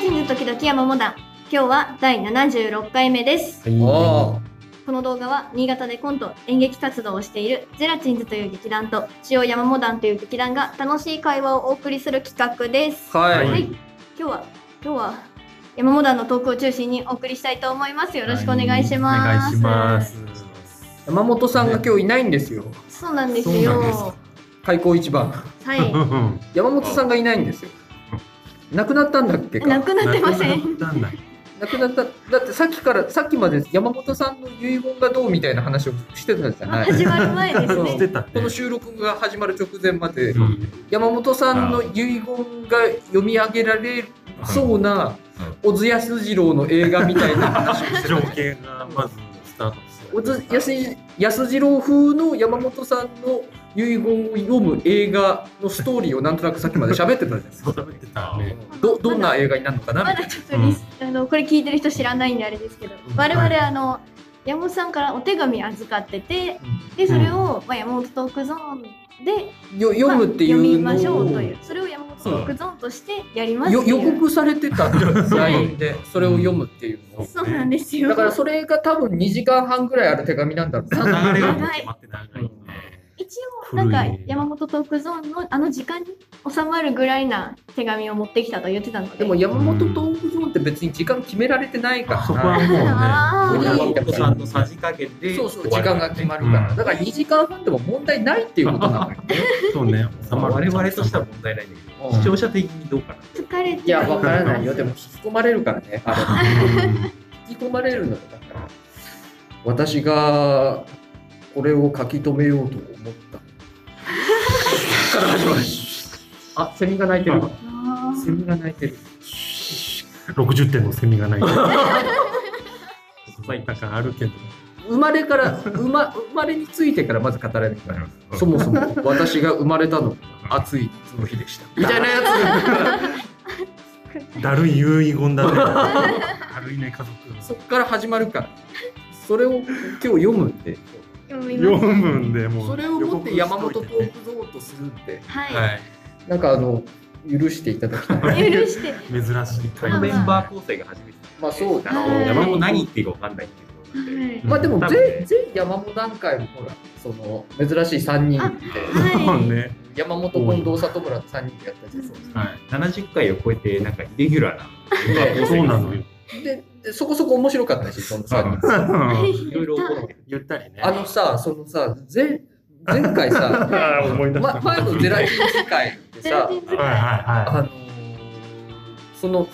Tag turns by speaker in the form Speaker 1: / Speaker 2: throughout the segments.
Speaker 1: ジニュー時々山モダン。今日は第76回目です。
Speaker 2: はい
Speaker 3: おー
Speaker 1: この動画は新潟でコント、演劇活動をしているゼラチンズという劇団と塩山モダンという劇団が楽しい会話をお送りする企画です。
Speaker 3: はい、
Speaker 1: はい。今日は、今日は山モダンのトークを中心にお送りしたいと思います。よろしくお願いします。
Speaker 2: はいお願いします。
Speaker 3: 山本さんが今日いないんですよ
Speaker 1: そうなんです
Speaker 2: そう
Speaker 1: よ。
Speaker 2: なんですか
Speaker 3: 開口一番
Speaker 1: は
Speaker 2: うん
Speaker 3: 山本さんがいないんですよ亡くなったんだっけ
Speaker 1: い。
Speaker 3: か
Speaker 1: なくなってません。
Speaker 2: なくなったんだ
Speaker 3: 亡くなっただってさっきからさっきまで山本さんの遺言がどうみたいな話をしてたじゃない
Speaker 1: 始まる前です
Speaker 3: そ
Speaker 1: ね
Speaker 3: う
Speaker 2: し。てたね
Speaker 3: この収録が始まる直前まで
Speaker 2: うん
Speaker 3: 山本さんの遺言が読み上げられそうな小津安二郎の映画みたいな 話をして
Speaker 2: 条
Speaker 3: た
Speaker 2: 件がまずスタートする
Speaker 3: 小津安安二郎風の山本さんの遺言を読む映画のストーリーをなんとなくさっきまで喋ってたじゃないです
Speaker 2: そう
Speaker 3: か。
Speaker 2: 食べてたね
Speaker 3: どどんな映画になるのかなみ
Speaker 1: ま
Speaker 3: たい
Speaker 1: だちょっとリス、あのこれ聞いてる人知らないんであれですけど、我々、
Speaker 2: はい
Speaker 1: あの山本さんからお手紙預かってて
Speaker 3: な。
Speaker 1: でそれを、まあ、山本トークゾーンで、
Speaker 3: よ読むってい
Speaker 1: まあ読み
Speaker 3: う
Speaker 1: まし
Speaker 3: の
Speaker 1: ょう
Speaker 3: を
Speaker 1: というそれを山本トークゾーンとしてやります
Speaker 3: よ
Speaker 1: っていう
Speaker 3: 予告されてた LINE でそれを読むっていうのを
Speaker 1: そうなんですよ
Speaker 3: だからそれが多分2時間半ぐらいある手紙なんだろう
Speaker 2: 流
Speaker 3: な。
Speaker 2: れがもう決まって長いね
Speaker 1: 一応なんか
Speaker 2: 古いね
Speaker 1: 山本トークゾーンのあの時間に収まるぐらいな手紙を持ってきたと言ってたので
Speaker 3: でも山本トークゾーンって別に時間決められてないからな
Speaker 2: そこは
Speaker 1: あ
Speaker 2: もう
Speaker 3: ー
Speaker 2: ね山本さんのさじ加減で
Speaker 3: そうそう時間が決まるから、だから2時間半でも問題ないっていうことなのよ。
Speaker 2: そうね収まる我々としては問題ないんだけ
Speaker 3: うん
Speaker 2: ど視聴者的にどうかな
Speaker 1: 疲れて
Speaker 3: いや、わからないよ。でも、引き込まれるからね。あれ、引き込まれるのよ。だから、私が、これを書き留めようと思った。から始まる。 あ、セミが鳴いてる。
Speaker 1: あ
Speaker 3: セミが鳴いてる。
Speaker 2: 60点のセミがない存在感あるけど
Speaker 3: 生まれから、生ま、生まれについてからまず語られるから。そもそも私が生まれたのは暑いその日でした。みたいなや
Speaker 2: だるい遺言だねだるいね家
Speaker 3: つ。
Speaker 2: 族
Speaker 3: そっから始まるから。それを今日読むんで。
Speaker 1: ー読み
Speaker 2: 4
Speaker 1: ます
Speaker 2: 分でもう
Speaker 3: それを持って山本ト
Speaker 2: 予告しとい
Speaker 3: ー
Speaker 2: て
Speaker 3: クゾーンとするんで。
Speaker 1: は
Speaker 2: はい
Speaker 3: なんかあの許していただき たい。
Speaker 1: い許して
Speaker 2: 珍しい
Speaker 4: こ
Speaker 2: 回
Speaker 4: の
Speaker 2: で
Speaker 4: メ
Speaker 2: す
Speaker 4: ンバー構成が初めて
Speaker 3: まあそうだ
Speaker 4: あ
Speaker 1: は
Speaker 4: の
Speaker 1: い
Speaker 4: 山も何言っていいか分かんないっていうところなんで
Speaker 1: はい
Speaker 3: まあでも
Speaker 2: うん
Speaker 3: 全全山本段階もほらその珍しい三人で
Speaker 2: そう
Speaker 1: はい
Speaker 2: ね
Speaker 3: 山本近藤里村三人でやったじゃんそう
Speaker 4: はい70回を超えてなんかイレギュラーな
Speaker 3: ね
Speaker 4: メンバー構成
Speaker 2: そうなのよ
Speaker 3: ででそこそこ面白かったしその三人。
Speaker 4: いろいろ起こ って
Speaker 2: ゆったりね
Speaker 3: あのさそのさ前前回さ、
Speaker 2: あー思い出した
Speaker 3: ま、前のゼラチン次回で
Speaker 1: ゼラ
Speaker 3: さ
Speaker 1: チン使
Speaker 2: はい
Speaker 1: い
Speaker 2: はい
Speaker 3: あ
Speaker 2: は
Speaker 3: のーその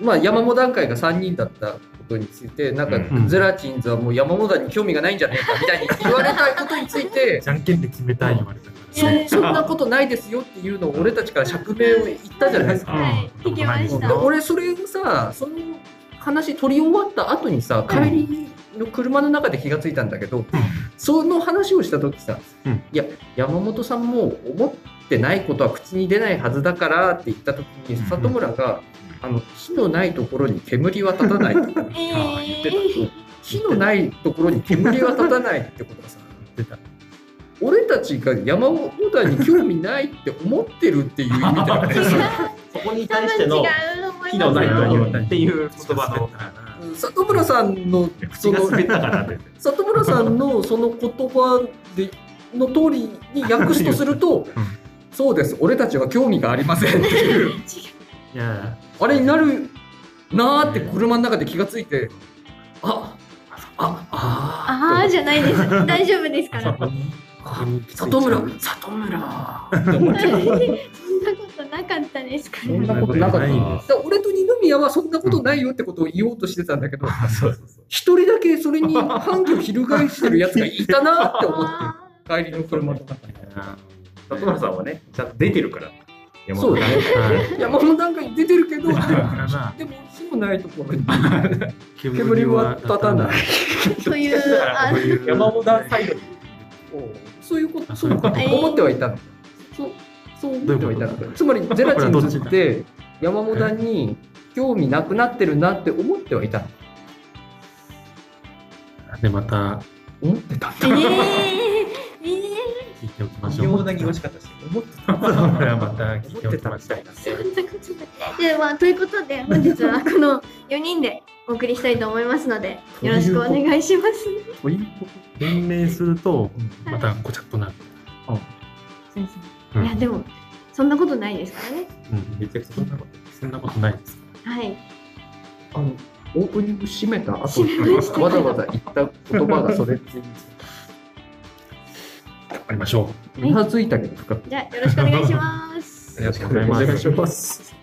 Speaker 3: まあ山本段階が3人だったことについてなんか、
Speaker 4: うん
Speaker 3: ゼラチンズはもう山本段に興味がないんじゃないかみたいに言われたことについて
Speaker 2: いじゃんけんで決めたい言われたから
Speaker 3: そそんなことないですよっていうのを俺たちから釈明を言ったじゃないですか。
Speaker 1: はい
Speaker 2: うん
Speaker 1: 聞きまし
Speaker 3: で
Speaker 1: た
Speaker 3: 俺それをさその話取り終わった後にさ帰りの車の中で気がついたんだけど、その話をした時さ「
Speaker 2: うん
Speaker 3: いや山本さんも思ってないことは口に出ないはずだから」って言った時に
Speaker 2: うん
Speaker 3: 里村が「あの火のないところに煙は立 たない」
Speaker 1: えー
Speaker 3: 火のないところに煙は立たないってことはさ
Speaker 2: 言ってた
Speaker 3: 俺たちが山本さんに興味ないって思ってるっていう意味だよね
Speaker 4: そこに
Speaker 1: 多分
Speaker 4: 対して
Speaker 1: 違
Speaker 4: の
Speaker 1: う思い
Speaker 4: 火の
Speaker 1: ます
Speaker 4: ない
Speaker 1: よ
Speaker 4: ところっていう言葉の
Speaker 3: 里村さんの
Speaker 4: 口が滑ったからで
Speaker 3: 里村さんのその言葉での通りに訳すとすると、そうです俺たちは興味がありませんっていう
Speaker 2: いや
Speaker 3: あれになるなーって車の中で気がついてあああ
Speaker 1: ああじゃないです。 大丈夫ですか
Speaker 2: あそ
Speaker 1: ら。
Speaker 2: こにそこに行き着いちゃう
Speaker 3: 里村里村って思っ
Speaker 1: そん
Speaker 3: て
Speaker 1: なことなかったですか
Speaker 3: そ
Speaker 1: ら。
Speaker 3: んなことなかった
Speaker 2: そんなことない
Speaker 3: だから俺と二宮はそんなことないよってことを言おうとしてたんだけど
Speaker 2: あそうそうそう
Speaker 3: 一人だけそれに反旗を翻してるやつがいたなーって思って
Speaker 1: あ
Speaker 3: 帰りの車の中で。
Speaker 4: 里村さんはねちゃんと出てるから山
Speaker 3: そう
Speaker 4: 本
Speaker 3: だ
Speaker 4: さん
Speaker 3: ね
Speaker 2: はい
Speaker 3: 山本なんかに出てるけど、でも
Speaker 2: だからな
Speaker 3: でも火のないところに
Speaker 2: 煙
Speaker 3: 煙は
Speaker 2: は
Speaker 3: 立
Speaker 2: 立
Speaker 3: た
Speaker 2: た
Speaker 3: な
Speaker 2: ないい。
Speaker 1: ーというあ
Speaker 2: こういう
Speaker 4: 山本サイドに
Speaker 3: そういうこと、そういうこと思ってはいたの。そう、そう思ってはい
Speaker 2: どう
Speaker 3: た
Speaker 2: いうこと
Speaker 3: の。つまりゼラチンズって山本に興味なくなってるなって思ってはいたの。
Speaker 2: でまた
Speaker 3: 思ってた。
Speaker 1: えーえー
Speaker 2: 聞いておきまし
Speaker 4: 微
Speaker 2: ょう。
Speaker 4: 妙なに惜しかったですけど。思ってた。
Speaker 2: それはまた聞いてお
Speaker 4: 思って
Speaker 2: き
Speaker 4: た
Speaker 2: ま
Speaker 4: み
Speaker 2: したょう
Speaker 4: い。
Speaker 1: そんなことない。で、まあ、ということで、本日はこの4人でお送りしたいと思いますので、よろしくお願いします。
Speaker 4: というこ
Speaker 2: 弁明すると
Speaker 4: と。うん
Speaker 2: またごちゃっとなる。
Speaker 1: そうです
Speaker 2: う
Speaker 1: ね
Speaker 2: ん
Speaker 1: いや、でも、そんなことないですからね。
Speaker 2: うん、別にそんなことそんなことないです。
Speaker 1: はい。
Speaker 3: あのオープニング閉めた後
Speaker 1: 閉めました
Speaker 3: わざわざ言った言葉がそれっていう
Speaker 2: 頑張りましょ
Speaker 3: うなずいたけど深く
Speaker 1: じゃあ、よろしくお願いします
Speaker 2: う。あ。りがとうございます。
Speaker 3: お願いします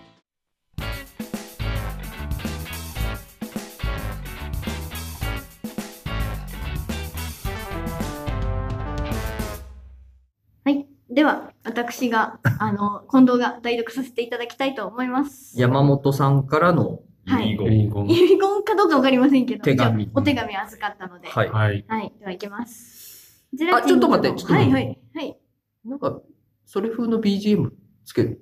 Speaker 1: はい。では、私が、あの、近藤が代読させていただきたいと思います。
Speaker 3: 山本さんからの
Speaker 1: はい。
Speaker 2: リンゴン
Speaker 1: 遺言かどうかわかりませんけど、
Speaker 3: 手紙
Speaker 1: じゃあお手紙預かったので。
Speaker 3: はい
Speaker 2: はい。
Speaker 1: はい。では、いきます。ゼ
Speaker 3: あちょっと待って
Speaker 1: の
Speaker 3: ちょっと待
Speaker 1: は
Speaker 3: っ
Speaker 1: い、
Speaker 3: て
Speaker 1: はい。はい。
Speaker 3: なんかそれ風の BGM つける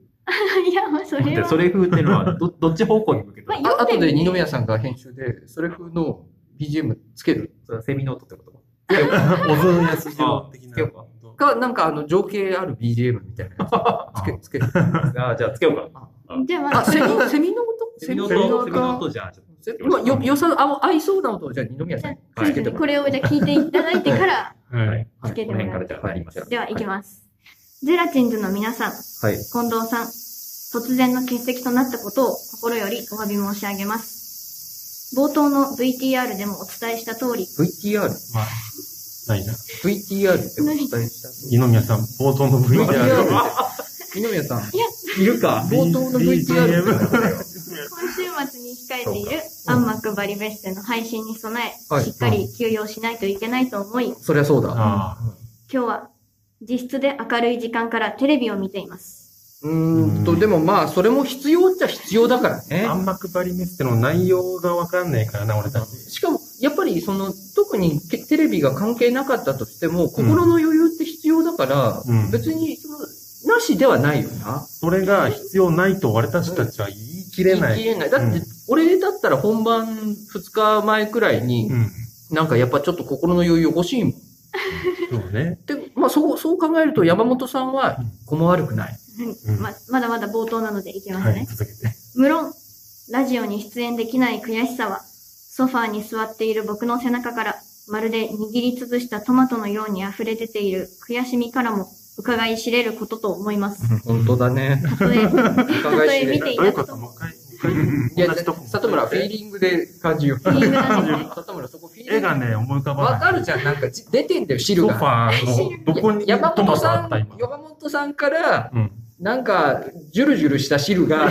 Speaker 1: いや、まあ、そ
Speaker 4: 待っ
Speaker 1: れ
Speaker 4: て
Speaker 1: は。
Speaker 4: それ風っていうの はどどっち方向に向けて
Speaker 1: まあ
Speaker 3: あ
Speaker 1: 読
Speaker 3: 後
Speaker 1: んでみ
Speaker 3: で
Speaker 1: て
Speaker 3: 二宮さんが編集でそれ風の BGM つける
Speaker 4: それはセミノートってこと
Speaker 2: 小園康次郎的
Speaker 4: あつ
Speaker 2: な
Speaker 4: けようか。
Speaker 3: かなんかあの情景ある BGM みたいなやつつけつける
Speaker 4: あーじゃあつけようか。
Speaker 1: じゃあ、ま
Speaker 3: あ
Speaker 1: あ、
Speaker 3: セミセミの音
Speaker 4: セミノー
Speaker 3: セミの
Speaker 4: ト、
Speaker 3: 音
Speaker 4: セミノートじゃあちょっとつ
Speaker 3: せ
Speaker 4: け
Speaker 3: ま
Speaker 4: ま
Speaker 3: あ
Speaker 4: しょう。
Speaker 3: よよさあ合いそうな音をじゃあ二宮
Speaker 1: じ
Speaker 3: さ
Speaker 1: ゃ
Speaker 3: ん
Speaker 1: あ、そう
Speaker 3: つけ
Speaker 1: で
Speaker 3: て
Speaker 1: す
Speaker 3: も
Speaker 1: ね
Speaker 3: らう
Speaker 1: これをじゃあ聞いていただいて から、
Speaker 2: はい。
Speaker 1: つけて
Speaker 4: こ
Speaker 1: もら
Speaker 4: の
Speaker 1: い
Speaker 4: 辺
Speaker 1: ま
Speaker 4: か
Speaker 1: す
Speaker 4: らじゃあ入ります。
Speaker 1: では、いきます。ゼラチンズの皆さん、
Speaker 4: はい。
Speaker 1: 近藤さん、突然の欠席となったことを心よりお詫び申し上げます。冒頭の VTR でもお伝えした通り、
Speaker 3: VTR
Speaker 2: まあ、ないな。
Speaker 3: VTR ってお伝えしたと
Speaker 2: 二宮さん、冒頭の VTR。
Speaker 3: 二宮さん
Speaker 4: いる か。
Speaker 3: 冒頭の VTR ってなんだよ
Speaker 1: 今週末に控えているアンマックバリベッセの配信に備え、
Speaker 3: はい
Speaker 1: しっかり休養しないといけないと思い、今
Speaker 3: そりゃそうだ
Speaker 2: ああ。
Speaker 1: 日は自室で明るい時間からテレビを見ています。
Speaker 3: うーんとでもまあそれも必要っちゃ必要だからね
Speaker 2: あんま配りメスっての内容がわかんないからな、俺たち。
Speaker 3: しかも、やっぱりその、特にけテレビが関係なかったとしても、心の余裕って必要だから、
Speaker 2: うん
Speaker 3: 別にその、なしではないよな。
Speaker 2: それが必要ないと俺たちたちは言い切れな
Speaker 3: 言
Speaker 2: い。
Speaker 3: い切れない。だって、
Speaker 2: うん
Speaker 3: 俺だったら本番2日前くらいに
Speaker 2: う、ん。
Speaker 3: なんかやっぱちょっと心の余裕欲しいもん。
Speaker 2: そうね。
Speaker 3: で、まあそう、そう考えると山本さんは
Speaker 2: うん、
Speaker 3: 子も悪くない。
Speaker 2: うん
Speaker 1: ままだまだ冒頭なのでいきますね。
Speaker 2: はい、続けて。
Speaker 1: 無論、ラジオに出演できない悔しさは、ソファーに座っている僕の背中から、まるで握りつぶしたトマトのように溢れ出ている悔しみからも、伺い知れることと思います。
Speaker 3: 本当だね。
Speaker 1: たとえ、たとえ見てい
Speaker 2: どう
Speaker 1: た
Speaker 2: いうこ
Speaker 1: ことと
Speaker 2: も
Speaker 1: も
Speaker 2: う。一回、もう一
Speaker 3: いや、
Speaker 2: 回、同じとこ。
Speaker 3: 里村、フィーリングで感じよ う。
Speaker 1: フィーリングなんですね
Speaker 3: 里村、そこフィーリ
Speaker 2: 絵
Speaker 3: ング。
Speaker 2: がね、思い浮かばない
Speaker 3: わ。かるじゃん。なんかじ出てんだよ、汁
Speaker 2: ソフ
Speaker 3: が。
Speaker 2: ァーのどこにト
Speaker 3: 山
Speaker 2: マ
Speaker 3: 本
Speaker 2: トあ
Speaker 3: さ
Speaker 2: った
Speaker 3: ん
Speaker 2: 今、。
Speaker 3: 山本さんから、
Speaker 2: うん。
Speaker 3: なんか、ジュルジュルした汁 が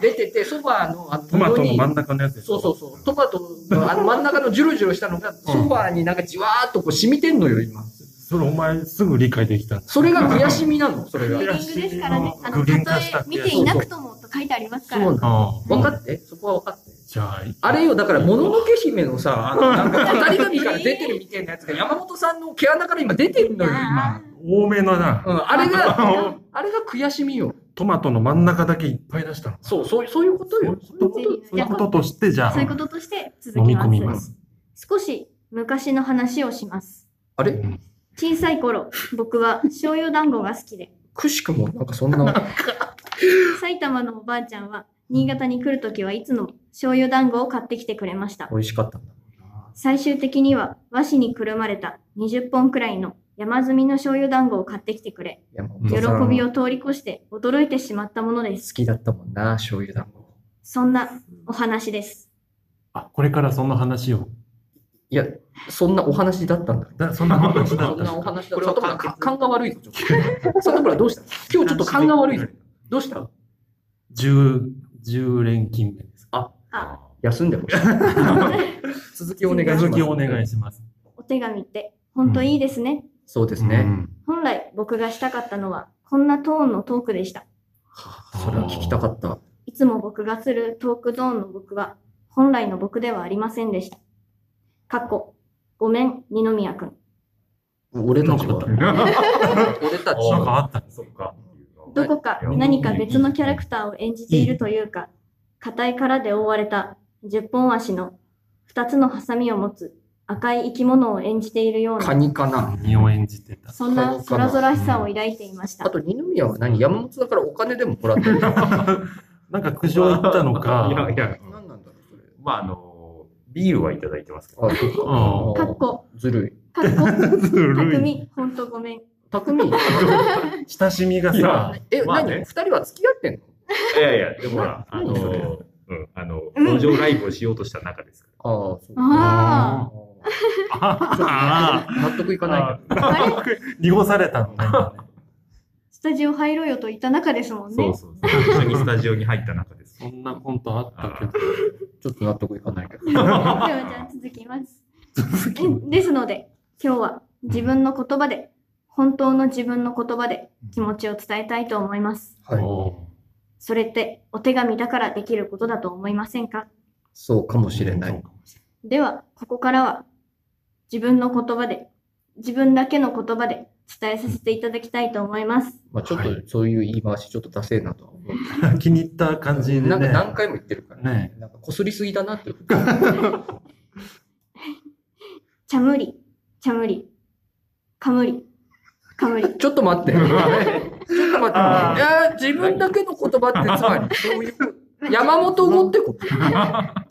Speaker 3: 出てて、ソファーのあの
Speaker 2: トマトの
Speaker 3: に
Speaker 2: 真ん中のやつでし
Speaker 3: そ
Speaker 2: ょ
Speaker 3: うそうそう、トマトのあの真ん中のジュルジュルしたのが、ソファーになんかじわーっとこう染みてんのよ、今。
Speaker 2: それお前すぐ理解できた。
Speaker 3: それが悔しみなの、それ
Speaker 1: フ
Speaker 3: が
Speaker 1: ィ。ーリングですからね。あ
Speaker 2: 具
Speaker 1: の、
Speaker 2: 現
Speaker 1: た
Speaker 2: 化
Speaker 1: と
Speaker 2: した
Speaker 1: え見
Speaker 2: ってやつ
Speaker 1: ていなくともと書いてあります
Speaker 3: そ
Speaker 1: か
Speaker 3: う
Speaker 1: ら。
Speaker 3: なの。
Speaker 2: ああ。
Speaker 3: 分かって、そこは分かって。
Speaker 2: じゃあ、
Speaker 3: あれよ、だから、もののけ姫 のさ、あの、なんか、語り神から出てるみたいなやつが、山本さんの毛穴から今出てるのよ、今。
Speaker 1: あ
Speaker 2: 多めのな、
Speaker 3: うん、あ れが、あれが悔しみよ。
Speaker 2: トマトの真ん中だけいっぱい出したの。
Speaker 3: そう、そう、そういうことよ。
Speaker 2: そういうことそういうこととして、じゃ
Speaker 1: ーそういう
Speaker 2: あ、
Speaker 1: こととして続
Speaker 2: 飲
Speaker 1: き
Speaker 2: み込み
Speaker 1: ま。
Speaker 2: ますす。
Speaker 1: 少し昔の話をします。
Speaker 3: あ
Speaker 2: う
Speaker 3: れ
Speaker 2: ん
Speaker 1: 小さい頃、僕は醤油団子が好き で、
Speaker 3: くしくも、なんかそんな。
Speaker 1: 埼玉のおばあちゃんは新潟に来るときはいつも醤油団子を買ってきてくれました
Speaker 3: 美味しかったんだ。
Speaker 1: 最終的には和紙にくるまれた20本くらいの山積みの醤油団子を買ってきてくれ
Speaker 3: 山
Speaker 1: 喜
Speaker 3: 本さん
Speaker 1: び
Speaker 3: 好
Speaker 1: を通り越して驚いてしまったものです
Speaker 3: きだったもんな、醤油団子。
Speaker 1: そんなお話です
Speaker 2: あ、これからその話を。
Speaker 3: いや、そんなお話だったんだ。
Speaker 2: だそんな話だ
Speaker 3: そ
Speaker 2: っ
Speaker 3: んなお
Speaker 2: た。
Speaker 3: 話だ
Speaker 4: こ
Speaker 3: った。里
Speaker 4: れは
Speaker 3: 村、
Speaker 4: 簡潔
Speaker 3: 勘が悪いぞ、ちょっと。里村、どうした今日ちょっと勘が悪いぞ。どうした
Speaker 2: 十、十連勤目です。
Speaker 1: あ
Speaker 3: 休 んでほしい。続きお願いします。
Speaker 2: 続きお願いします。
Speaker 1: お手紙って本当いいですね、
Speaker 3: そうです
Speaker 2: う
Speaker 3: ね。
Speaker 2: ん。
Speaker 1: 本来僕がしたかったのはこんなトーンのトークでした
Speaker 3: それは聞きたかった。
Speaker 1: いつも僕がするトークゾーンの僕は本来の僕ではありませんでしたかっこごめん二宮くん
Speaker 3: 俺たちは。 俺たち
Speaker 2: なんか
Speaker 3: は。
Speaker 2: あった。
Speaker 4: そっか。
Speaker 1: どこか何か別のキャラクターを演じているというか、硬い殻で覆われた十本足の二つのハサミを持つ赤い生き物を演じているよう
Speaker 3: カ
Speaker 1: な、
Speaker 3: ニかな。
Speaker 2: 身を演じて た。
Speaker 1: そんな空々しさを抱いていまし
Speaker 3: あ
Speaker 1: た。
Speaker 3: と二宮は何山本だからお金でももらってる。
Speaker 2: なんか苦情行ったのか。
Speaker 4: いやいや、
Speaker 3: 何なんだろうそれ。
Speaker 4: まあ、あの、ビールはいただいてますけど。
Speaker 3: あ、そっ
Speaker 1: かっこ、
Speaker 3: ずるい。
Speaker 1: かっ こ、
Speaker 2: ずるい。
Speaker 1: 匠、ほんとごめん。
Speaker 3: 匠
Speaker 2: 親しみが
Speaker 4: い
Speaker 2: さ
Speaker 4: や、
Speaker 3: え、
Speaker 4: まあね
Speaker 3: 何二人は付き合ってんの
Speaker 4: いやいや、でもほら、あの、
Speaker 3: 何それ
Speaker 4: うん、あの、
Speaker 1: うん
Speaker 4: 路上ライブをしようとした中ですから。
Speaker 3: ああ、そう
Speaker 1: あ
Speaker 2: あ
Speaker 3: あー納得いかないな
Speaker 2: あ。濁されたのね。今ね
Speaker 1: スタジオ入ろよと言った中ですもん
Speaker 4: そ
Speaker 1: ね
Speaker 4: う。そうそう。一緒にスタジオに入った中です。
Speaker 2: そんなコントあったけど。
Speaker 3: ちょっと納得いかないけど。
Speaker 1: では、じゃあ続きます。ですので、今日は自分の言葉で、本当の自分の言葉で気持ちを伝えたいと思います。
Speaker 3: はい。
Speaker 2: お
Speaker 1: それってお手紙だからできることだと思いませんか
Speaker 3: そうかも
Speaker 2: ー
Speaker 3: しれな
Speaker 2: そう
Speaker 3: い。
Speaker 2: かもし
Speaker 1: では、ここからは自分の言葉で、自分だけの言葉で伝えさせていただきたいと思います。
Speaker 3: まあちょっ
Speaker 2: は
Speaker 3: とそういう言い回しちょっとダセえなとは思う。
Speaker 2: れない気に入った感じでね。
Speaker 3: なんか何回も言ってるから
Speaker 2: ね
Speaker 3: ね。なんか擦りすぎだなって。
Speaker 1: ちゃむり、ちゃむり、かむり、かむり。
Speaker 3: ちょっと 待って。ちょっと待って。い
Speaker 2: あー
Speaker 3: やー自分だけの言葉ってつまり、そういう。山本語ってこと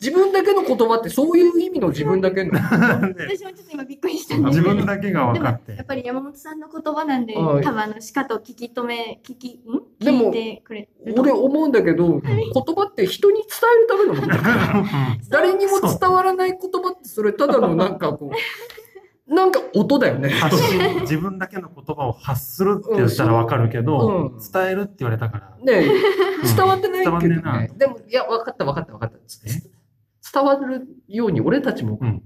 Speaker 3: 自分だけの言葉ってそういう意味の自分だけの。
Speaker 2: ね
Speaker 1: 私もちょっと今びっくりしたんです
Speaker 2: 自
Speaker 1: けど
Speaker 2: 分だけが分かって
Speaker 1: やっ。ぱり山本さんの言葉なんで、
Speaker 3: はい
Speaker 1: 多分あの、しかと聞き止め、聞き、ん
Speaker 3: でも
Speaker 1: 聞いてくれると
Speaker 3: 俺思うんだけど、言葉って人に伝えるためのものだから。誰にも伝わらない言葉ってそれただのなんかこう、なんか音だよね。
Speaker 2: 発信自分だけの言葉を発するって言ったらわかるけど、
Speaker 3: うん
Speaker 2: 伝えるって言われたから。
Speaker 3: ね
Speaker 2: う
Speaker 3: え
Speaker 2: ん
Speaker 3: 伝わってない
Speaker 2: 伝わん
Speaker 3: けど
Speaker 2: ねえ
Speaker 3: ね。
Speaker 2: な
Speaker 3: でも、いや、分かった分かった分かった。つ伝わるように俺たちも
Speaker 2: うん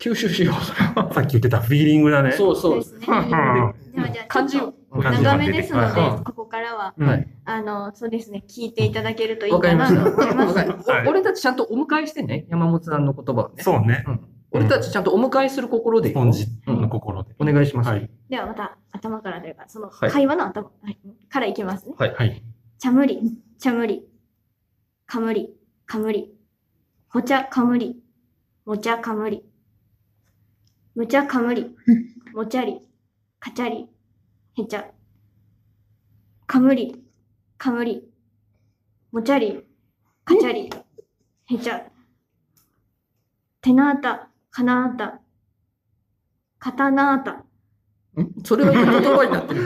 Speaker 3: 吸収しようそれは。
Speaker 2: さっき言ってたフィーリングだね。
Speaker 3: そう
Speaker 1: そ
Speaker 3: そうう
Speaker 1: で。すね。
Speaker 2: ん
Speaker 1: ではじゃあ、
Speaker 3: 感
Speaker 1: ち
Speaker 3: じ
Speaker 1: ょっ
Speaker 3: を。
Speaker 1: と
Speaker 4: 感じ
Speaker 1: 長めですので
Speaker 3: うん、
Speaker 1: ここからは、
Speaker 2: うん
Speaker 3: はい
Speaker 1: あの、そうですね、聞いていただけるとい
Speaker 3: わ
Speaker 1: い
Speaker 3: か
Speaker 1: か
Speaker 3: りま
Speaker 1: な
Speaker 3: した。
Speaker 1: と思いま
Speaker 3: わ
Speaker 1: す。
Speaker 3: かりましたお俺たちちゃんとお迎えしてね、山本さんの言葉をね。
Speaker 2: そうね。
Speaker 3: うん俺たちちゃんとお迎えする心で
Speaker 2: スポンジの心で。
Speaker 3: お願いします。
Speaker 2: は
Speaker 3: はいい。
Speaker 1: ではまた、頭からというか、その
Speaker 3: はい
Speaker 1: 会話の頭、はいからいきますね。
Speaker 2: はい。
Speaker 1: ちゃむり、ちゃむり、かむり、かむり、ほちゃかむり、もちゃかむり、むちゃかむり、もちゃり、かちゃり、へちゃ、かむり、かむり、もちゃり、かちゃり、へちゃ、てなあた、かなあた、かたなあた、
Speaker 3: それは言葉になってる。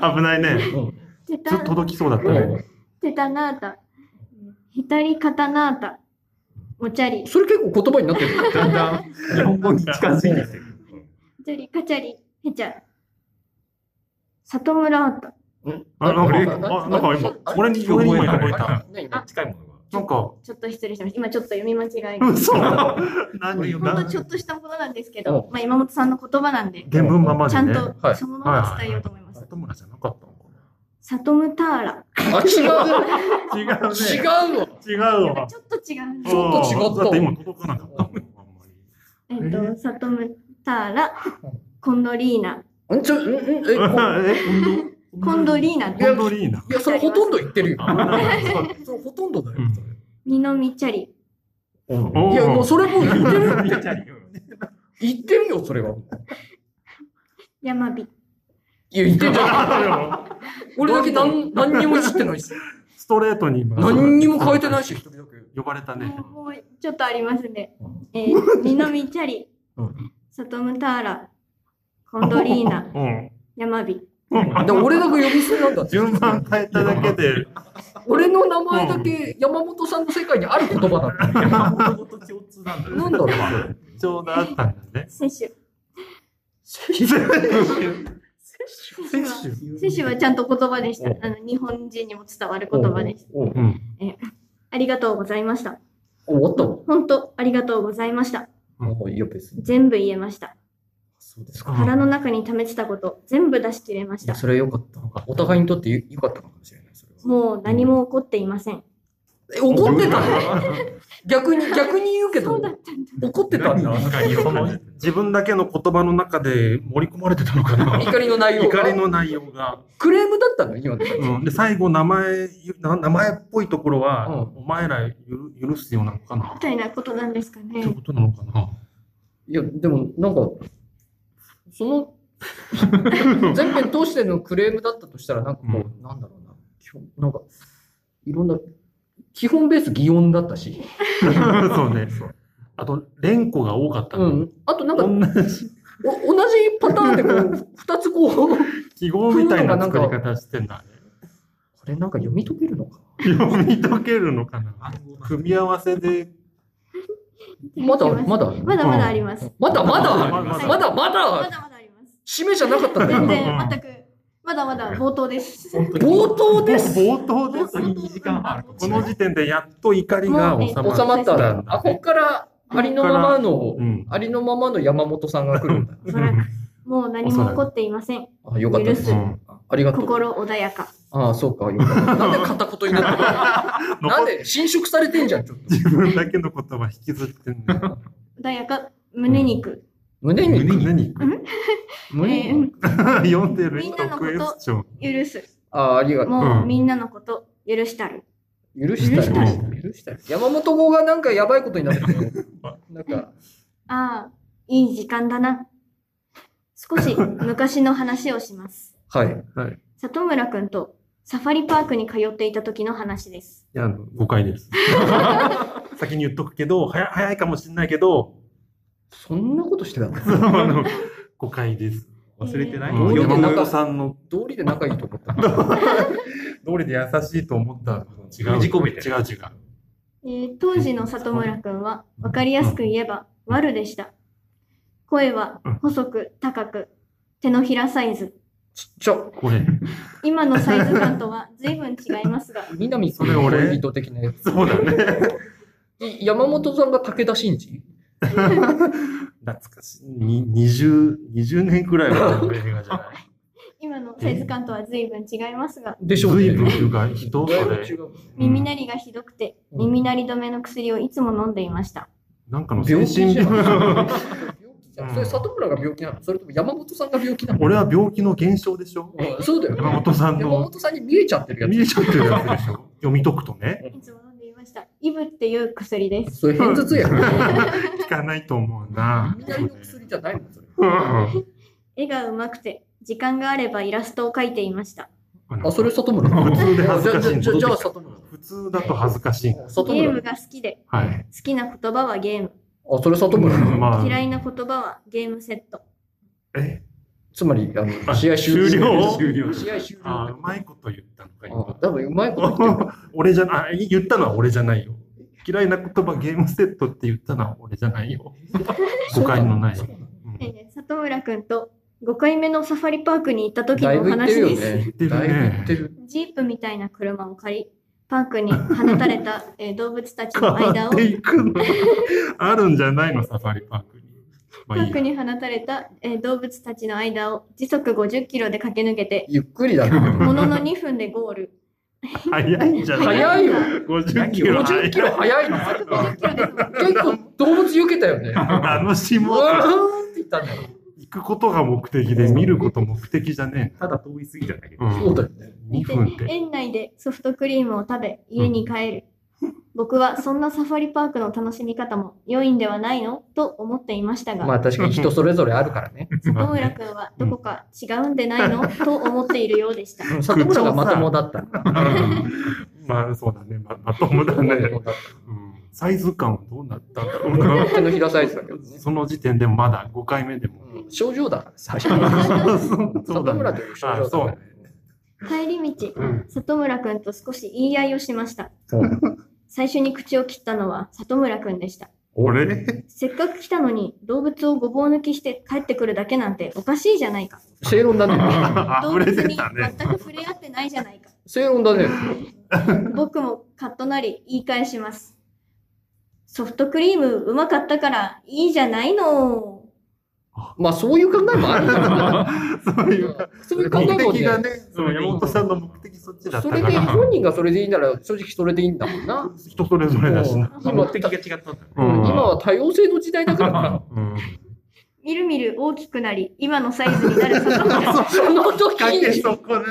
Speaker 2: 危ないね。
Speaker 3: うん
Speaker 1: て
Speaker 2: ちょったと、届きそうだったね。
Speaker 1: てたなあた、へたりかたなあた、もちゃり、
Speaker 3: それ結構言葉になってる。
Speaker 4: だんだん日本語に近づいてきてる。うん
Speaker 1: チャリカチャリヘチャ里村アート
Speaker 3: うん
Speaker 2: あなんか
Speaker 3: れ
Speaker 2: あなんか今
Speaker 3: あれ
Speaker 2: 俺に俺に今聞こえた
Speaker 3: あれ何何
Speaker 4: 近いものが。
Speaker 2: なんか、
Speaker 1: ちょっと失礼しました今ちょっと読み間違いが
Speaker 2: 嘘何
Speaker 1: ほ んと
Speaker 2: 何
Speaker 1: ちょっとしたものなんですけど
Speaker 3: う、ん
Speaker 1: まあ、今本さんの言葉なんで
Speaker 2: 原文まま
Speaker 1: ち
Speaker 2: で
Speaker 1: ゃん
Speaker 2: ね。
Speaker 1: と
Speaker 3: はい
Speaker 1: そのまま伝えようと思います、
Speaker 2: 里村じゃなかったのか
Speaker 1: 里村ターラ
Speaker 3: あ、違
Speaker 2: な違う
Speaker 3: う。違
Speaker 2: ね。
Speaker 3: うわ。
Speaker 2: 違う
Speaker 1: やっぱ
Speaker 2: わ。
Speaker 1: ちょっと違うんで
Speaker 3: ちょっと違った
Speaker 2: だ
Speaker 3: わ
Speaker 2: って今届かなかったもん、あんまり。
Speaker 1: えっ、と里村ターラコンドリーナ
Speaker 3: んちょ、んんえ、こう
Speaker 2: え、
Speaker 1: コンドリーナ
Speaker 2: コンドリーナ。
Speaker 3: いや、それほとんど言ってるよ。
Speaker 2: あなんかそう
Speaker 3: それほとんどだよ。
Speaker 2: うん
Speaker 3: それ
Speaker 1: 二宮チャリ
Speaker 2: おー
Speaker 3: いや、もうそれもう言ってる。
Speaker 4: うん
Speaker 3: 言ってるよ、それは。
Speaker 1: 山火
Speaker 3: いや、言ってんじゃん。俺だけ何、何にもいじってないし。
Speaker 2: ストレートに今
Speaker 3: 何にも変えてないし、一人だけ。
Speaker 2: 呼ばれたね。
Speaker 1: もうもうちょっとありますね
Speaker 3: うん。
Speaker 1: えー、二宮チャリ
Speaker 3: うん
Speaker 1: 里村ターラコンドリーナ
Speaker 2: うん。
Speaker 1: 山火
Speaker 3: で俺だけ呼び捨てなんだって。
Speaker 2: 順番変えただけで、
Speaker 3: 俺の名前だけ山本さんの世界にある言葉だった。
Speaker 4: 山本と共通なんだね
Speaker 3: なんだろう。
Speaker 2: ちょうどあったんだね。
Speaker 1: 選手
Speaker 3: 摂取
Speaker 2: 選手。
Speaker 1: 選手はちゃんと言葉でした
Speaker 3: うん。
Speaker 1: あの日本人にも伝わる言葉でした。
Speaker 3: おうおう
Speaker 2: うん。
Speaker 1: ありがとうございました。
Speaker 3: 終わったわ。
Speaker 1: 本当ありがとうございました。
Speaker 3: もういいよ、別に。
Speaker 1: 全部言えました。
Speaker 3: そうですか。
Speaker 1: 腹の中に溜めてたこと全部出し切れまし
Speaker 3: いや、
Speaker 1: た。
Speaker 3: それは良かった。お互いにとって良かったのかもしれない。それは
Speaker 1: もう何も起こっていません。
Speaker 3: え怒ってたの逆に、逆に言うけ
Speaker 1: そ
Speaker 3: ど
Speaker 1: うだ、ったんだ。
Speaker 3: 怒ってたんだ。
Speaker 4: 何がいい
Speaker 2: そ
Speaker 4: の
Speaker 2: の自分だけの言葉の中で盛り込まれてたのかな
Speaker 3: 怒りの内容
Speaker 2: 怒
Speaker 3: が
Speaker 2: り。の内容が。
Speaker 3: クレームだったの今の。
Speaker 2: うん、で最後名前な名前っぽいところは、
Speaker 3: う
Speaker 2: お
Speaker 3: ん
Speaker 2: 前らゆる許すようなのかな
Speaker 1: み
Speaker 2: った
Speaker 1: いなことなんですかね
Speaker 2: て。ことなのかない
Speaker 3: や、でも、なんか、その、全編通してのクレームだったとしたら、なんかこう、なんだろうな。基本なんか、いろんな、基本ベース擬音だったし。
Speaker 2: そうね。あと、連呼が多かった
Speaker 3: う
Speaker 2: の。
Speaker 3: ん。あと、なんか、
Speaker 2: 同じ
Speaker 3: お同じパターンでこ う、二つこう、こ
Speaker 2: 記号みたいな作り方してんだね。
Speaker 3: れなんか読み解けるのか
Speaker 2: 読み解けるのかな組み合わせで。
Speaker 3: まだ、ま
Speaker 1: だ。
Speaker 3: だ、
Speaker 1: まだまだあります。
Speaker 3: まだ、まだ、
Speaker 2: まだまだ
Speaker 3: まだ、ま
Speaker 1: ま
Speaker 3: だ、
Speaker 1: だまだあります。
Speaker 3: 締めじゃなかったんだ
Speaker 1: 全
Speaker 3: よ。
Speaker 1: 然、全く、まだまだ冒頭です。
Speaker 3: 冒頭です。
Speaker 2: 冒頭です。
Speaker 1: 2時間半ある
Speaker 2: この時点でやっと怒りが
Speaker 1: も
Speaker 2: 収ま
Speaker 1: う
Speaker 2: っ
Speaker 1: ね
Speaker 3: 収まったんだ。あ、こっから、ありのままの
Speaker 2: う、ん。
Speaker 3: ありのままの山本さんが来るんだ。
Speaker 1: おそらく、もう何も起こっていません。
Speaker 3: あ、よかったです。
Speaker 1: 許す
Speaker 3: うんありがとう。
Speaker 1: 心穏やか。
Speaker 3: ああ、そうか、よかった。なんで片言になった のなん
Speaker 2: 残っ
Speaker 3: で侵食されてんじゃん、ちょっと。
Speaker 2: 自分だけの言葉引きずってんだ。
Speaker 1: 穏やか、胸肉。
Speaker 3: 胸に、
Speaker 2: 胸に
Speaker 3: 胸
Speaker 1: えーう
Speaker 3: に
Speaker 1: ん。
Speaker 2: 読んでる
Speaker 1: みんなのこと
Speaker 2: 特エスチョン。
Speaker 1: 許す。
Speaker 3: ああ、ありがと
Speaker 1: もう、
Speaker 2: うん
Speaker 1: みんなのこと、許したる。
Speaker 3: う。許した
Speaker 2: 許
Speaker 3: い
Speaker 2: し。
Speaker 3: 許したい。山本語がなんかやばいことになってる。なんか、
Speaker 1: ああ、いい時間だな。少し昔の話をします。
Speaker 3: はい。
Speaker 1: 里村くんとサファリパークに通っていた時の話です。
Speaker 2: いや、あの誤解です。 先に言っとくけど、はや早いかもしれないけ ど、
Speaker 3: そんなことしてたの
Speaker 2: あ の誤解です。
Speaker 4: 忘れてない
Speaker 3: う
Speaker 2: 山
Speaker 3: ん
Speaker 4: 山
Speaker 3: 本
Speaker 2: 本
Speaker 3: さ
Speaker 2: さんの
Speaker 3: 道理で仲いいと思った。
Speaker 2: 通りで優しいと思ったのと違う。
Speaker 4: ねじ込めて
Speaker 2: 違う違う。
Speaker 1: えー当時の里村くんは、わかりやすく言えば、ワルでした。声は細く高く、手のひらサイズ。
Speaker 3: ちっちゃ。
Speaker 2: これ。
Speaker 1: 今のサイズ感とは随分違いますが、
Speaker 3: 南君
Speaker 2: それ
Speaker 3: の
Speaker 2: 俺
Speaker 3: 恋人的なや つ。
Speaker 2: そうだね。
Speaker 3: い山本さんが武田真治
Speaker 2: 懐かしい。に20、20年くらいは前の映画じゃない。
Speaker 1: 今のサイズ感とは随分違いますが、
Speaker 3: でしょう
Speaker 2: 随
Speaker 3: ね。
Speaker 2: 分というか、人そ
Speaker 3: だいぶ
Speaker 2: れ
Speaker 3: 違。う。
Speaker 1: 耳鳴りがひどくて、
Speaker 3: うん
Speaker 1: 耳鳴り止めの薬をいつも飲んでいました。
Speaker 2: なんかの精
Speaker 3: 病気
Speaker 2: 神
Speaker 3: じゃん。
Speaker 2: 病。
Speaker 3: 病気じゃんそれ里村が病気なのそれとも山本さんが病気なの
Speaker 2: 俺は病気の現象でしょ
Speaker 3: うんそうだよね。
Speaker 2: 山本さん
Speaker 3: 山
Speaker 2: の
Speaker 3: 本さんに見えちゃってるやつ
Speaker 2: 見えちゃってるやつでしょ 読み解くとね。
Speaker 1: いつも飲んでいました。イブっていう薬です。
Speaker 3: それ偏頭痛やん。
Speaker 2: 聞かないと思うな。
Speaker 3: 左の 薬じゃないのそれ。
Speaker 2: うん
Speaker 1: 絵が上手くて、時間があればイラストを描いていました。
Speaker 3: あ、それ里村。
Speaker 2: 普通で恥ずかしいんだ
Speaker 3: じゃあじゃあじゃあ里
Speaker 2: 普通だと恥ずかしい。
Speaker 3: 村。里
Speaker 1: ゲーム
Speaker 3: 村。
Speaker 1: が好きで、
Speaker 2: はい。
Speaker 1: 好きな言葉はゲーム、
Speaker 3: あ、それ里村。
Speaker 2: ま
Speaker 1: 嫌いな言葉はゲームセット。
Speaker 2: あ、え
Speaker 3: つまり、あの、試合終
Speaker 2: 終
Speaker 3: 了
Speaker 2: 了。
Speaker 3: 試合終了。
Speaker 2: あ、う
Speaker 3: あ、
Speaker 2: まいこと言ったのか、今。
Speaker 3: 多分うまいこと言ってる。
Speaker 2: 俺じゃな、あ言ったのは俺じゃないよ。嫌いな言葉ゲームセットって言ったのは俺じゃな いよ。誤解のない。うん
Speaker 1: えー里村くんと5回目のサファリパークに行った時
Speaker 3: だい
Speaker 1: のお
Speaker 3: ぶ言って
Speaker 1: 話
Speaker 3: るよ
Speaker 1: です。
Speaker 3: ね。
Speaker 2: 言ってる
Speaker 3: だ
Speaker 2: ね
Speaker 3: いぶ言ってる。
Speaker 1: ジープみたいな車を借り、パークに放たれ た、えー動物たち
Speaker 2: 変
Speaker 1: の間を、
Speaker 2: わっ
Speaker 1: パ
Speaker 2: ていくの。あるんじゃないの、サファリパークに。まあい
Speaker 1: ー
Speaker 2: い
Speaker 1: ク
Speaker 2: や。
Speaker 1: に放たれた、えー動物たちの間を時速50キロで駆け抜けて、
Speaker 3: ゆっくりだな。
Speaker 1: ものの2分でゴール。
Speaker 2: 早いんじゃない
Speaker 3: 早いよ。
Speaker 2: 50キロ。
Speaker 3: 50キロ早いの。
Speaker 1: 50キロですもんね
Speaker 3: 結構動物避けたよね。
Speaker 2: 楽し
Speaker 3: う
Speaker 2: もう
Speaker 3: わ
Speaker 2: と。
Speaker 3: ーって言ったんだよ。
Speaker 2: 行くことが目的で、見ること目的じゃね
Speaker 4: ただ遠いすぎじゃない
Speaker 2: え。うん
Speaker 3: そうだよね。
Speaker 2: 2分って。
Speaker 1: 園内でソフトクリームを食べ、家に帰る。僕はそんなサファリパークの楽しみ方も良いんではないのと思っていましたが、
Speaker 3: まあ確かに人それぞれあるからね。
Speaker 1: 野村くんはどこか違うんでないのと思っているようでした。
Speaker 3: 里村がまともだった。
Speaker 2: うんまあそうだね、ままともだね、
Speaker 3: まともだっ
Speaker 2: うん。サイズ感はどうなったんだろう
Speaker 3: た
Speaker 2: な。
Speaker 3: 手のひらサイズだけどね。
Speaker 2: その時点でもまだ5回目でも。
Speaker 3: うん症状だから、最 初
Speaker 2: そ
Speaker 3: 里村という症状だから。
Speaker 1: 帰り道、
Speaker 2: うん
Speaker 1: 里村くんと少し言い合いをしました。
Speaker 3: そう
Speaker 1: 最初に口を切ったのは里村くんでした。
Speaker 2: 俺
Speaker 1: せっかく来たのに動物をごぼう抜きして帰ってくるだけなんておかしいじゃないか。
Speaker 3: 正論だね。
Speaker 2: あ
Speaker 1: 動
Speaker 2: 溢
Speaker 1: 物
Speaker 2: れ
Speaker 1: に全
Speaker 2: てたね。
Speaker 1: く触れ合ってないじゃないか。
Speaker 3: 正論だね。
Speaker 1: 僕もカッとなり言い返します。ソフトクリームうまかったからいいじゃないの。
Speaker 3: まあそういう考えもあ るからな。
Speaker 2: そういうか、
Speaker 3: そういう考え
Speaker 2: 目
Speaker 3: も
Speaker 2: 的が
Speaker 3: ね。
Speaker 2: ね、その山本さんの目的そっちだった
Speaker 3: そ
Speaker 2: か
Speaker 3: れで
Speaker 2: ら、
Speaker 3: 本人がそれでいいなら正直それでいいんだもんな。
Speaker 2: 人それぞれだしな。
Speaker 3: 今
Speaker 4: 今目的が違ったんだね。
Speaker 2: う
Speaker 3: うん
Speaker 2: ん
Speaker 3: 今は多様性の時代だからな。
Speaker 2: うん
Speaker 1: みるみる大きくなり、今のサイズになる佐藤が
Speaker 3: その時
Speaker 2: かけ
Speaker 3: に、
Speaker 2: そこなの。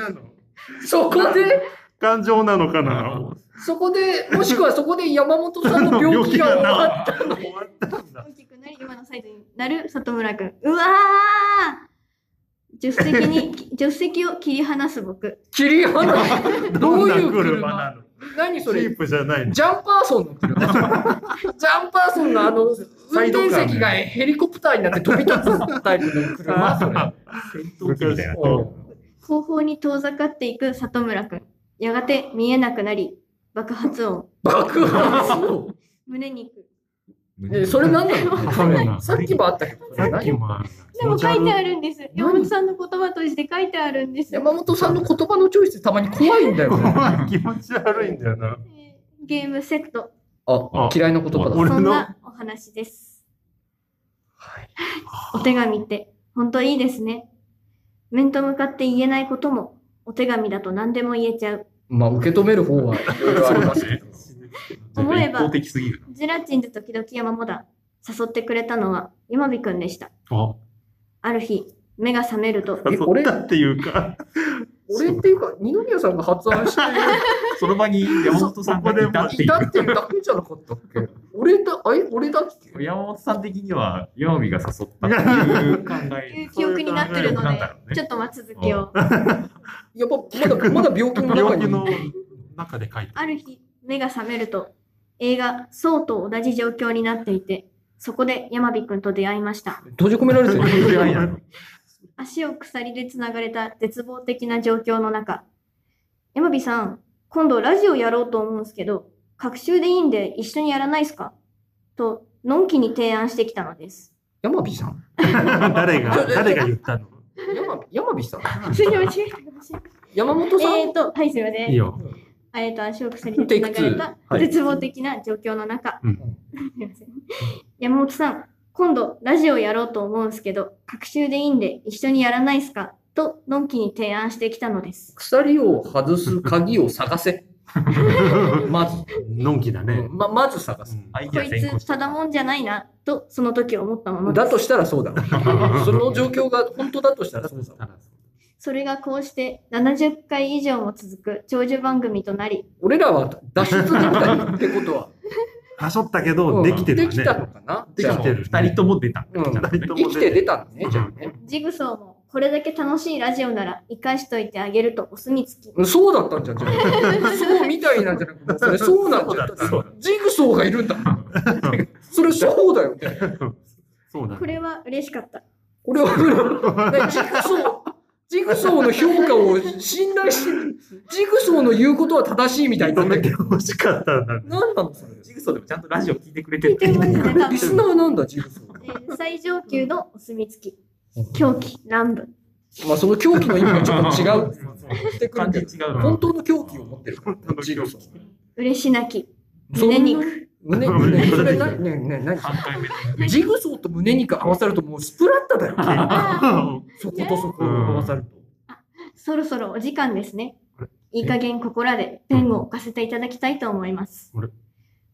Speaker 3: そこで、
Speaker 2: 感情なのかな。
Speaker 3: そこで、もしくはそこで山本さんの病 気が終わっ
Speaker 2: 終わったんだ。
Speaker 1: 大きくなり、今のサイズになる里村くん。うわー助手席に、 助手席を切り離す僕。
Speaker 3: 切り離す。どうい
Speaker 2: ど
Speaker 3: う
Speaker 2: んな
Speaker 3: 車
Speaker 2: なの
Speaker 3: 何そ
Speaker 2: キ
Speaker 3: れ
Speaker 2: ープじゃないの。
Speaker 3: ジャンパーソンの車 ジャンパーソンのあの、運
Speaker 2: サイドカー
Speaker 3: 転
Speaker 2: ね
Speaker 3: 席がヘリコプターになって飛び立つタイプ の車、それ。
Speaker 4: 武器みたいな。
Speaker 1: 後方に遠ざかっていく里村くん。やがて見えなくなり、爆発音。
Speaker 3: 爆 発を。
Speaker 1: 胸肉。
Speaker 3: え、それなんだろ
Speaker 2: わかんな
Speaker 3: う
Speaker 2: い
Speaker 3: さっきもあったけど、それ
Speaker 2: さっき
Speaker 3: 何
Speaker 2: もある
Speaker 1: でも書いてあ
Speaker 2: る。
Speaker 1: るんです。山本さんの言葉として書いてあるんです。
Speaker 3: 山本さんの言葉のチョイスたまに怖いんだよね。
Speaker 2: 怖い気持ち悪いんだよな。
Speaker 1: えーゲームセット。
Speaker 3: あ、嫌いな言葉だ。
Speaker 2: 俺の
Speaker 1: そんなお話です。お手紙って、ほんといいですね。面と向かって言えないことも、お手紙だと何でも言えちゃう。
Speaker 3: まあ、受け止める方はいろいろありますけど。
Speaker 1: 思え
Speaker 4: 一
Speaker 1: ば
Speaker 4: 方的すぎる。
Speaker 1: ゼラチンズ時々山モダ誘ってくれたのは、山火くんでした。
Speaker 2: あ、
Speaker 1: ある日、目が覚めると、
Speaker 3: え
Speaker 2: 誘ったっていうか、
Speaker 3: 俺っていうか、二宮さんが発案して
Speaker 4: その場に山本さんがいたって
Speaker 3: い
Speaker 4: い
Speaker 3: たって
Speaker 4: う。
Speaker 3: いうだけじゃなかったっけ俺だ、あれ俺だっけ
Speaker 4: 山本さん的には、岩見が誘 ったっていう考
Speaker 1: と
Speaker 4: え
Speaker 1: い。う 記憶になってるの
Speaker 4: そうい
Speaker 1: で
Speaker 4: う考えなんだろう、ね
Speaker 1: ちょっとまあ続きを。
Speaker 3: やっぱ、まだ、まだ病気の中
Speaker 2: 病気
Speaker 3: に。
Speaker 2: の中で書いて
Speaker 1: ある日、目が覚めると、映画、そうと同じ状況になっていて、そこで山火くんと出会いました。
Speaker 3: 閉じ込められてる。
Speaker 2: る。
Speaker 1: 足を鎖でつながれた絶望的な状況の中、山火さん、今度ラジオやろうと思うんですけど、隔週でいいんで一緒にやらないですかと、のんきに提案してきたのです。
Speaker 3: 山火さん
Speaker 2: 誰が、誰が言っ たの
Speaker 3: 山火山火さん
Speaker 1: すいません、間違えたかもしれない
Speaker 3: 山本さん、
Speaker 1: えーと、はい、すいませ
Speaker 2: いい
Speaker 1: ん。
Speaker 2: よ。
Speaker 1: えーと、足を鎖でつながれた絶望的な状況の中、
Speaker 2: うん
Speaker 1: すいません。山本さん、今度ラジオやろうと思うんですけど、隔週でいいんで一緒にやらないですかと、のんきに提案してきたのです。
Speaker 3: 鎖を外す鍵を探せ。まず、
Speaker 2: のんきだね。
Speaker 3: ままず探す。
Speaker 4: アイデ
Speaker 1: こ
Speaker 4: ア
Speaker 1: い
Speaker 4: 先行
Speaker 1: つ、ただもんじゃないな、と、その時思ったもので
Speaker 3: だとしたらそうだ。その状況が本当だとしたらそうだ。
Speaker 1: それがこうして70回以上も続く長寿番組となり、
Speaker 3: 俺らは脱出できたよってことは。
Speaker 2: はしょったけど、できてる
Speaker 3: で
Speaker 2: よ
Speaker 3: き
Speaker 2: ね
Speaker 3: た。のかな
Speaker 2: できてる。
Speaker 4: 二人とも出た。
Speaker 3: うん
Speaker 4: ちゃんとね
Speaker 3: 生きて出たのね、じゃあね。
Speaker 1: ジグソーもこれだけ楽しいラジオなら生かしといてあげるとお墨 付き。
Speaker 3: そうだったんじゃん、じゃあ。そうみたいなんじゃなくて、それそうなんじゃん
Speaker 4: そうだ。
Speaker 3: ジグソーがい るんだ。それそうだよね。
Speaker 2: そうだ
Speaker 1: こ。れは嬉しか った。
Speaker 3: これは、ねジグソー、ジグソーの評価を信頼してる、ジグソーの言うことは正しいみたいな
Speaker 2: 認
Speaker 3: んだ
Speaker 2: め
Speaker 3: け
Speaker 2: て
Speaker 3: ど。
Speaker 2: ほしかったんだ。
Speaker 3: 何なのそれ。
Speaker 4: ジグソーでもちゃんとラジオ聞いてくれてる。
Speaker 1: ますね、多
Speaker 3: リス
Speaker 1: 分
Speaker 3: ナーなんだ、ジグソー。
Speaker 1: えー最上級のお墨付き。狂気、乱舞。
Speaker 3: まあ、その狂気の意味がちょっと違う。してくる
Speaker 4: 感
Speaker 3: け
Speaker 4: じ
Speaker 3: ど。
Speaker 4: 違うな
Speaker 3: 本当の狂気を持ってるから
Speaker 2: 本当の狂、気
Speaker 3: ジグソー。
Speaker 1: 嬉し泣き。
Speaker 3: そんな
Speaker 1: 胸 肉。
Speaker 3: 胸肉。ね、それ何、ね、ね、何
Speaker 4: 三回目。
Speaker 3: ジグソーと胸肉合わさるともうスプラッタだよ。そことそこを合わさると。
Speaker 1: そろそろお時間ですね。いい加減ここらでペンを置かせていただきたいと思います
Speaker 2: あれ。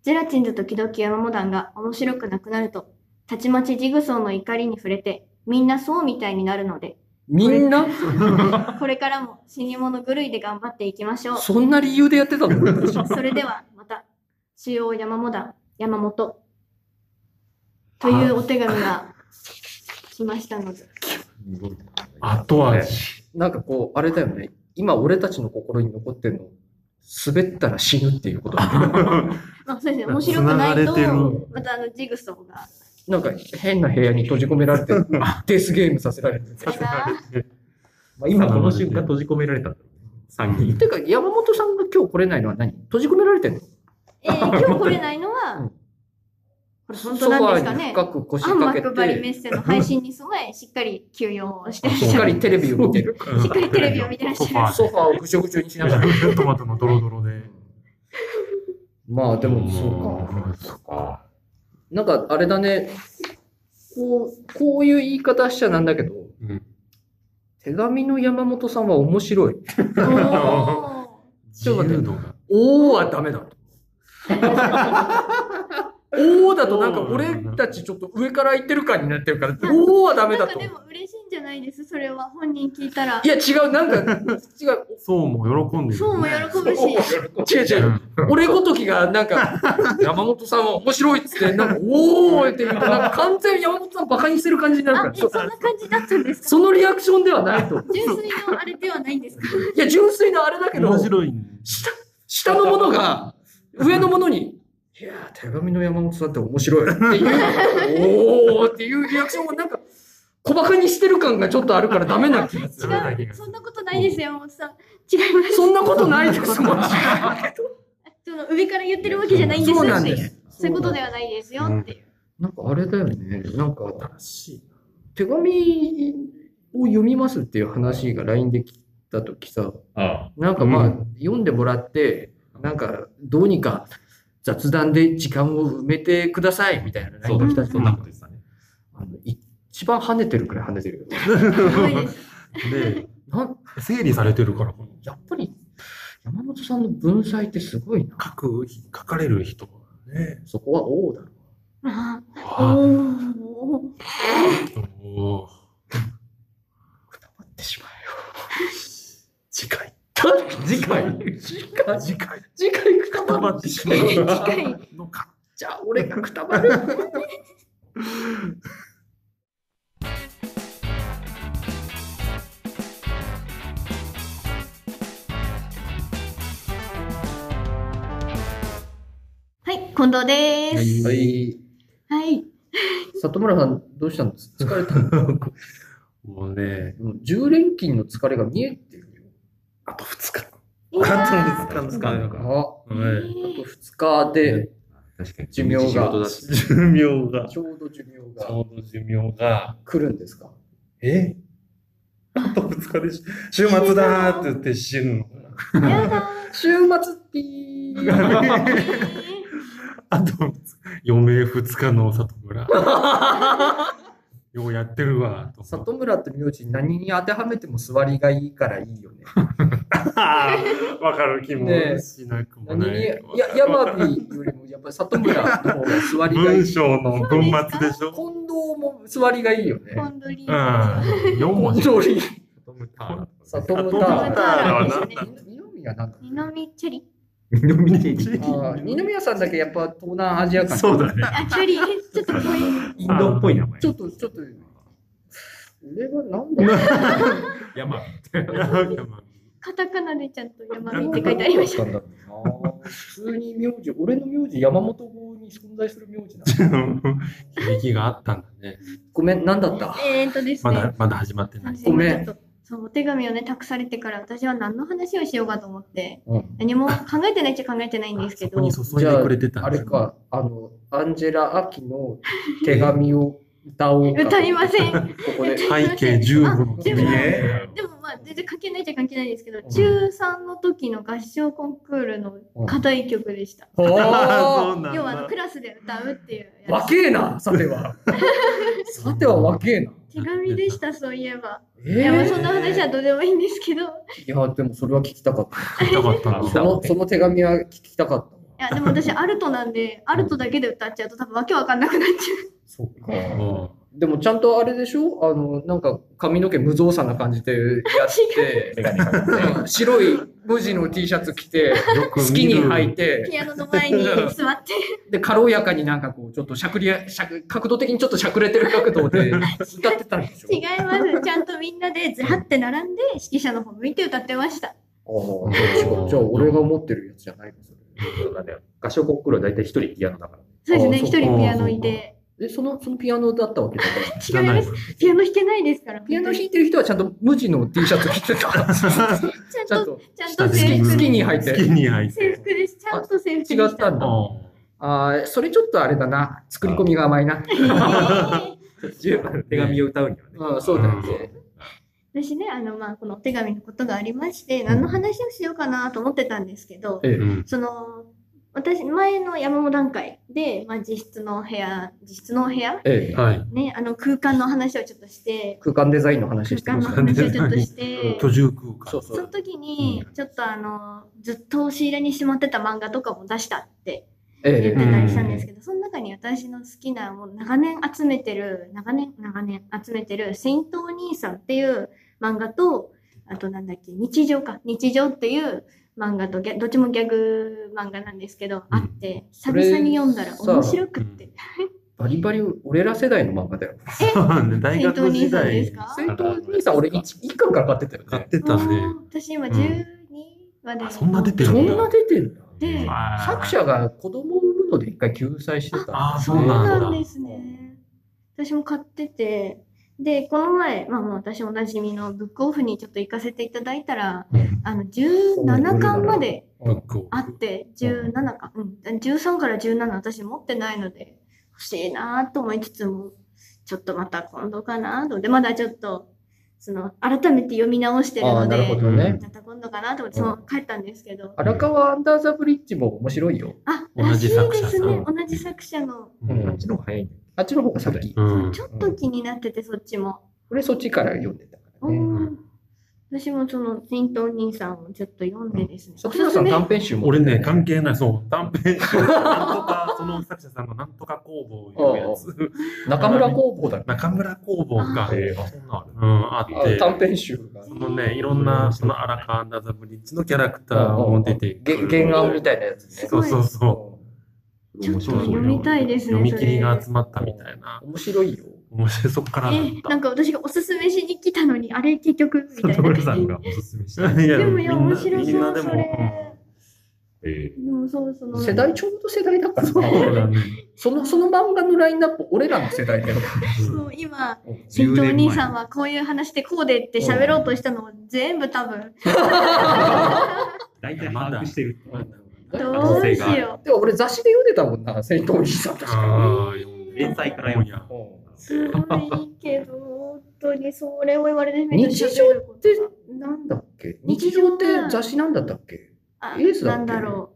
Speaker 1: ゼラチンズ時々山モダンが面白くなくなると、たちまちジグソーの怒りに触れて、みんなそうみたいになるので、
Speaker 3: みんな
Speaker 1: これからも死に物狂いで頑張っていきましょう。
Speaker 3: そんな理由でやってたの俺たち
Speaker 1: それではまた、中央山モダン、山本。というお手紙が来ましたので。
Speaker 2: 後味。
Speaker 3: なんかこう、あれだよね。今俺たちの心に残ってるの、滑ったら死ぬってい うこと。
Speaker 1: まあそうですね、面白くない
Speaker 2: 繋がれて
Speaker 1: と
Speaker 2: る、
Speaker 1: またあのジグソーが。
Speaker 3: なんか変な部屋に閉じ込めら れて、デスゲームさせられて。まあ、今
Speaker 4: 今こ
Speaker 3: こ
Speaker 4: の
Speaker 3: の
Speaker 4: 瞬間閉じ込められたんだろうね。三人。
Speaker 3: てか、山本さんが今日来れないのは何閉じ込められてんの
Speaker 1: え ー今日来れないの
Speaker 3: うん
Speaker 1: は、これ本
Speaker 3: ソ
Speaker 1: 当
Speaker 3: フ
Speaker 1: なんで
Speaker 3: ァ
Speaker 1: すか
Speaker 3: ーに
Speaker 1: ね。
Speaker 3: 深く腰
Speaker 1: アンマ
Speaker 3: 掛
Speaker 1: ック
Speaker 3: け
Speaker 1: バリメ
Speaker 3: て、
Speaker 1: ッセの配信に備え、しっかり休養をしてらっ
Speaker 3: し
Speaker 1: し
Speaker 3: っ
Speaker 1: ゃ
Speaker 3: か
Speaker 1: る。
Speaker 3: りテレビを見てる。
Speaker 1: しっかりテレビを見てらっしゃ
Speaker 3: ソファーをぐちょぐちょにしながら。
Speaker 2: る。トマトのドロドロで。
Speaker 3: まあでも、そうか。
Speaker 2: そうか。
Speaker 3: なんかあれだね、こう、こういう言い方しちゃなんだけど、
Speaker 2: うん
Speaker 3: 手紙の山本さんは面白 い。
Speaker 2: 自由度が。
Speaker 3: おーはダメだ と。おーだとなんか俺たちちょっと上から言ってる感になってるから、おーはダメ
Speaker 1: なん
Speaker 3: だ
Speaker 1: か
Speaker 3: と
Speaker 1: で。も嬉しいんじゃないですそれは本人聞いたら
Speaker 3: いや違う、なんか、違う、
Speaker 2: そうも喜んでる。
Speaker 1: そうも喜ぶし
Speaker 3: 違う違
Speaker 2: う
Speaker 3: う。
Speaker 2: ん
Speaker 3: 俺ごときがなんか、山本さんは面白いっつって、なんか、おーって言うと、なんか完全に山本さんバカにしてる感じになるか
Speaker 1: あ
Speaker 3: ら、
Speaker 1: え
Speaker 3: そ
Speaker 1: そんな感じだったんですか
Speaker 3: そのリアクションでは ないと。い
Speaker 1: 純粋のあれではないんですか
Speaker 3: や、純粋なあれだけど
Speaker 2: 面、白いね。
Speaker 3: 下、下のものが、上のものに、いやー、手紙の山本さんって面白いっていう、おーっていうリアクションもなんか、小馬鹿にしてる感がちょっとあるからダメな気 がする。
Speaker 1: 違うそんなことないですよ山本さん違います
Speaker 3: そんなことないですもん。
Speaker 1: その上から言ってるわけじゃないんです
Speaker 3: そう
Speaker 1: よ
Speaker 3: な
Speaker 1: っ
Speaker 3: ん
Speaker 1: てい
Speaker 3: で
Speaker 1: う
Speaker 3: す。
Speaker 1: そういうことではないですよっていう
Speaker 3: なんかあれだよね。なんか、
Speaker 2: 新しい。
Speaker 3: 手紙を読みますっていう話が LINE で来たときさ、
Speaker 4: あ
Speaker 3: なんかまあ、
Speaker 2: う
Speaker 3: 読んでもらって、なんかどうにか雑談で時間を埋めてくださいみたいな
Speaker 4: あ、そう
Speaker 3: LINE が来
Speaker 4: だ、
Speaker 3: た
Speaker 4: そんなこと言ってたね。
Speaker 3: あのい一番跳ねてるくらい跳ねてるよね。
Speaker 1: すごいです
Speaker 2: で、
Speaker 3: なん
Speaker 2: 整理されてるから、この
Speaker 3: やっぱり山本さんの文才ってすごいな。
Speaker 2: 書く、書かれる人はね。
Speaker 3: そこは王だろ。
Speaker 1: あ
Speaker 2: あ
Speaker 1: おー
Speaker 2: おー
Speaker 3: くたばってしま
Speaker 2: 次回。
Speaker 3: えよ。次回次回
Speaker 2: 次回。
Speaker 3: 次回くた
Speaker 2: 頑
Speaker 3: ば
Speaker 2: 張
Speaker 3: っ
Speaker 2: って
Speaker 3: てし
Speaker 2: し
Speaker 3: ま
Speaker 2: ま
Speaker 3: えよ。
Speaker 2: うのか。
Speaker 3: じゃあ俺がくたばる。
Speaker 1: はい近藤です
Speaker 3: はい。
Speaker 1: はい
Speaker 3: 里村さん、どうしたの疲れ たの
Speaker 2: もうね、
Speaker 3: もう ?10 連勤の疲れが見えてるよ。
Speaker 2: あと2日。
Speaker 1: いや
Speaker 4: あと2日
Speaker 3: あ、
Speaker 4: か。
Speaker 3: あ
Speaker 1: ー
Speaker 2: はい。
Speaker 3: と2日で、
Speaker 4: 確かに。
Speaker 3: 寿命が
Speaker 4: 仕事だし
Speaker 2: 寿命が、ち
Speaker 3: ちょうど寿命が
Speaker 2: ょうど寿命が、
Speaker 3: 来るんですか
Speaker 2: えあと2日でし週末だーって言って死ぬのかな。
Speaker 1: やだ
Speaker 3: 週末ピー
Speaker 2: あと余命2日の里 村。ようやってるわ、と思って。
Speaker 3: 里村って名字何に当てはめても座りがいいからいいよね。
Speaker 2: あーわかる気も
Speaker 3: ねえ
Speaker 2: しなくも
Speaker 3: 何
Speaker 2: ない。
Speaker 3: に、いや、山火よりもやっぱり里村の方が座り がいい。
Speaker 2: 文
Speaker 3: 近
Speaker 2: 章の文末でしょ。
Speaker 3: 藤も座りがいいよね。
Speaker 1: コンドリ
Speaker 2: うん。4文字。
Speaker 3: 近藤に。
Speaker 4: 里村。
Speaker 3: 里村
Speaker 2: は
Speaker 1: なん
Speaker 2: だ
Speaker 1: だ
Speaker 3: 二宮なんだ
Speaker 1: 二宮チャリ
Speaker 2: 二宮チ
Speaker 3: あー二宮さんだけやっぱ東南アジア感。
Speaker 2: そうだね。
Speaker 1: あチャ リちょっとこういう
Speaker 4: インドっぽい名前。
Speaker 3: ちょっと、ちょっと、俺はなんだろう
Speaker 4: 山。
Speaker 1: カタカナでちゃんと山見って書いてありました
Speaker 3: なんだろうな普通に名字、俺の名字、山本語に存在する名字なの。
Speaker 2: 響きがあったんだね。
Speaker 3: ごめん、なんだった
Speaker 1: えーっとです
Speaker 2: ま
Speaker 1: ね
Speaker 2: だ、まだ始まってない。
Speaker 3: ごめん
Speaker 1: ちょっとそうお手紙をね託されてから私は何の話をしようかと思って
Speaker 3: うん
Speaker 1: 何も考えてないっちゃ考えてないんですけ
Speaker 2: そ
Speaker 1: ど
Speaker 2: こに注いでくれてた
Speaker 3: あ
Speaker 2: んだ
Speaker 3: れか、あの、アンジェラ・アキの手紙を歌おうかと。
Speaker 1: 歌いませ ん
Speaker 3: ここで。
Speaker 2: 背景15の
Speaker 1: で
Speaker 2: 君
Speaker 1: も
Speaker 2: へ。
Speaker 1: でもまあ全然関係ないっちゃ関係ないですけど、
Speaker 3: ん
Speaker 1: 中3の時の合唱コンクールの課題曲でした。
Speaker 3: お
Speaker 2: あー
Speaker 3: ー
Speaker 2: そうなんだ
Speaker 1: 要はあのクラスで歌うっていうや
Speaker 3: わ
Speaker 1: つ
Speaker 3: けえな、さ ては。さてはわけえな。
Speaker 1: 手紙でした、そういえば。
Speaker 3: え
Speaker 1: い
Speaker 3: ー
Speaker 1: や、もうそんな話はどうでもいいんですけど。い
Speaker 3: いや、でもそれは聞きた かった。
Speaker 2: 書きたかったな
Speaker 4: 聞き
Speaker 3: そ
Speaker 4: た
Speaker 3: のその手紙は聞きたかった。
Speaker 1: や、でも私、 アルトなんで、アルトだけで歌っちゃうと多分わけわかんなくなっちゃう。
Speaker 3: そうか。
Speaker 2: うん
Speaker 3: でもちゃんとあれでしょあの、なんか髪の毛無造作な感じでやって、
Speaker 4: メガネかかって。
Speaker 3: ね白い無地の T シャツ着て、
Speaker 2: よく
Speaker 3: スキ
Speaker 2: 見
Speaker 3: ニ
Speaker 2: る
Speaker 3: ー履い て、
Speaker 1: ピアノの前に座って、
Speaker 3: で、軽やかになんかこう、ちょっとしゃくりや、しゃく角度的にちょっとしゃくれてる角度で歌ってたんでしょ
Speaker 1: 違い ます。ちゃんとみんなでずらって並んで、指揮者の方向いて歌ってました。
Speaker 3: ああ、じゃあ俺が持ってるやつじゃないのそ
Speaker 4: そうだね合唱コンクールは大体一人ピアノだから。
Speaker 1: そうですね、
Speaker 3: あそ
Speaker 1: 一
Speaker 3: うか
Speaker 1: 人ピアノいて。
Speaker 3: れ。で、その、そのピアノだったわけだから。
Speaker 2: 知
Speaker 1: 違
Speaker 2: ら
Speaker 1: い
Speaker 2: な
Speaker 1: ま
Speaker 2: い
Speaker 1: す。ピアノ弾けないですから。
Speaker 3: ピアノ弾いてる人はちゃんと無地の T シャツ着てた。ち
Speaker 1: ちゃん
Speaker 3: ゃん
Speaker 1: と、
Speaker 3: と
Speaker 1: ちゃん
Speaker 2: 下
Speaker 1: と
Speaker 2: 敷
Speaker 1: 制
Speaker 2: き
Speaker 1: 服
Speaker 3: スキ
Speaker 1: で
Speaker 3: ニー履い
Speaker 2: ス
Speaker 3: て。
Speaker 2: キニー履い
Speaker 1: 制
Speaker 2: て。
Speaker 1: 服です。ちゃんと制服でした。
Speaker 3: 違ったんだ。
Speaker 2: うん
Speaker 3: ああ、それちょっとあれだな。作り込みが甘いな。
Speaker 4: 手紙を歌うにはね。
Speaker 3: うん、そうだよね。
Speaker 1: 私ね、あの、まあ、このお手紙のことがありまして、何の話をしようかなと思ってたんですけど、
Speaker 3: ええ
Speaker 2: うん
Speaker 1: その、私、前の山本段階で、まあ、実質のお部屋、実質のお部屋
Speaker 3: ええ
Speaker 2: はい。
Speaker 1: ね、あの空間の話をちょっとして、
Speaker 3: 空間デザインの話
Speaker 1: 空
Speaker 3: して
Speaker 1: 間
Speaker 3: ま
Speaker 1: の
Speaker 3: す
Speaker 1: 話をちょっとし
Speaker 3: う
Speaker 1: て
Speaker 3: ん、
Speaker 2: 居住空間。
Speaker 3: そう
Speaker 1: そ
Speaker 3: そ
Speaker 1: の
Speaker 3: う。
Speaker 1: 時に、ちょっとあの、ずっと押し入れにしまってた漫画とかも出したって言
Speaker 3: え
Speaker 1: っ
Speaker 3: え
Speaker 1: てたりしたんですけど、その中に私の好きな、もう長年集めてる、長年、長年集めてる、セイントお兄さんっていう漫画と、あとなんだっけ、日常か、日常っていう漫画とギャ、どっちもギャグ漫画なんですけど、あって、
Speaker 3: そ
Speaker 1: 久
Speaker 3: れ
Speaker 1: 々に読んだら
Speaker 3: さ
Speaker 1: 面白くって。
Speaker 3: バリバリ俺ら世代の漫画だよ。
Speaker 2: そうね、大
Speaker 1: セイント
Speaker 2: 学
Speaker 1: 兄
Speaker 2: 時
Speaker 1: さんです
Speaker 2: 代
Speaker 1: か
Speaker 3: 水筒兄さん俺一一巻から買ってたよ
Speaker 2: 買っ
Speaker 3: ね。
Speaker 2: てたね。
Speaker 1: うん私今
Speaker 2: うん
Speaker 1: 12まで。
Speaker 2: あそんな出て
Speaker 3: そ
Speaker 2: る
Speaker 3: んな出てんだ。
Speaker 1: で
Speaker 2: あー
Speaker 3: 作者が子供を産むので一回救済してた。
Speaker 2: あー、
Speaker 1: そ
Speaker 2: そうう
Speaker 1: な
Speaker 2: なんん
Speaker 1: で
Speaker 2: だ。
Speaker 1: すね。私も買ってて、で、この前、まあもう私おなじみのブックオフにちょっと行かせていただいたら、
Speaker 2: うん
Speaker 1: あの、17巻まで
Speaker 2: ブックを
Speaker 1: あって、17巻、うん、13から17私持ってないので、欲しいなと思いつつも、ちょっとまた今度かなと思って、まだちょっと、その、改めて読み直してる
Speaker 3: ああ、
Speaker 1: の
Speaker 3: な
Speaker 1: で
Speaker 3: る、ほどね。
Speaker 1: また今度かなと思って、その、帰ったんですけど、
Speaker 3: 荒川アンダーザブリッジも面白いよ。
Speaker 1: あ、
Speaker 2: 同
Speaker 1: らしい
Speaker 2: じ作者
Speaker 1: です
Speaker 2: さん
Speaker 1: ね。同じ作者の。
Speaker 2: う
Speaker 3: うん
Speaker 2: ん
Speaker 4: っちの方が早いんだよ
Speaker 3: あっちの方が先。
Speaker 2: うん
Speaker 1: ちょっと気になってて、そっちも。
Speaker 3: 俺そっちから読んでたから
Speaker 1: う
Speaker 3: ね。
Speaker 1: ん私もその、セイントお兄さんをちょっと読んでですね。
Speaker 3: 佐藤さん短編集も。
Speaker 2: 俺ね、関係ない、そう、短編集、なんとか、その作者さんのなんとか工房いうやつ、
Speaker 3: 中村工房だっけ
Speaker 2: 中村工房か、
Speaker 3: あー
Speaker 2: あそんなのあるうん、あっ
Speaker 3: あ
Speaker 2: て、
Speaker 3: 短編集が。
Speaker 2: そのね、いろんな、その荒川ダザブリッジのキャラクターも出てく
Speaker 3: げ
Speaker 2: る。
Speaker 3: 原案みたいなやつね。
Speaker 2: そうそうそう。
Speaker 1: ちょっと
Speaker 2: そうそう
Speaker 1: 読みたいですね
Speaker 2: 読み
Speaker 1: それ
Speaker 2: 切りが集まったみたいな。
Speaker 3: 面白いよ。
Speaker 2: 面白い、そこからだっ。
Speaker 1: え、なんか私がおすすめしに来たのに、あれ結局、みたい
Speaker 4: 佐
Speaker 1: な
Speaker 4: 藤さ
Speaker 1: 感じ。
Speaker 4: んがおすすめしたた。
Speaker 2: いや
Speaker 1: でも、いや、
Speaker 2: みんな
Speaker 1: 面白
Speaker 2: みんな
Speaker 1: そう、
Speaker 2: で
Speaker 1: そ
Speaker 2: も
Speaker 1: れ。
Speaker 4: え
Speaker 1: でも、そう、その、
Speaker 3: 世代ちょうど世代だから
Speaker 2: うんそう
Speaker 3: ね
Speaker 2: だね。
Speaker 3: そのその漫画のラインナップ俺らの世代 だよ。
Speaker 1: そう今、
Speaker 3: うん
Speaker 1: セイントお兄さん
Speaker 4: は。
Speaker 1: はこういう話でこうでって喋ろうとしたのを全部多分、
Speaker 4: 大体把握してる。
Speaker 1: どうしよ
Speaker 3: でも俺雑誌で読んでたもんな、セイントお兄さん確か。
Speaker 2: ああ、読んで
Speaker 4: 連載から読む
Speaker 2: や。
Speaker 1: う。すごいけど、本当にそれを言われて
Speaker 3: 日常
Speaker 1: 喋るこ
Speaker 3: っ
Speaker 1: と
Speaker 3: て
Speaker 1: が
Speaker 3: なんだっけ
Speaker 1: 日
Speaker 3: 日
Speaker 1: 常
Speaker 3: 常
Speaker 1: っ
Speaker 3: ってて雑誌なんだったっけ
Speaker 1: あ
Speaker 3: エースだっ
Speaker 1: な
Speaker 3: け
Speaker 1: んだろう。わ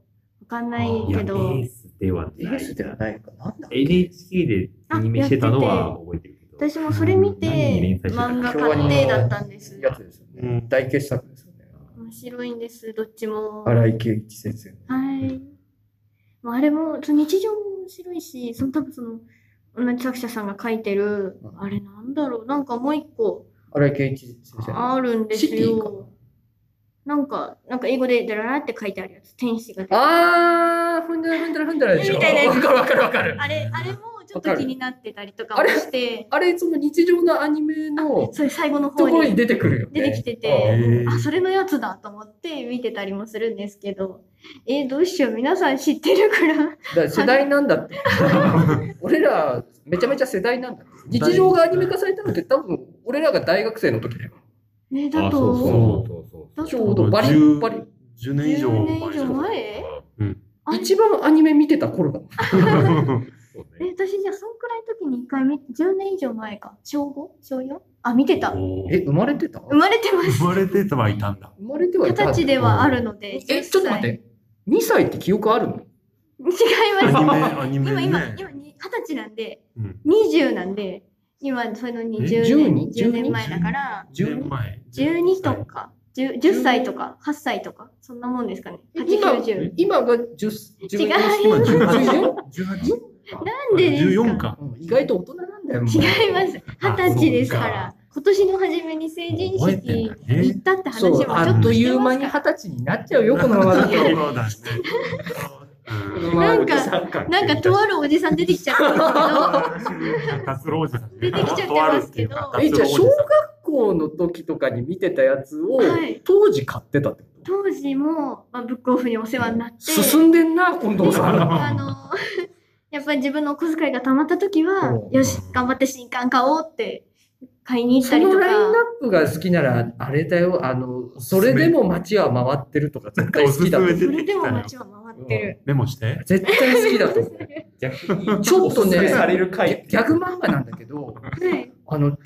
Speaker 1: かんない
Speaker 2: い
Speaker 1: けど。
Speaker 4: エースでは
Speaker 3: イ
Speaker 4: な
Speaker 3: エス
Speaker 4: い。
Speaker 3: ではないか。なんだっけ
Speaker 4: NHK でアニメしてたのは覚えてるけど。
Speaker 1: 私もそれ見て、
Speaker 4: うん
Speaker 1: 漫画鑑定だったんです。
Speaker 3: やつですよ
Speaker 2: う
Speaker 3: ね。
Speaker 2: ん
Speaker 3: 大傑作ですよね。
Speaker 1: 面白いんです、どっちも。はい。
Speaker 3: 荒井圭一先生の。
Speaker 1: もうあれも、その日常も面白いし、その多分その、同じ作者さんが書いてる
Speaker 3: う、ん
Speaker 1: あれなんだろう、なんかもう一個
Speaker 3: 荒井圭一先生の。
Speaker 1: あるんです
Speaker 3: シティか
Speaker 1: よ。なんか、なんか英語でダララって書いてあるやつ、天使が出て
Speaker 3: あー、ふんだらふんだらふんだらでしょ。
Speaker 1: みたいなやつ
Speaker 3: わかるわかるわかる。
Speaker 1: あれ、あれもちょっと気になってたりとか
Speaker 3: わ
Speaker 1: も
Speaker 3: かる
Speaker 1: して、
Speaker 3: あれ、その日常のアニメの
Speaker 1: それ最後の方
Speaker 3: ところ
Speaker 1: に
Speaker 3: に出てくるよね。
Speaker 1: 出てきてて、
Speaker 2: へー
Speaker 1: あ、それのやつだと思って見てたりもするんですけど、えーどうしよう、皆さん知ってるから。
Speaker 3: だから世代なんだって。俺ら、めちゃめちゃ世代なんだって。日常がアニメ化されたのって多分、俺らが大学生の時だよ。
Speaker 1: ね、だ
Speaker 4: あそう
Speaker 1: と、
Speaker 4: そうそうそう
Speaker 1: だ
Speaker 3: ち
Speaker 1: と
Speaker 3: ょうどバリ
Speaker 2: 10
Speaker 3: バリ。
Speaker 2: 10年以上
Speaker 1: 10年以上前あれ
Speaker 3: 一番アニメ見てた頃だもん。
Speaker 4: そう
Speaker 1: え
Speaker 4: ね。
Speaker 1: 私じゃあ、そんくらいの時に一回見、10年以上前か。小 5? 小 4? あ、見てた。
Speaker 3: え、
Speaker 2: え、
Speaker 3: 生まれてた生
Speaker 1: 生まれて ます。
Speaker 2: 生まれてはいたんだ。
Speaker 3: まれてはい
Speaker 1: 二十
Speaker 3: たんだ。
Speaker 1: 歳ではあるので。
Speaker 3: え、ちょっと待って。2歳って記憶あるの
Speaker 1: 10歳。違
Speaker 2: ア
Speaker 1: いま
Speaker 2: ニメ、
Speaker 1: す。
Speaker 2: アニメ
Speaker 1: 今、
Speaker 2: ね。
Speaker 1: 今、今、に二十歳なんで、
Speaker 2: うん
Speaker 1: 20なんで、今、それのに
Speaker 2: え
Speaker 1: 10年、10
Speaker 3: 12
Speaker 1: 年前だから、
Speaker 2: 10年前。
Speaker 1: 12とか、10, 10歳とか、8歳とか、そんなもんですかね。8、
Speaker 3: 今
Speaker 1: 90。
Speaker 3: 今が10、10
Speaker 1: 違います
Speaker 2: 今
Speaker 3: 14
Speaker 2: 18? 18?
Speaker 1: なんでですか
Speaker 2: 14か。
Speaker 3: うん意外と大人なんだよ。もう
Speaker 1: 違います。
Speaker 2: あ
Speaker 1: 二十歳ですか
Speaker 2: そう
Speaker 1: ら、今年の初めに成人
Speaker 2: 覚え
Speaker 1: 式
Speaker 2: てん
Speaker 1: に
Speaker 2: だね
Speaker 1: 行ったって話
Speaker 3: そ
Speaker 1: も
Speaker 3: う
Speaker 1: ち、ょ
Speaker 3: あ
Speaker 1: っ
Speaker 3: っ
Speaker 1: と
Speaker 3: と
Speaker 1: し
Speaker 3: い
Speaker 1: て
Speaker 3: う
Speaker 1: ま
Speaker 3: 間
Speaker 1: す
Speaker 3: に
Speaker 1: か
Speaker 3: 二十歳になっちゃうよ、このままだ
Speaker 2: そう
Speaker 3: と。
Speaker 2: だね。
Speaker 3: この
Speaker 2: うん
Speaker 3: ままだと
Speaker 1: なんかなんかとあるおじさん出てきちゃったん です
Speaker 2: 達郎じゃん
Speaker 1: 出てきちゃってますけど
Speaker 2: 断る
Speaker 3: え、
Speaker 2: っていうか
Speaker 3: じゃあ、
Speaker 2: 達郎
Speaker 3: 小
Speaker 2: おじさん
Speaker 3: 学校の時とかに見てたやつを
Speaker 1: はい、
Speaker 3: 当時買ってたってこと
Speaker 1: けど、当時も、まあ、ブックオフにお世話になって、
Speaker 3: 進んでんな、近藤さん。
Speaker 1: あの、 やっぱり自分のお小遣いが貯まった時は
Speaker 3: う、ん
Speaker 1: よし、頑張って新刊買おうって買いに行っ
Speaker 3: そ
Speaker 1: たりと
Speaker 3: の
Speaker 1: か
Speaker 3: ラインナッ、プが好きなら、あれだよ、あの、それでも街は回ってるとか絶対好きだと
Speaker 2: な
Speaker 3: 思
Speaker 2: ん かお
Speaker 3: う
Speaker 2: すす
Speaker 1: そ
Speaker 2: め
Speaker 1: れでも街は回ってる。
Speaker 2: メモして。
Speaker 3: 絶対好きだと思
Speaker 4: 逆に
Speaker 3: う。ちょっと
Speaker 4: おすすめ
Speaker 3: ね、
Speaker 4: される回
Speaker 3: ギャギャグ漫画なんだけど、
Speaker 1: はい。
Speaker 3: あの、ちょっ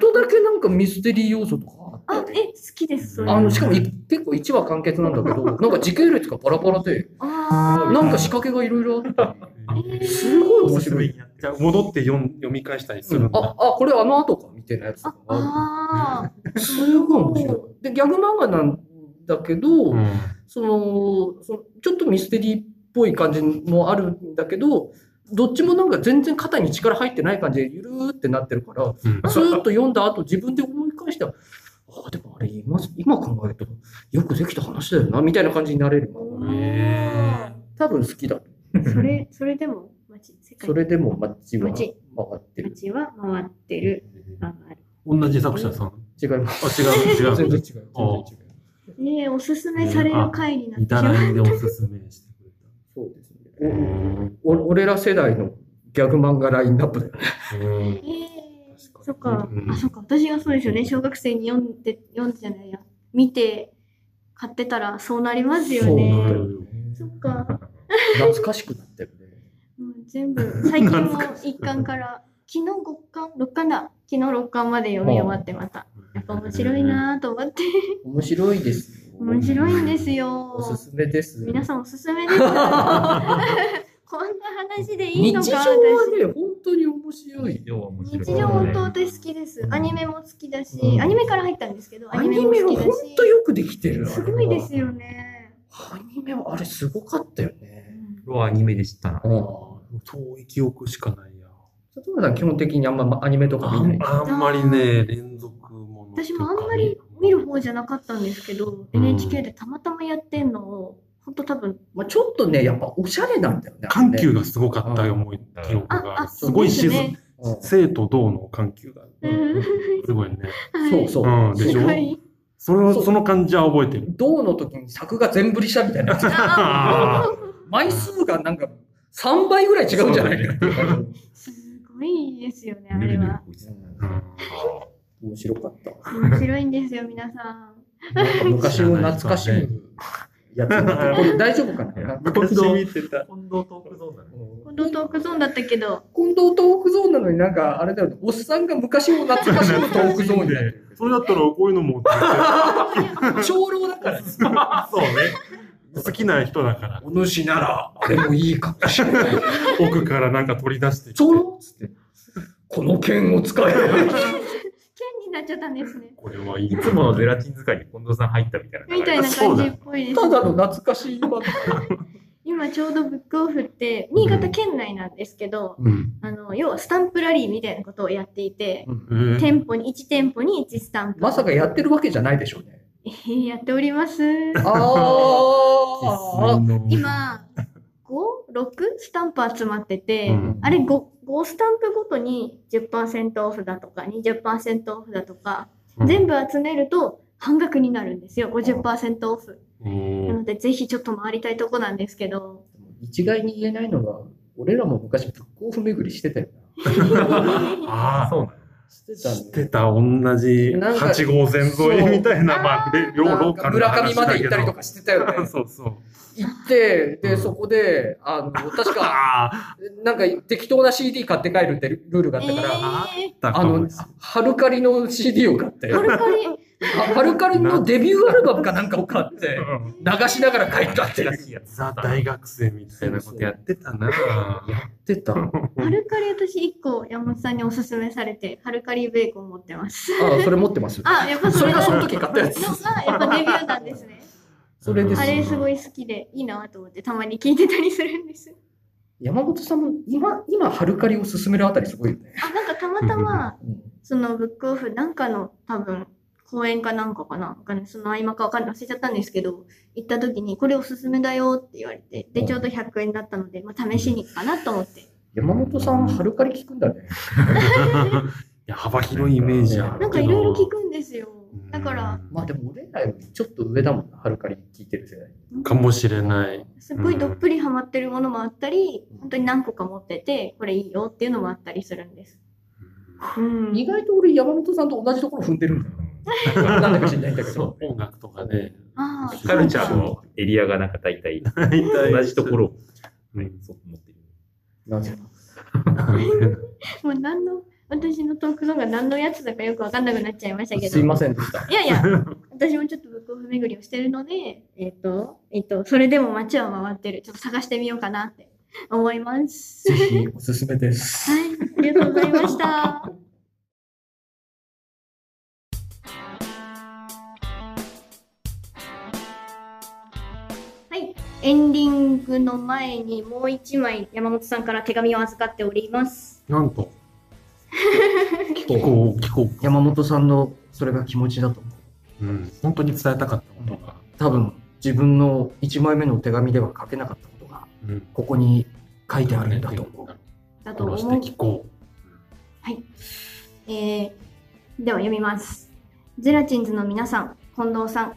Speaker 3: とだけなんかミステリー要素とかあ
Speaker 1: あ、
Speaker 3: っ
Speaker 1: え、好きです、それ。
Speaker 3: あの、しかもい結構1話完結なんだ けど、なんか時系列がパラパラで、
Speaker 1: あ
Speaker 3: なんか仕掛けがいろいろあって、
Speaker 1: ー。え
Speaker 3: すごい面白い。
Speaker 2: やっちゃう戻って読ん読み返したりするんだ。
Speaker 3: あ、あ、これあの後か、みたいなやつと
Speaker 1: あ
Speaker 3: か、あ
Speaker 1: あ
Speaker 3: る。すごい面白い。で、ギャグ漫画なんだけど、
Speaker 2: うん
Speaker 3: その、そのちょっとミステリーっぽい感じもあるんだけど、どっちもなんか全然肩に力入ってない感じでゆるーってなってるから、
Speaker 2: うん
Speaker 3: ずーっと読んだ後自分で思い返して、ああ、でもあれ今、今考えるとよくできた話だよな、みたいな感じになれる。
Speaker 1: ー。
Speaker 2: へ
Speaker 3: 多分好きだ。
Speaker 1: それ、それでも、街、世界
Speaker 3: それでもマッチは回
Speaker 1: 街
Speaker 3: ってる。
Speaker 1: 街は回ってる。回る
Speaker 2: 同じ作者さん。
Speaker 3: 違います。
Speaker 2: あ、違う、違う。
Speaker 3: 全然違う。全然違う。
Speaker 2: あ
Speaker 1: ねえ、おすすめされる回になって
Speaker 2: い
Speaker 1: しま
Speaker 2: た
Speaker 1: う
Speaker 2: らいでおすすめしてくれた。
Speaker 3: そうですね。おお俺ら世代のギャグ漫画ラインナップだよね。
Speaker 2: うん
Speaker 1: ええ
Speaker 2: 確かに
Speaker 1: そっか、
Speaker 2: うん
Speaker 1: あ、そっか、私がそうですよね。小学生に読んで、読んでじゃないや、見て、買ってたらそうなりますよ
Speaker 2: そうな
Speaker 1: ね。
Speaker 2: る
Speaker 1: そっか、
Speaker 3: 懐かしくなってるね。
Speaker 1: もう全部、最近も
Speaker 2: 懐かしい
Speaker 1: 1巻から、昨日5巻、6巻だ。昨日6巻まで読み終わってまた。やっぱ面白いなぁと思って。
Speaker 3: 面白いですよ。
Speaker 1: 面白いんですよ
Speaker 3: お。すすめです。
Speaker 1: 皆
Speaker 3: ん。
Speaker 1: さんおすすめです。こんな話でいい
Speaker 3: 日
Speaker 1: のか
Speaker 3: 常は
Speaker 1: 私。
Speaker 3: ね、本当に面白い。
Speaker 4: 要は面白い
Speaker 1: 日常本当私好きです。アニメも好きだし、アニメから入ったんですけど、
Speaker 3: ア
Speaker 1: アニメ
Speaker 3: ニ
Speaker 1: も
Speaker 3: メは
Speaker 1: 好きだ
Speaker 3: 本
Speaker 1: し。
Speaker 3: 当よくできてる。
Speaker 1: すごいですよね。
Speaker 3: アニメはあれすごかったよね。
Speaker 4: 要はアニメでしたら。
Speaker 2: 遠い記憶しかないや。
Speaker 3: 里村さん基本的にあんまアニメとか
Speaker 2: あ
Speaker 3: 見ない。
Speaker 2: んあんまりね、連続ものとかね。
Speaker 1: 私もあんまり見る方じゃなかったんですけど、
Speaker 2: うん
Speaker 1: NHK でたまたまやってんのを、本当多分、
Speaker 3: まあ、ちょっとね、やっぱおしゃれなんだよね。
Speaker 2: 緩急がすごかった思い記憶
Speaker 1: あ、
Speaker 2: があ
Speaker 1: あ、
Speaker 2: る。すごい
Speaker 1: です
Speaker 2: 静
Speaker 1: ね。
Speaker 3: うんそ
Speaker 2: 生と動の緩急が
Speaker 1: う
Speaker 3: うん
Speaker 1: ん
Speaker 2: すごいね。
Speaker 1: は
Speaker 3: う
Speaker 1: い。
Speaker 3: そう。
Speaker 2: うん、でし
Speaker 1: す
Speaker 2: ょ
Speaker 1: ごい。
Speaker 2: それをその感じは覚えてる。
Speaker 3: 銅の時に作が全振りしたみたいなやつ。
Speaker 1: あ
Speaker 2: あ
Speaker 3: 枚数がなんか3倍ぐらい違うんじゃないかっていう感じ。
Speaker 1: すごいですよね、あ
Speaker 4: ぬる
Speaker 1: れ
Speaker 4: ぬる
Speaker 1: は。
Speaker 4: こいつ
Speaker 2: ーうん
Speaker 3: 面白かった。
Speaker 1: 面白いんですよ、皆さん。
Speaker 3: なんか昔を懐かしむやつ。これ大丈夫かな
Speaker 2: 昔見
Speaker 4: てた。近藤トークゾーンだね。
Speaker 1: このトークゾーンだったけど、
Speaker 3: 近藤トークゾーンなのになんかあれだよね、おっさんが昔を懐かしむトークゾーンになってる。
Speaker 2: それだったらこういうのも
Speaker 3: 長老だから。
Speaker 2: そうね。好きな人だ から、
Speaker 3: お主なら、あれもいいかもしれない。
Speaker 2: 奥からなんか取り出してき
Speaker 3: ち
Speaker 2: て、
Speaker 3: ょろっつって、この剣を使え。
Speaker 1: 剣になっちゃったんですね。
Speaker 2: これはいい
Speaker 4: い。つものゼラチン使いに近藤さん入ったみたいな。
Speaker 1: みたいな感じっぽいです。
Speaker 3: ただの懐かしい漫
Speaker 1: 今ちょうどブックオフって、新潟県内なんですけど、
Speaker 2: うん。
Speaker 1: あの、要はスタンプラリーみたいなことをやっていて、
Speaker 2: え
Speaker 3: 画。
Speaker 2: ー
Speaker 1: 店舗に、1店舗に1スタンプ。
Speaker 3: まさかやってるわけじゃないでしょうね。
Speaker 1: えーやっております。
Speaker 3: あ
Speaker 2: 実際
Speaker 3: あ。
Speaker 2: の
Speaker 1: 今、5、6スタンプ集まってて、
Speaker 2: うん
Speaker 1: あれ 5, 5スタンプごとに10%オフだとか、20%オフだとか、
Speaker 2: うん
Speaker 1: 全部集めると半額になるんですよ。50%オフ。
Speaker 2: うん
Speaker 1: なので、ぜひちょっと回りたいとこなんですけど、
Speaker 3: 一概に言えないのが、俺らも昔ブックオフ巡りしてたよな。
Speaker 2: あ
Speaker 4: そうな
Speaker 3: してた
Speaker 2: あ、
Speaker 3: ね
Speaker 2: 知ってた、同じ
Speaker 3: なんか
Speaker 2: 8号線沿いみたいな、まあ、で両
Speaker 3: な
Speaker 2: ロ
Speaker 3: ん
Speaker 2: ーカ
Speaker 3: か
Speaker 2: ルな
Speaker 3: 村上
Speaker 2: 話
Speaker 3: ま
Speaker 2: だ
Speaker 3: で
Speaker 2: け
Speaker 3: 行っ
Speaker 2: ど。
Speaker 3: たりとかしてたよね
Speaker 2: そうそう。
Speaker 3: 行って、
Speaker 2: う
Speaker 3: で、
Speaker 2: ん
Speaker 3: そこで、あの、確 か、
Speaker 2: あ
Speaker 3: なんか適当な CD 買って帰るってルールがあったから、
Speaker 1: え
Speaker 2: あ、だ
Speaker 3: あ
Speaker 2: かも
Speaker 3: の
Speaker 2: ね、
Speaker 3: ハルカリの CD を買って
Speaker 1: ー、、はるかり。
Speaker 3: あハルカリのデビューアルバムかなんかを買って、
Speaker 2: うん
Speaker 3: 流しながら帰ったって。や
Speaker 4: ん。や
Speaker 2: ザ大学生みたいなことやってたな。
Speaker 3: ってた。あ、
Speaker 1: ハルカリ私一個山本さんにおすすめされて、ハルカリベーコン持ってます。
Speaker 3: それ持ってま す。
Speaker 1: あ、やっぱそ
Speaker 3: そ
Speaker 1: れ
Speaker 3: れが
Speaker 1: が、
Speaker 3: その
Speaker 1: の
Speaker 3: 時買ったやつ。
Speaker 1: がやっぱデビューなんですね。
Speaker 3: それです
Speaker 1: あれ すごい好きで、いいなと思ってたまに聞いてたりするんです。
Speaker 3: 山本さんも今、今、ハルカリを勧めるあたりすごいよね。
Speaker 1: あ、なんかたまたま、
Speaker 3: うん
Speaker 1: そのブックオフなんかの多分、公演かなんかかなわかんないその合間かわかんない忘れちゃったんですけど、行った時にこれおすすめだよって言われて、で、ちょうど100円だったので、まあ試しに行くかなと思って。
Speaker 3: 山本さん、ハルカリ聞くんだね。
Speaker 2: いや幅広いイメージあるけど。
Speaker 1: なんかいろいろ聞くんですよ。だから、
Speaker 3: まあでも俺らよりちょっと上だもんな、ハルカリ聞いてる世代。
Speaker 2: うんかもしれない。
Speaker 1: すっごいどっぷりハマってるものもあったり、本当に何個か持ってて、これいいよっていうのもあったりするんです。うん。
Speaker 3: 意外と俺、山本さんと同じところ踏んでるんだよ。なんだか知んないんだけど。
Speaker 2: 音楽とかね。
Speaker 1: ああ、
Speaker 4: カルチャ
Speaker 1: そ
Speaker 4: ー
Speaker 1: うか
Speaker 4: のエリアがなんか大体
Speaker 2: 大体
Speaker 4: 同じところを
Speaker 2: うん
Speaker 4: そう思ってる。
Speaker 3: なんで
Speaker 1: もう何の私のトークゾーンが何のやつだかよくわかんなくなっちゃいましたけ
Speaker 3: すい
Speaker 1: ど。
Speaker 3: ませんでした。
Speaker 1: いやいや、私もちょっとブックオフ巡りをしてるので、えっ、と、えっ、と、それでも街は回ってる。ちょっと探してみようかなって思います。
Speaker 3: ぜ
Speaker 1: はい、
Speaker 3: ひおすすめです。
Speaker 1: ありがとうございました。はい、エンディングの前にもう一枚山本さんから手紙を預かっております。
Speaker 2: なん と、
Speaker 3: 聞
Speaker 2: 聞こう、聞こ
Speaker 3: 山本さんのそれが気持ちだと思う。
Speaker 2: う。うん、本当に伝えたかったことが、
Speaker 3: 多分自分の1枚目の手紙では書けなかったことが
Speaker 2: うん、
Speaker 3: ここに書いてあるんだと思う。
Speaker 1: だと
Speaker 2: 殺し
Speaker 1: 思う
Speaker 2: て聞こ
Speaker 1: えーでは読みます。ゼラチンズの皆さん、近藤さん、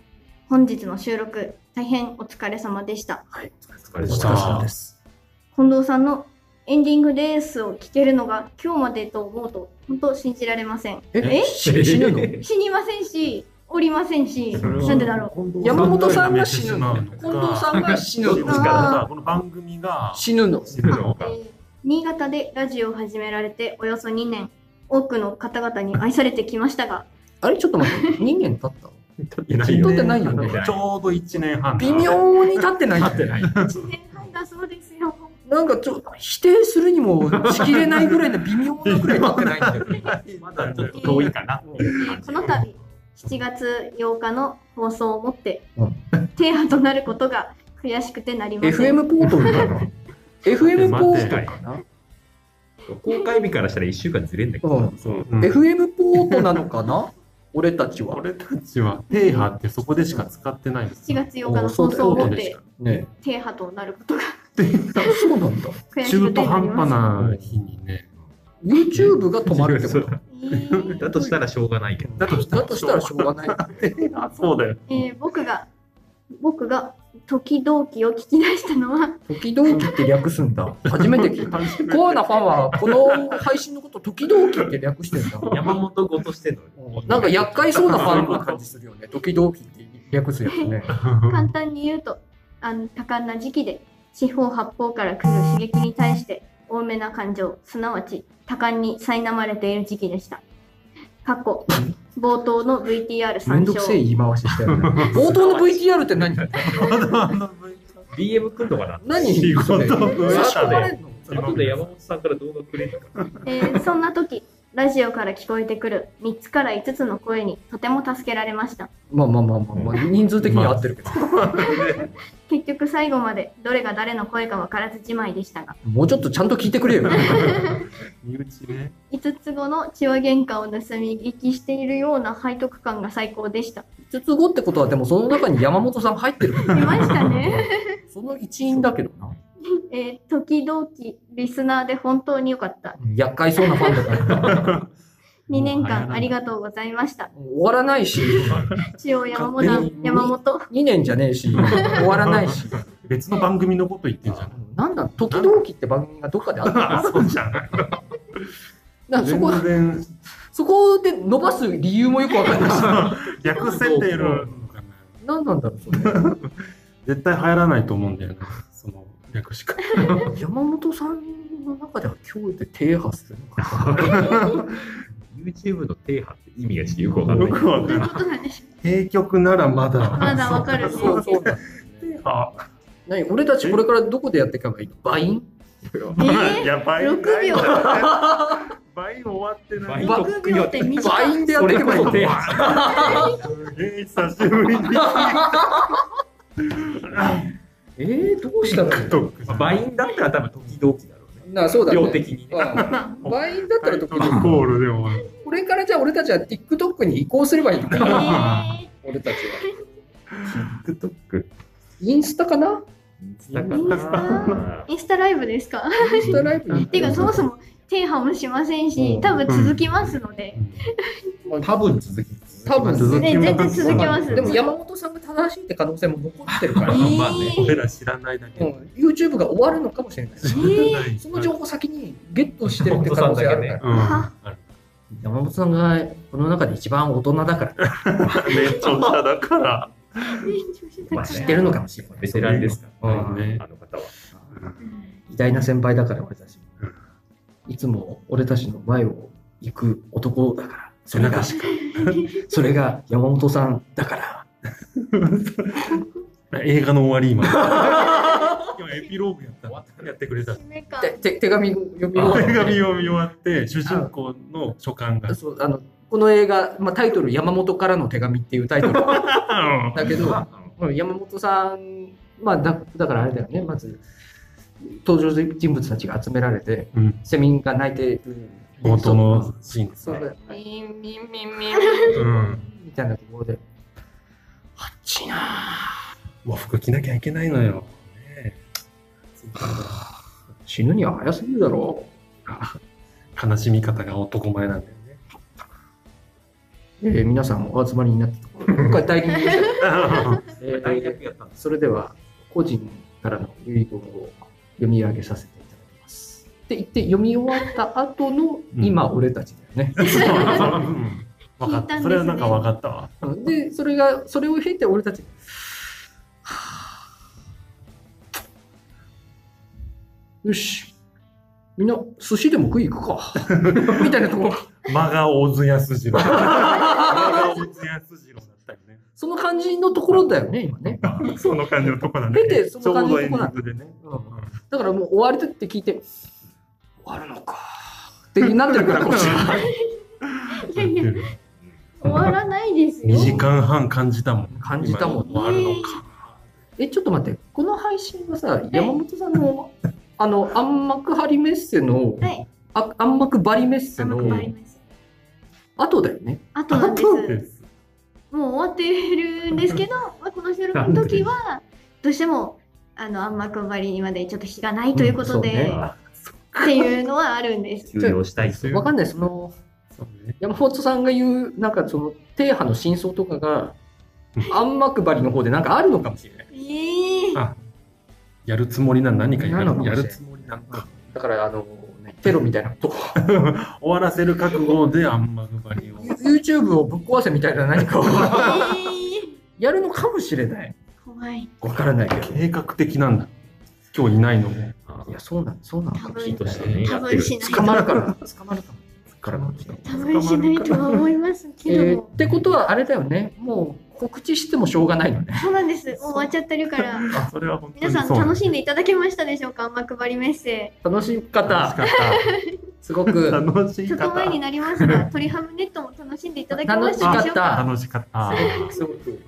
Speaker 1: 本日の収録、大変お疲れ様でした。
Speaker 3: はい、
Speaker 4: お
Speaker 3: お。
Speaker 4: 疲れ様でし
Speaker 2: お疲れ
Speaker 4: た。
Speaker 2: 様です
Speaker 1: 近藤さんのエンディングですを聞けるのが今日までと思うと、本当信じられません。
Speaker 3: え、し死ぬの
Speaker 1: 死にませんし、おりませんし、
Speaker 2: それは
Speaker 1: なんでだろ
Speaker 2: う。
Speaker 3: 山本さんが死ぬの
Speaker 2: 近
Speaker 3: 近藤さんが死ぬ
Speaker 2: 死ぬの
Speaker 3: の
Speaker 2: か、この番組が
Speaker 3: 死ぬの。
Speaker 4: 死ぬの
Speaker 1: う、え
Speaker 4: か。
Speaker 1: ー新潟でラジオを始められておよそ2年、多くの方々に愛されてきましたが、
Speaker 3: あれちょっと待って、人間立ったの
Speaker 2: 撮ってない
Speaker 3: 立
Speaker 2: よ
Speaker 3: っ
Speaker 2: ね。
Speaker 3: てないよ
Speaker 2: ちょ
Speaker 3: ね。
Speaker 2: うど1年半。
Speaker 3: 微妙に立ってないよ
Speaker 2: 立
Speaker 3: ね
Speaker 2: ってない。
Speaker 1: 1年半だそうですよ。
Speaker 3: なんかちょっと否定するにもしきれないぐらいの微妙なぐらい立って ないんだよね。
Speaker 2: まだちょっと遠いかなっていう感じ。
Speaker 1: この度7月8日の放送をもって、
Speaker 3: うん
Speaker 1: テーマとなることが悔しくてなりません。
Speaker 3: FM ポートルかな ?FM ポートルかな
Speaker 4: 公開日からしたら1週間ずれんだけ
Speaker 3: う
Speaker 4: ど
Speaker 3: ん。
Speaker 2: そう。
Speaker 3: ?FM ポートなのか な俺たちは。
Speaker 2: 俺たちは、テーハってそこでしか使ってないんです
Speaker 1: 7
Speaker 2: よ。
Speaker 1: 月8日の放送をもっ
Speaker 2: おそうだ
Speaker 1: て
Speaker 2: よ、
Speaker 3: ね
Speaker 1: テーマとなることが
Speaker 3: そうなんだ。
Speaker 1: 悔し
Speaker 2: 中
Speaker 1: く
Speaker 2: 途
Speaker 1: てなり
Speaker 2: 半
Speaker 1: ま
Speaker 2: 端
Speaker 1: せん。
Speaker 2: な日にね。
Speaker 3: YouTube が止まるって こ
Speaker 4: そ
Speaker 3: と。
Speaker 1: えー
Speaker 4: だとしたらしょうがないけど。
Speaker 2: だとし
Speaker 3: だとしたらしょうがない。
Speaker 2: あそうだよ。
Speaker 1: えー僕が、僕が時々を聞き出したのは、
Speaker 3: 時々って略すんだ。初めて聞いた。コアなファンはこの配信のこと時々って略してんだ。
Speaker 4: 山本語としての。
Speaker 3: なんか厄介そうなファンな感じするよね。時々って略すやつね。
Speaker 1: 簡単に言うと、あの多感な時期で四方八方から来る刺激に対して多めな感情、すなわち多感に苛まれている時期でした。過去、冒頭の VTR
Speaker 3: め
Speaker 1: 参
Speaker 3: んど
Speaker 1: 照
Speaker 3: くせえ言い回ししたよね。 冒頭の VTR って何
Speaker 4: DM 来んのかな
Speaker 3: 何
Speaker 2: 仕事
Speaker 3: それ
Speaker 2: 上だね
Speaker 3: 差し込まれんの
Speaker 4: 後で山本さんから動画くれんのかな
Speaker 1: えーそんな時、ラジオから聞こえてくる3つから5つの声にとても助けられました。
Speaker 3: まあまあまあまあ、まあ、人数的には合ってるけど。
Speaker 1: 結局最後までどれが誰の声か分からずじまいでしたが、
Speaker 3: もうちょっとちゃんと聞いてくれよ。
Speaker 2: 身内ね。
Speaker 1: 5つ後の血は喧嘩を盗み聞きしているような背徳感が最高でした。
Speaker 3: 術後ってことは、でもその中に山本さん入ってるから
Speaker 1: いましたね。
Speaker 3: その一員だけどな。
Speaker 1: えー時々リスナーで本当に良かった。
Speaker 3: 厄介そうなファンだから。
Speaker 1: 2年間ありがとうございました。
Speaker 3: 終わらないし、
Speaker 1: 中央山本
Speaker 2: 勝手に
Speaker 1: 山本。
Speaker 3: 2年じゃねえし、終わらないし。
Speaker 2: 別の番組のこと言ってんじゃない
Speaker 3: なんだ、時々って番組がどっかであった
Speaker 2: あ、そうじゃない。
Speaker 3: なんかそこ、
Speaker 2: 全然、
Speaker 3: そこで伸ばす理由もよくわかんないし。
Speaker 2: 逆設定の。
Speaker 3: 何なんだろう、それ。
Speaker 2: 絶対入らないと思うんだよね。その、略しか。
Speaker 3: 山本さんの中では今日で停波するのかな。
Speaker 4: YouTube の停波って意味がちょっとよくわかんな
Speaker 2: よ
Speaker 4: い。
Speaker 2: くわ
Speaker 1: とい
Speaker 2: かん
Speaker 1: う
Speaker 2: ない。
Speaker 1: ことなんでしょ
Speaker 2: 閉局ならまだ。
Speaker 1: まだわかるね。
Speaker 3: そうそうなんだよね。
Speaker 2: あ、
Speaker 3: 何俺たちこれからどこでやっていけばいいのバイン
Speaker 1: え
Speaker 2: やばい。
Speaker 1: 6秒。
Speaker 2: 倍終わってな
Speaker 4: 倍
Speaker 2: い。
Speaker 4: と
Speaker 1: 6秒って
Speaker 3: バ
Speaker 1: 短
Speaker 3: イ
Speaker 1: い。
Speaker 3: ンでやっていけばいいの
Speaker 4: 俺も
Speaker 2: すげえ久しぶりに。
Speaker 3: えー、どうしたの
Speaker 4: まあバインだったら多分時々だろうね。
Speaker 3: なそうだね。
Speaker 4: 量的にね。
Speaker 3: うんバインだった
Speaker 2: タ
Speaker 3: ら
Speaker 2: イ
Speaker 3: 時
Speaker 2: トル
Speaker 3: 々。
Speaker 2: コールで終わる。
Speaker 3: これからじゃあ俺たちは TikTok に移行すればいいの
Speaker 1: え
Speaker 3: か な
Speaker 1: ー
Speaker 3: 俺たちは。
Speaker 4: TikTok。
Speaker 3: インスタかな
Speaker 4: だか
Speaker 1: な
Speaker 4: ら
Speaker 1: インスタライブですか
Speaker 3: インスタライブに。
Speaker 1: てかそもそも停波もしませんし、多分続きますので、
Speaker 4: 多分続きます。
Speaker 3: 多分
Speaker 2: 続
Speaker 1: ね、
Speaker 2: き
Speaker 1: 全
Speaker 2: ま
Speaker 1: 然
Speaker 2: す
Speaker 1: 続きます。
Speaker 3: でも山本さんが正しいって可能性も残ってるから、
Speaker 1: え
Speaker 3: う
Speaker 1: ー
Speaker 3: ん、
Speaker 4: まあね
Speaker 2: 俺ら知らないだけ。
Speaker 3: YouTube が終わるのかもしれない。
Speaker 1: え ー
Speaker 3: その情報先にゲットしてるって可能性あるから。
Speaker 2: うん。
Speaker 1: あ
Speaker 3: 山本さんがこの中で一番大人だから、
Speaker 2: 年長者だから。
Speaker 3: まあ、知ってるのかもしれない。
Speaker 4: ベテランですから
Speaker 3: うん
Speaker 4: ね、あの方は。
Speaker 1: うん
Speaker 3: 偉大な先輩だから俺たち
Speaker 2: うん。
Speaker 3: いつも俺たちの前を行く男だから。それが、それが山本さんだから。
Speaker 2: 映画の終わり今。 今エピローグやった。やってくれた。
Speaker 1: 夢か
Speaker 3: てて手紙読み終わ
Speaker 2: 手
Speaker 3: っ
Speaker 2: 紙
Speaker 3: て
Speaker 2: を見終わって、主人公の書簡が。
Speaker 3: そうあのこの映画、まあ、タイトル「山本からの手紙」っていうタイトル だけどうん山本さん、まあ、だだからあれだよねまず登場人物たちが集められて
Speaker 2: うん
Speaker 3: セミが泣いてる
Speaker 2: 冒頭のシーンです
Speaker 3: そう
Speaker 2: ね
Speaker 3: だ。よね
Speaker 1: みんみんみんみん
Speaker 2: うん。
Speaker 3: みたいなところで「あっちな
Speaker 2: 和服着なきゃいけないのよ。ね
Speaker 3: 死ぬには早すぎるだろ
Speaker 2: 悲しみ方が男前なんだよね。
Speaker 3: う」えー皆さんお集まりになったところで僕は代理人 でしたえー
Speaker 4: 大逆やったんです。
Speaker 3: それでは個人からの遺言を読み上げさせていただきます。って言って読み終わった後の
Speaker 2: うん
Speaker 3: 今俺たちだよね。
Speaker 2: うん分かっ
Speaker 1: 聞いたんですね
Speaker 2: た。それはなんか分かったわ。
Speaker 3: でそれがそれを経て俺たちよしみんな寿司でも食い行くかみたいなとこ ろ
Speaker 2: 間が大津安二郎。間が大津安二郎だったりね。
Speaker 3: その感じのところだよね今ね。
Speaker 2: その感じのとこなんだけど
Speaker 3: 出てその感じのとこなん
Speaker 2: ちょ
Speaker 3: だ
Speaker 2: うどエンディングでね。
Speaker 3: うんだからもう終わりだって聞いて終わるのかってなってるからこっちが。
Speaker 1: いやいや終わらないですよ
Speaker 2: 2時間半感じたもん。
Speaker 3: 感じたもん
Speaker 2: 今終わるのか。
Speaker 3: えちょっと待ってこの配信はさ山本さんのあの暗幕張りメッセの、
Speaker 1: はい
Speaker 3: あ暗幕張りメッセ
Speaker 1: 甘
Speaker 3: の
Speaker 1: くなります
Speaker 3: 後だよね
Speaker 1: あとなんで
Speaker 2: そうですす。
Speaker 1: もう終わってるんです けどまあこの収録の時はどうしてもあのあんまくばりまでちょっと日がないということで、
Speaker 3: うん
Speaker 1: っていうのはあるんです
Speaker 4: 終了したいという。
Speaker 3: わかんないその
Speaker 2: そうね
Speaker 3: 山本さんが言うなんかその停派の真相とかが暗幕張りの方でなんかあるのかもしれない
Speaker 1: えー
Speaker 2: あやるつもりな何かや
Speaker 3: なのかも
Speaker 2: る
Speaker 3: しれ
Speaker 2: や
Speaker 3: ない
Speaker 2: るつもりなんか。
Speaker 3: だからあの、ね、テロみたいなとこ
Speaker 2: 終わらせる覚悟であんまぐばりを。
Speaker 3: YouTube をぶっ壊せみたいな何かを
Speaker 1: え ー
Speaker 3: やるのかもしれない
Speaker 1: 怖い
Speaker 3: わからないけど
Speaker 2: 計画的なんだ。今日いないのも。
Speaker 3: いやそうなんそうなのかもしれ
Speaker 4: と
Speaker 3: な
Speaker 4: し
Speaker 3: い
Speaker 4: てね、や
Speaker 1: 多
Speaker 4: って
Speaker 1: 分
Speaker 4: る。
Speaker 1: しない
Speaker 3: 捕まるから 捕まるかもからかもしれない
Speaker 1: 多分しないとは思いますけど、
Speaker 3: えーってことはあれだよねもう告知してもしょうがないのね
Speaker 1: そうなんですもう終わっちゃってる から
Speaker 2: あ、それは本当
Speaker 1: 皆
Speaker 2: に
Speaker 1: さん
Speaker 2: そう
Speaker 1: 楽しんでいただけましたでしょうかあんまくばりメッセ
Speaker 3: 楽しかった
Speaker 2: 楽しかっ
Speaker 3: すご
Speaker 2: た。
Speaker 3: く
Speaker 2: 楽し
Speaker 1: ちょっ
Speaker 2: かっ
Speaker 1: と
Speaker 2: た
Speaker 1: 前になりますが鳥ハムネットも楽しんでいただけましたでしょうか
Speaker 3: た
Speaker 2: 楽しかった。
Speaker 3: すごく
Speaker 2: うん
Speaker 1: っ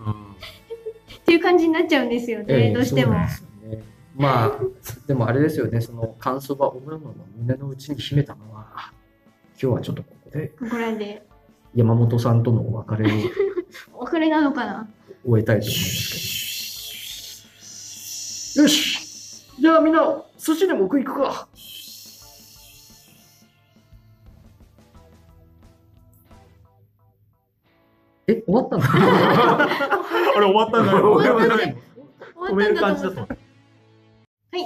Speaker 1: ていう感じになっちゃうんですよね、
Speaker 3: えー
Speaker 1: どうして
Speaker 3: そう
Speaker 1: も
Speaker 3: なんですよねまあでもあれですよねその感想はおのおの胸の内に秘めたまま今日はちょっとここで
Speaker 1: ここらで
Speaker 3: 山本さんとのお別れを
Speaker 1: お別れなのかな
Speaker 3: 終えたいと思いますけどよしじゃあみんな寿司でも食い行くかえ終わ ったんだ
Speaker 2: あれ終わったんだよ。
Speaker 1: 終わったんだ
Speaker 2: い
Speaker 1: よ終
Speaker 2: の止
Speaker 1: わ
Speaker 2: め
Speaker 1: っ
Speaker 2: る
Speaker 1: た
Speaker 2: 感
Speaker 1: ん
Speaker 2: じ
Speaker 1: だと
Speaker 2: だ
Speaker 1: 思う
Speaker 2: と。
Speaker 1: は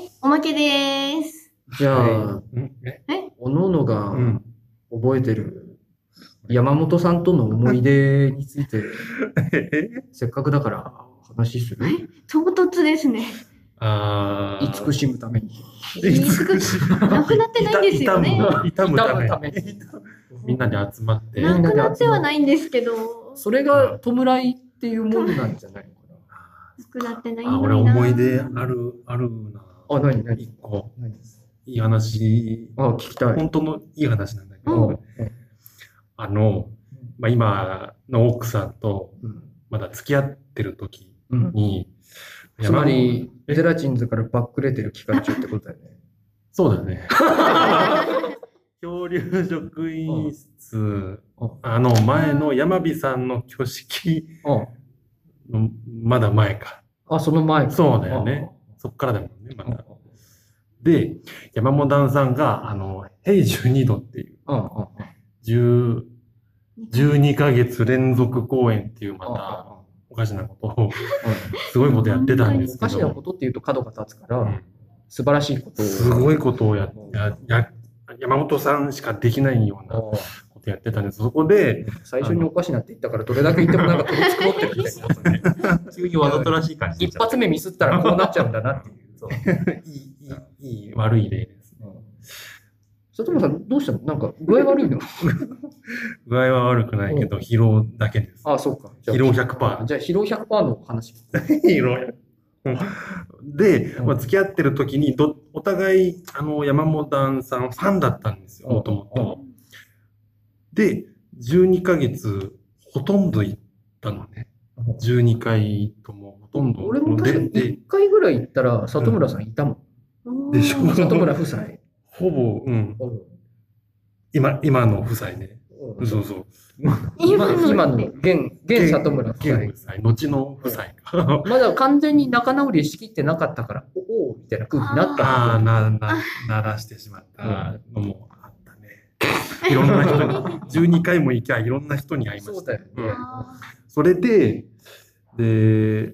Speaker 1: いおまけです
Speaker 3: じゃあ
Speaker 2: うんえ
Speaker 3: おのおの
Speaker 2: う
Speaker 3: が
Speaker 2: ん。
Speaker 3: 覚えてる山本さんとの思い出につい てせっかくだから話する
Speaker 1: 唐突ですね
Speaker 2: ああ。
Speaker 3: 慈しむために
Speaker 1: 慈しなくなってないんですよね
Speaker 2: 痛痛 む痛むため。
Speaker 3: 痛む
Speaker 2: みんなで集まって。
Speaker 1: な
Speaker 3: ね
Speaker 1: くなってはないんですけど
Speaker 3: それが弔いっていうもんなんじゃないのかな
Speaker 1: なくなってない
Speaker 2: あ、
Speaker 1: のに
Speaker 2: 俺
Speaker 1: な
Speaker 2: 思 い出ある、 あるな。
Speaker 3: あ、なにな
Speaker 2: 一
Speaker 3: に
Speaker 2: 個、いい話、
Speaker 3: あ、聞きたい。
Speaker 2: 本当のいい話なんだけ
Speaker 3: う
Speaker 2: ど、
Speaker 3: ん
Speaker 2: あの、まあ、今の奥さんとまだ付き合ってる時
Speaker 3: うん
Speaker 2: に、
Speaker 3: つま
Speaker 2: 山
Speaker 3: り
Speaker 2: 本、
Speaker 3: ゼラチンズからバックレてる期間中ってことだよね。
Speaker 2: そうだね。恐竜職員室、
Speaker 3: うん
Speaker 2: あの前の山火さんの挙式の、まだ前か。
Speaker 3: あ、その前
Speaker 2: そうだよね。そっからだもんね、ま
Speaker 3: うんうん
Speaker 2: だ。で、山本さんが、あの、ヘイ12度っていう、
Speaker 3: うんうん
Speaker 2: 10 12ヶ月連続公演っていうまた、
Speaker 3: う
Speaker 2: おかしなことを、
Speaker 3: ん
Speaker 2: すごいことやってたんで
Speaker 3: お
Speaker 2: すけ
Speaker 3: かしな
Speaker 2: ど
Speaker 3: こ、とっていうと角が立つか
Speaker 2: う
Speaker 3: ら、
Speaker 2: ん
Speaker 3: 素晴らしいことを。
Speaker 2: す
Speaker 3: い。
Speaker 2: ごいことをや、や、や、山本さんしかできないようなことやってたんです。そこで、
Speaker 3: 最初におかしなって言ったから、どれだけ言ってもなんか取り繕ってるみたいな。
Speaker 4: 急にわざとらしい感じで
Speaker 3: 一発目ミスったらこうなっちゃうんだなっていう。
Speaker 4: そう
Speaker 2: いい、いい、いい悪い例です。
Speaker 3: 里村さん、どうしたのなんか、具合悪いの
Speaker 2: 具合は悪くないけど、疲労だけです。
Speaker 3: ああ、そうか。じゃあ
Speaker 2: 疲労100%。
Speaker 3: じゃあ、疲労100%の話。
Speaker 2: 疲労で、
Speaker 3: うん
Speaker 2: まあ、付き合ってる時にど、お互い、あの、山本さんファンだったんですよ、もともと。で、12ヶ月、ほとんど行ったのね。12回ともほとんど。
Speaker 3: 俺も確かに
Speaker 2: で
Speaker 3: 1回ぐらい行ったら、里村さんいたも ん。
Speaker 2: でしょうん
Speaker 3: 里村夫妻。
Speaker 2: ほぼ、うん。
Speaker 3: うん
Speaker 2: 今、今の夫妻ね。そうそう。
Speaker 3: 今今の現、現里村夫
Speaker 2: 現
Speaker 3: 妻
Speaker 2: 現。夫妻。後の夫妻か。
Speaker 3: まだ完全に仲直りしきってなかったから、おおうみたいな空気になった。
Speaker 2: ああ、な、な、鳴らしてしまったのもあったね。いろんな人に、12回も行きゃいろんな人に会いま
Speaker 3: そ
Speaker 2: し
Speaker 3: う
Speaker 2: た。
Speaker 3: だよね。
Speaker 2: うんそれで、で、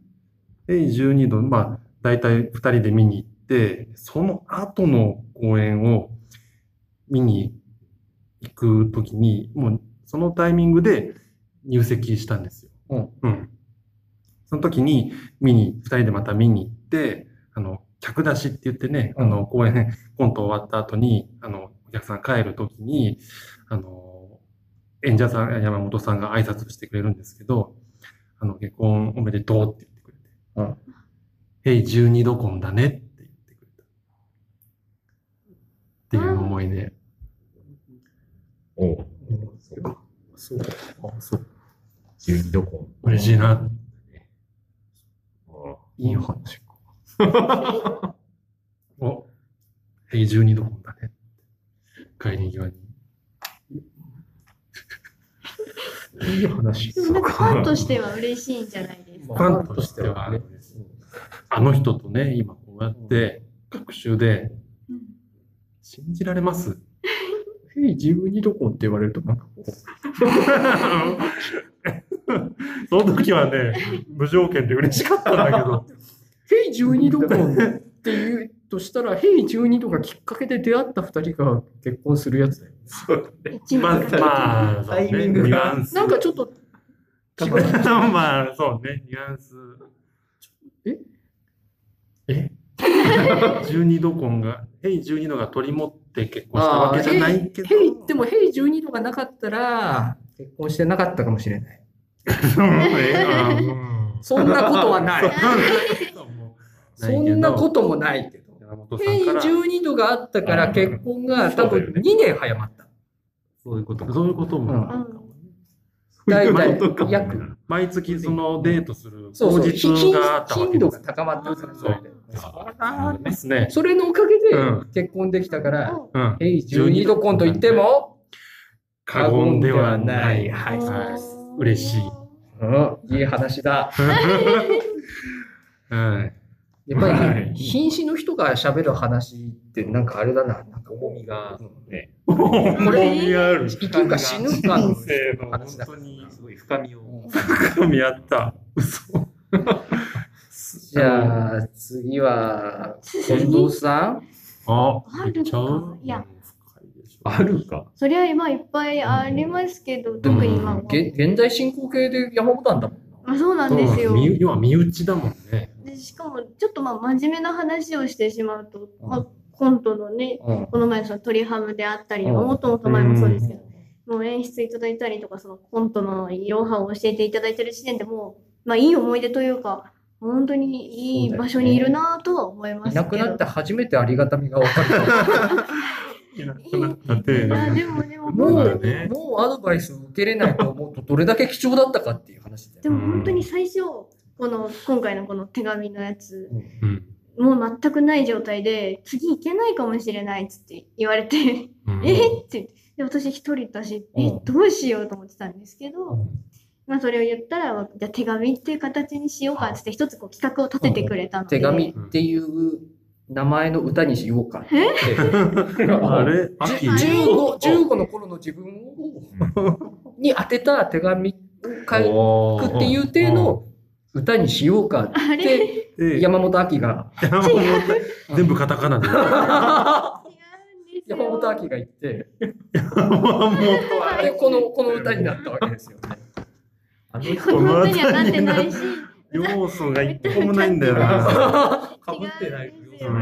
Speaker 2: で12度、まあ、だいたい2人で見に行って、その後の公演を見に行くときに、もうそのタイミングで入籍したんですよ。
Speaker 3: うん。
Speaker 2: うん。その時に見に、二人でまた見に行って、あの、客出しって言ってね、
Speaker 3: うん
Speaker 2: あの、公演、コント終わった後に、あの、お客さん帰る時に、あの、演者さん、山本さんが挨拶してくれるんですけど、あの、結婚おめでとうって言ってくれて、
Speaker 3: うん。
Speaker 2: へい、12度婚だねって言ってくれた。っていう思いで。
Speaker 4: おう
Speaker 3: そうかそうか
Speaker 2: あ、そう。
Speaker 4: 12度こ
Speaker 2: 嬉しいな。
Speaker 4: う。
Speaker 2: いい話か。 お、えい、12度だね。帰り際に。
Speaker 3: いい話。
Speaker 1: でもなんかファンとしては嬉しいんじゃないです
Speaker 2: フ
Speaker 1: か。
Speaker 2: ァンとしては、あの人とね、今こうやって、学習で、
Speaker 1: うん
Speaker 2: 信じられます
Speaker 3: ヘイ12度コンって言われると、なんかこう、
Speaker 2: その時はね、無条件で嬉しかったんだけど、
Speaker 3: ヘイ12度コンって言うとしたら、ヘイ12度がきっかけで出会った2人が結婚するやつだよ。
Speaker 2: そうね
Speaker 1: 一
Speaker 2: まあ
Speaker 1: 年かけて、
Speaker 2: まあ、
Speaker 4: タイミングが
Speaker 2: ニュアンス。
Speaker 3: なんかちょっと、違う。
Speaker 2: まあ、そうね、ニュアンス。
Speaker 3: え
Speaker 2: え ?12 度婚が、ヘイ12度が取り持って結婚したわけじゃないけど。
Speaker 3: ヘイでもヘイ12度がなかったら、結婚してなかったかもしれない。
Speaker 2: うんえあうん
Speaker 3: そんなことはない。そんなこともないけど。
Speaker 2: 山本さ
Speaker 3: ヘイ
Speaker 2: んから。
Speaker 3: 12度があったから結婚が多分2年早まった。
Speaker 4: そういうことか。
Speaker 2: そういうことも。
Speaker 3: だいた
Speaker 4: そうい
Speaker 3: いう
Speaker 4: ことか
Speaker 3: 約。
Speaker 2: 毎月そのデートする
Speaker 3: そうそ
Speaker 2: 当
Speaker 3: う。
Speaker 2: 日があったわけ
Speaker 3: 頻度
Speaker 2: で
Speaker 3: が
Speaker 2: す。
Speaker 3: 高まってるから、それで。
Speaker 2: ありますね。
Speaker 3: それのおかげで
Speaker 2: う
Speaker 3: 結婚できたから、
Speaker 2: うん。
Speaker 3: ヘイ12度婚と言っても、
Speaker 2: 過言ではな
Speaker 3: 過言で
Speaker 2: い。
Speaker 3: は
Speaker 2: は。
Speaker 3: ないい
Speaker 2: は
Speaker 3: そ
Speaker 2: い 嬉しい。
Speaker 3: うん、いい話だ。
Speaker 2: い。はい。
Speaker 3: やっぱ
Speaker 2: はい
Speaker 3: り、瀕死の人が喋る話ってなんかあれだな。なんか重みが。
Speaker 4: ね。
Speaker 2: こ
Speaker 1: れ
Speaker 2: ある。
Speaker 3: 生きるか死ぬかの
Speaker 2: 人生の
Speaker 3: 話だ
Speaker 2: 本当に
Speaker 4: すごい深みを。
Speaker 2: 興味あった。嘘。
Speaker 3: じゃあ、次は、
Speaker 1: 次
Speaker 3: 近藤さん
Speaker 2: あ、
Speaker 1: ある
Speaker 2: ちゃ
Speaker 1: か
Speaker 2: う。
Speaker 1: いや、
Speaker 4: あるか。
Speaker 1: そりゃ今いっぱいありますけど、特に今は。
Speaker 3: げ現代進行形で山本なんだもん。
Speaker 1: あそうなんですよ。
Speaker 2: 身要は身内だもんね。
Speaker 1: でしかもちょっとまあ真面目な話をしてしまうと、まあ、コントのね
Speaker 3: うん
Speaker 1: この前のその鳥ハムであったり
Speaker 3: うん
Speaker 1: もっともっと前もそうですけど、もう演出いただいたりとかそのコントのいろはを教えていただいてる時点でもう、まあ、いい思い出というか本当にいい場所にいるなとは思いま
Speaker 3: い
Speaker 1: す
Speaker 3: な
Speaker 1: け
Speaker 3: く
Speaker 1: ど。
Speaker 3: なって初めてありがたみが分かる。
Speaker 2: いなくなったて。
Speaker 1: いやでもでも
Speaker 3: も
Speaker 2: そう
Speaker 1: 本当
Speaker 2: だ
Speaker 1: に
Speaker 2: ね
Speaker 3: う、もうアドバイス受けれないと思うと、どれだけ貴重だったかっていう話だ
Speaker 1: で
Speaker 3: よ。
Speaker 1: も本当に最初この今回のこの手紙のやつ
Speaker 2: うん。
Speaker 1: もう全くない状態で次行けないかもしれないっつって言われて。
Speaker 2: うん
Speaker 1: えっって言ってで私一人だし、え
Speaker 3: うん
Speaker 1: どうしようと思ってたんですけど、
Speaker 3: うん
Speaker 1: まあ、それを言ったらじゃあ手紙っていう形にしようかっつって一つこう企画を立ててくれたので、
Speaker 3: 手紙っていう名前の歌にしようかって。
Speaker 2: あ れ秋
Speaker 3: 15 15の頃の自分をに当てた手紙を書くっていう体の歌にしようか
Speaker 1: あ
Speaker 3: って
Speaker 1: れ
Speaker 2: で
Speaker 3: 山本明 が
Speaker 2: 山本全部カタカナで。
Speaker 3: 山
Speaker 1: 違う
Speaker 3: 本
Speaker 1: んですよ
Speaker 3: 明が言って
Speaker 2: 山本
Speaker 3: でこのこの歌になったわけですよね。あの人
Speaker 1: この歌にはなってないし
Speaker 2: 要素が一個もないんだよな。
Speaker 1: 違うんですよ
Speaker 2: うん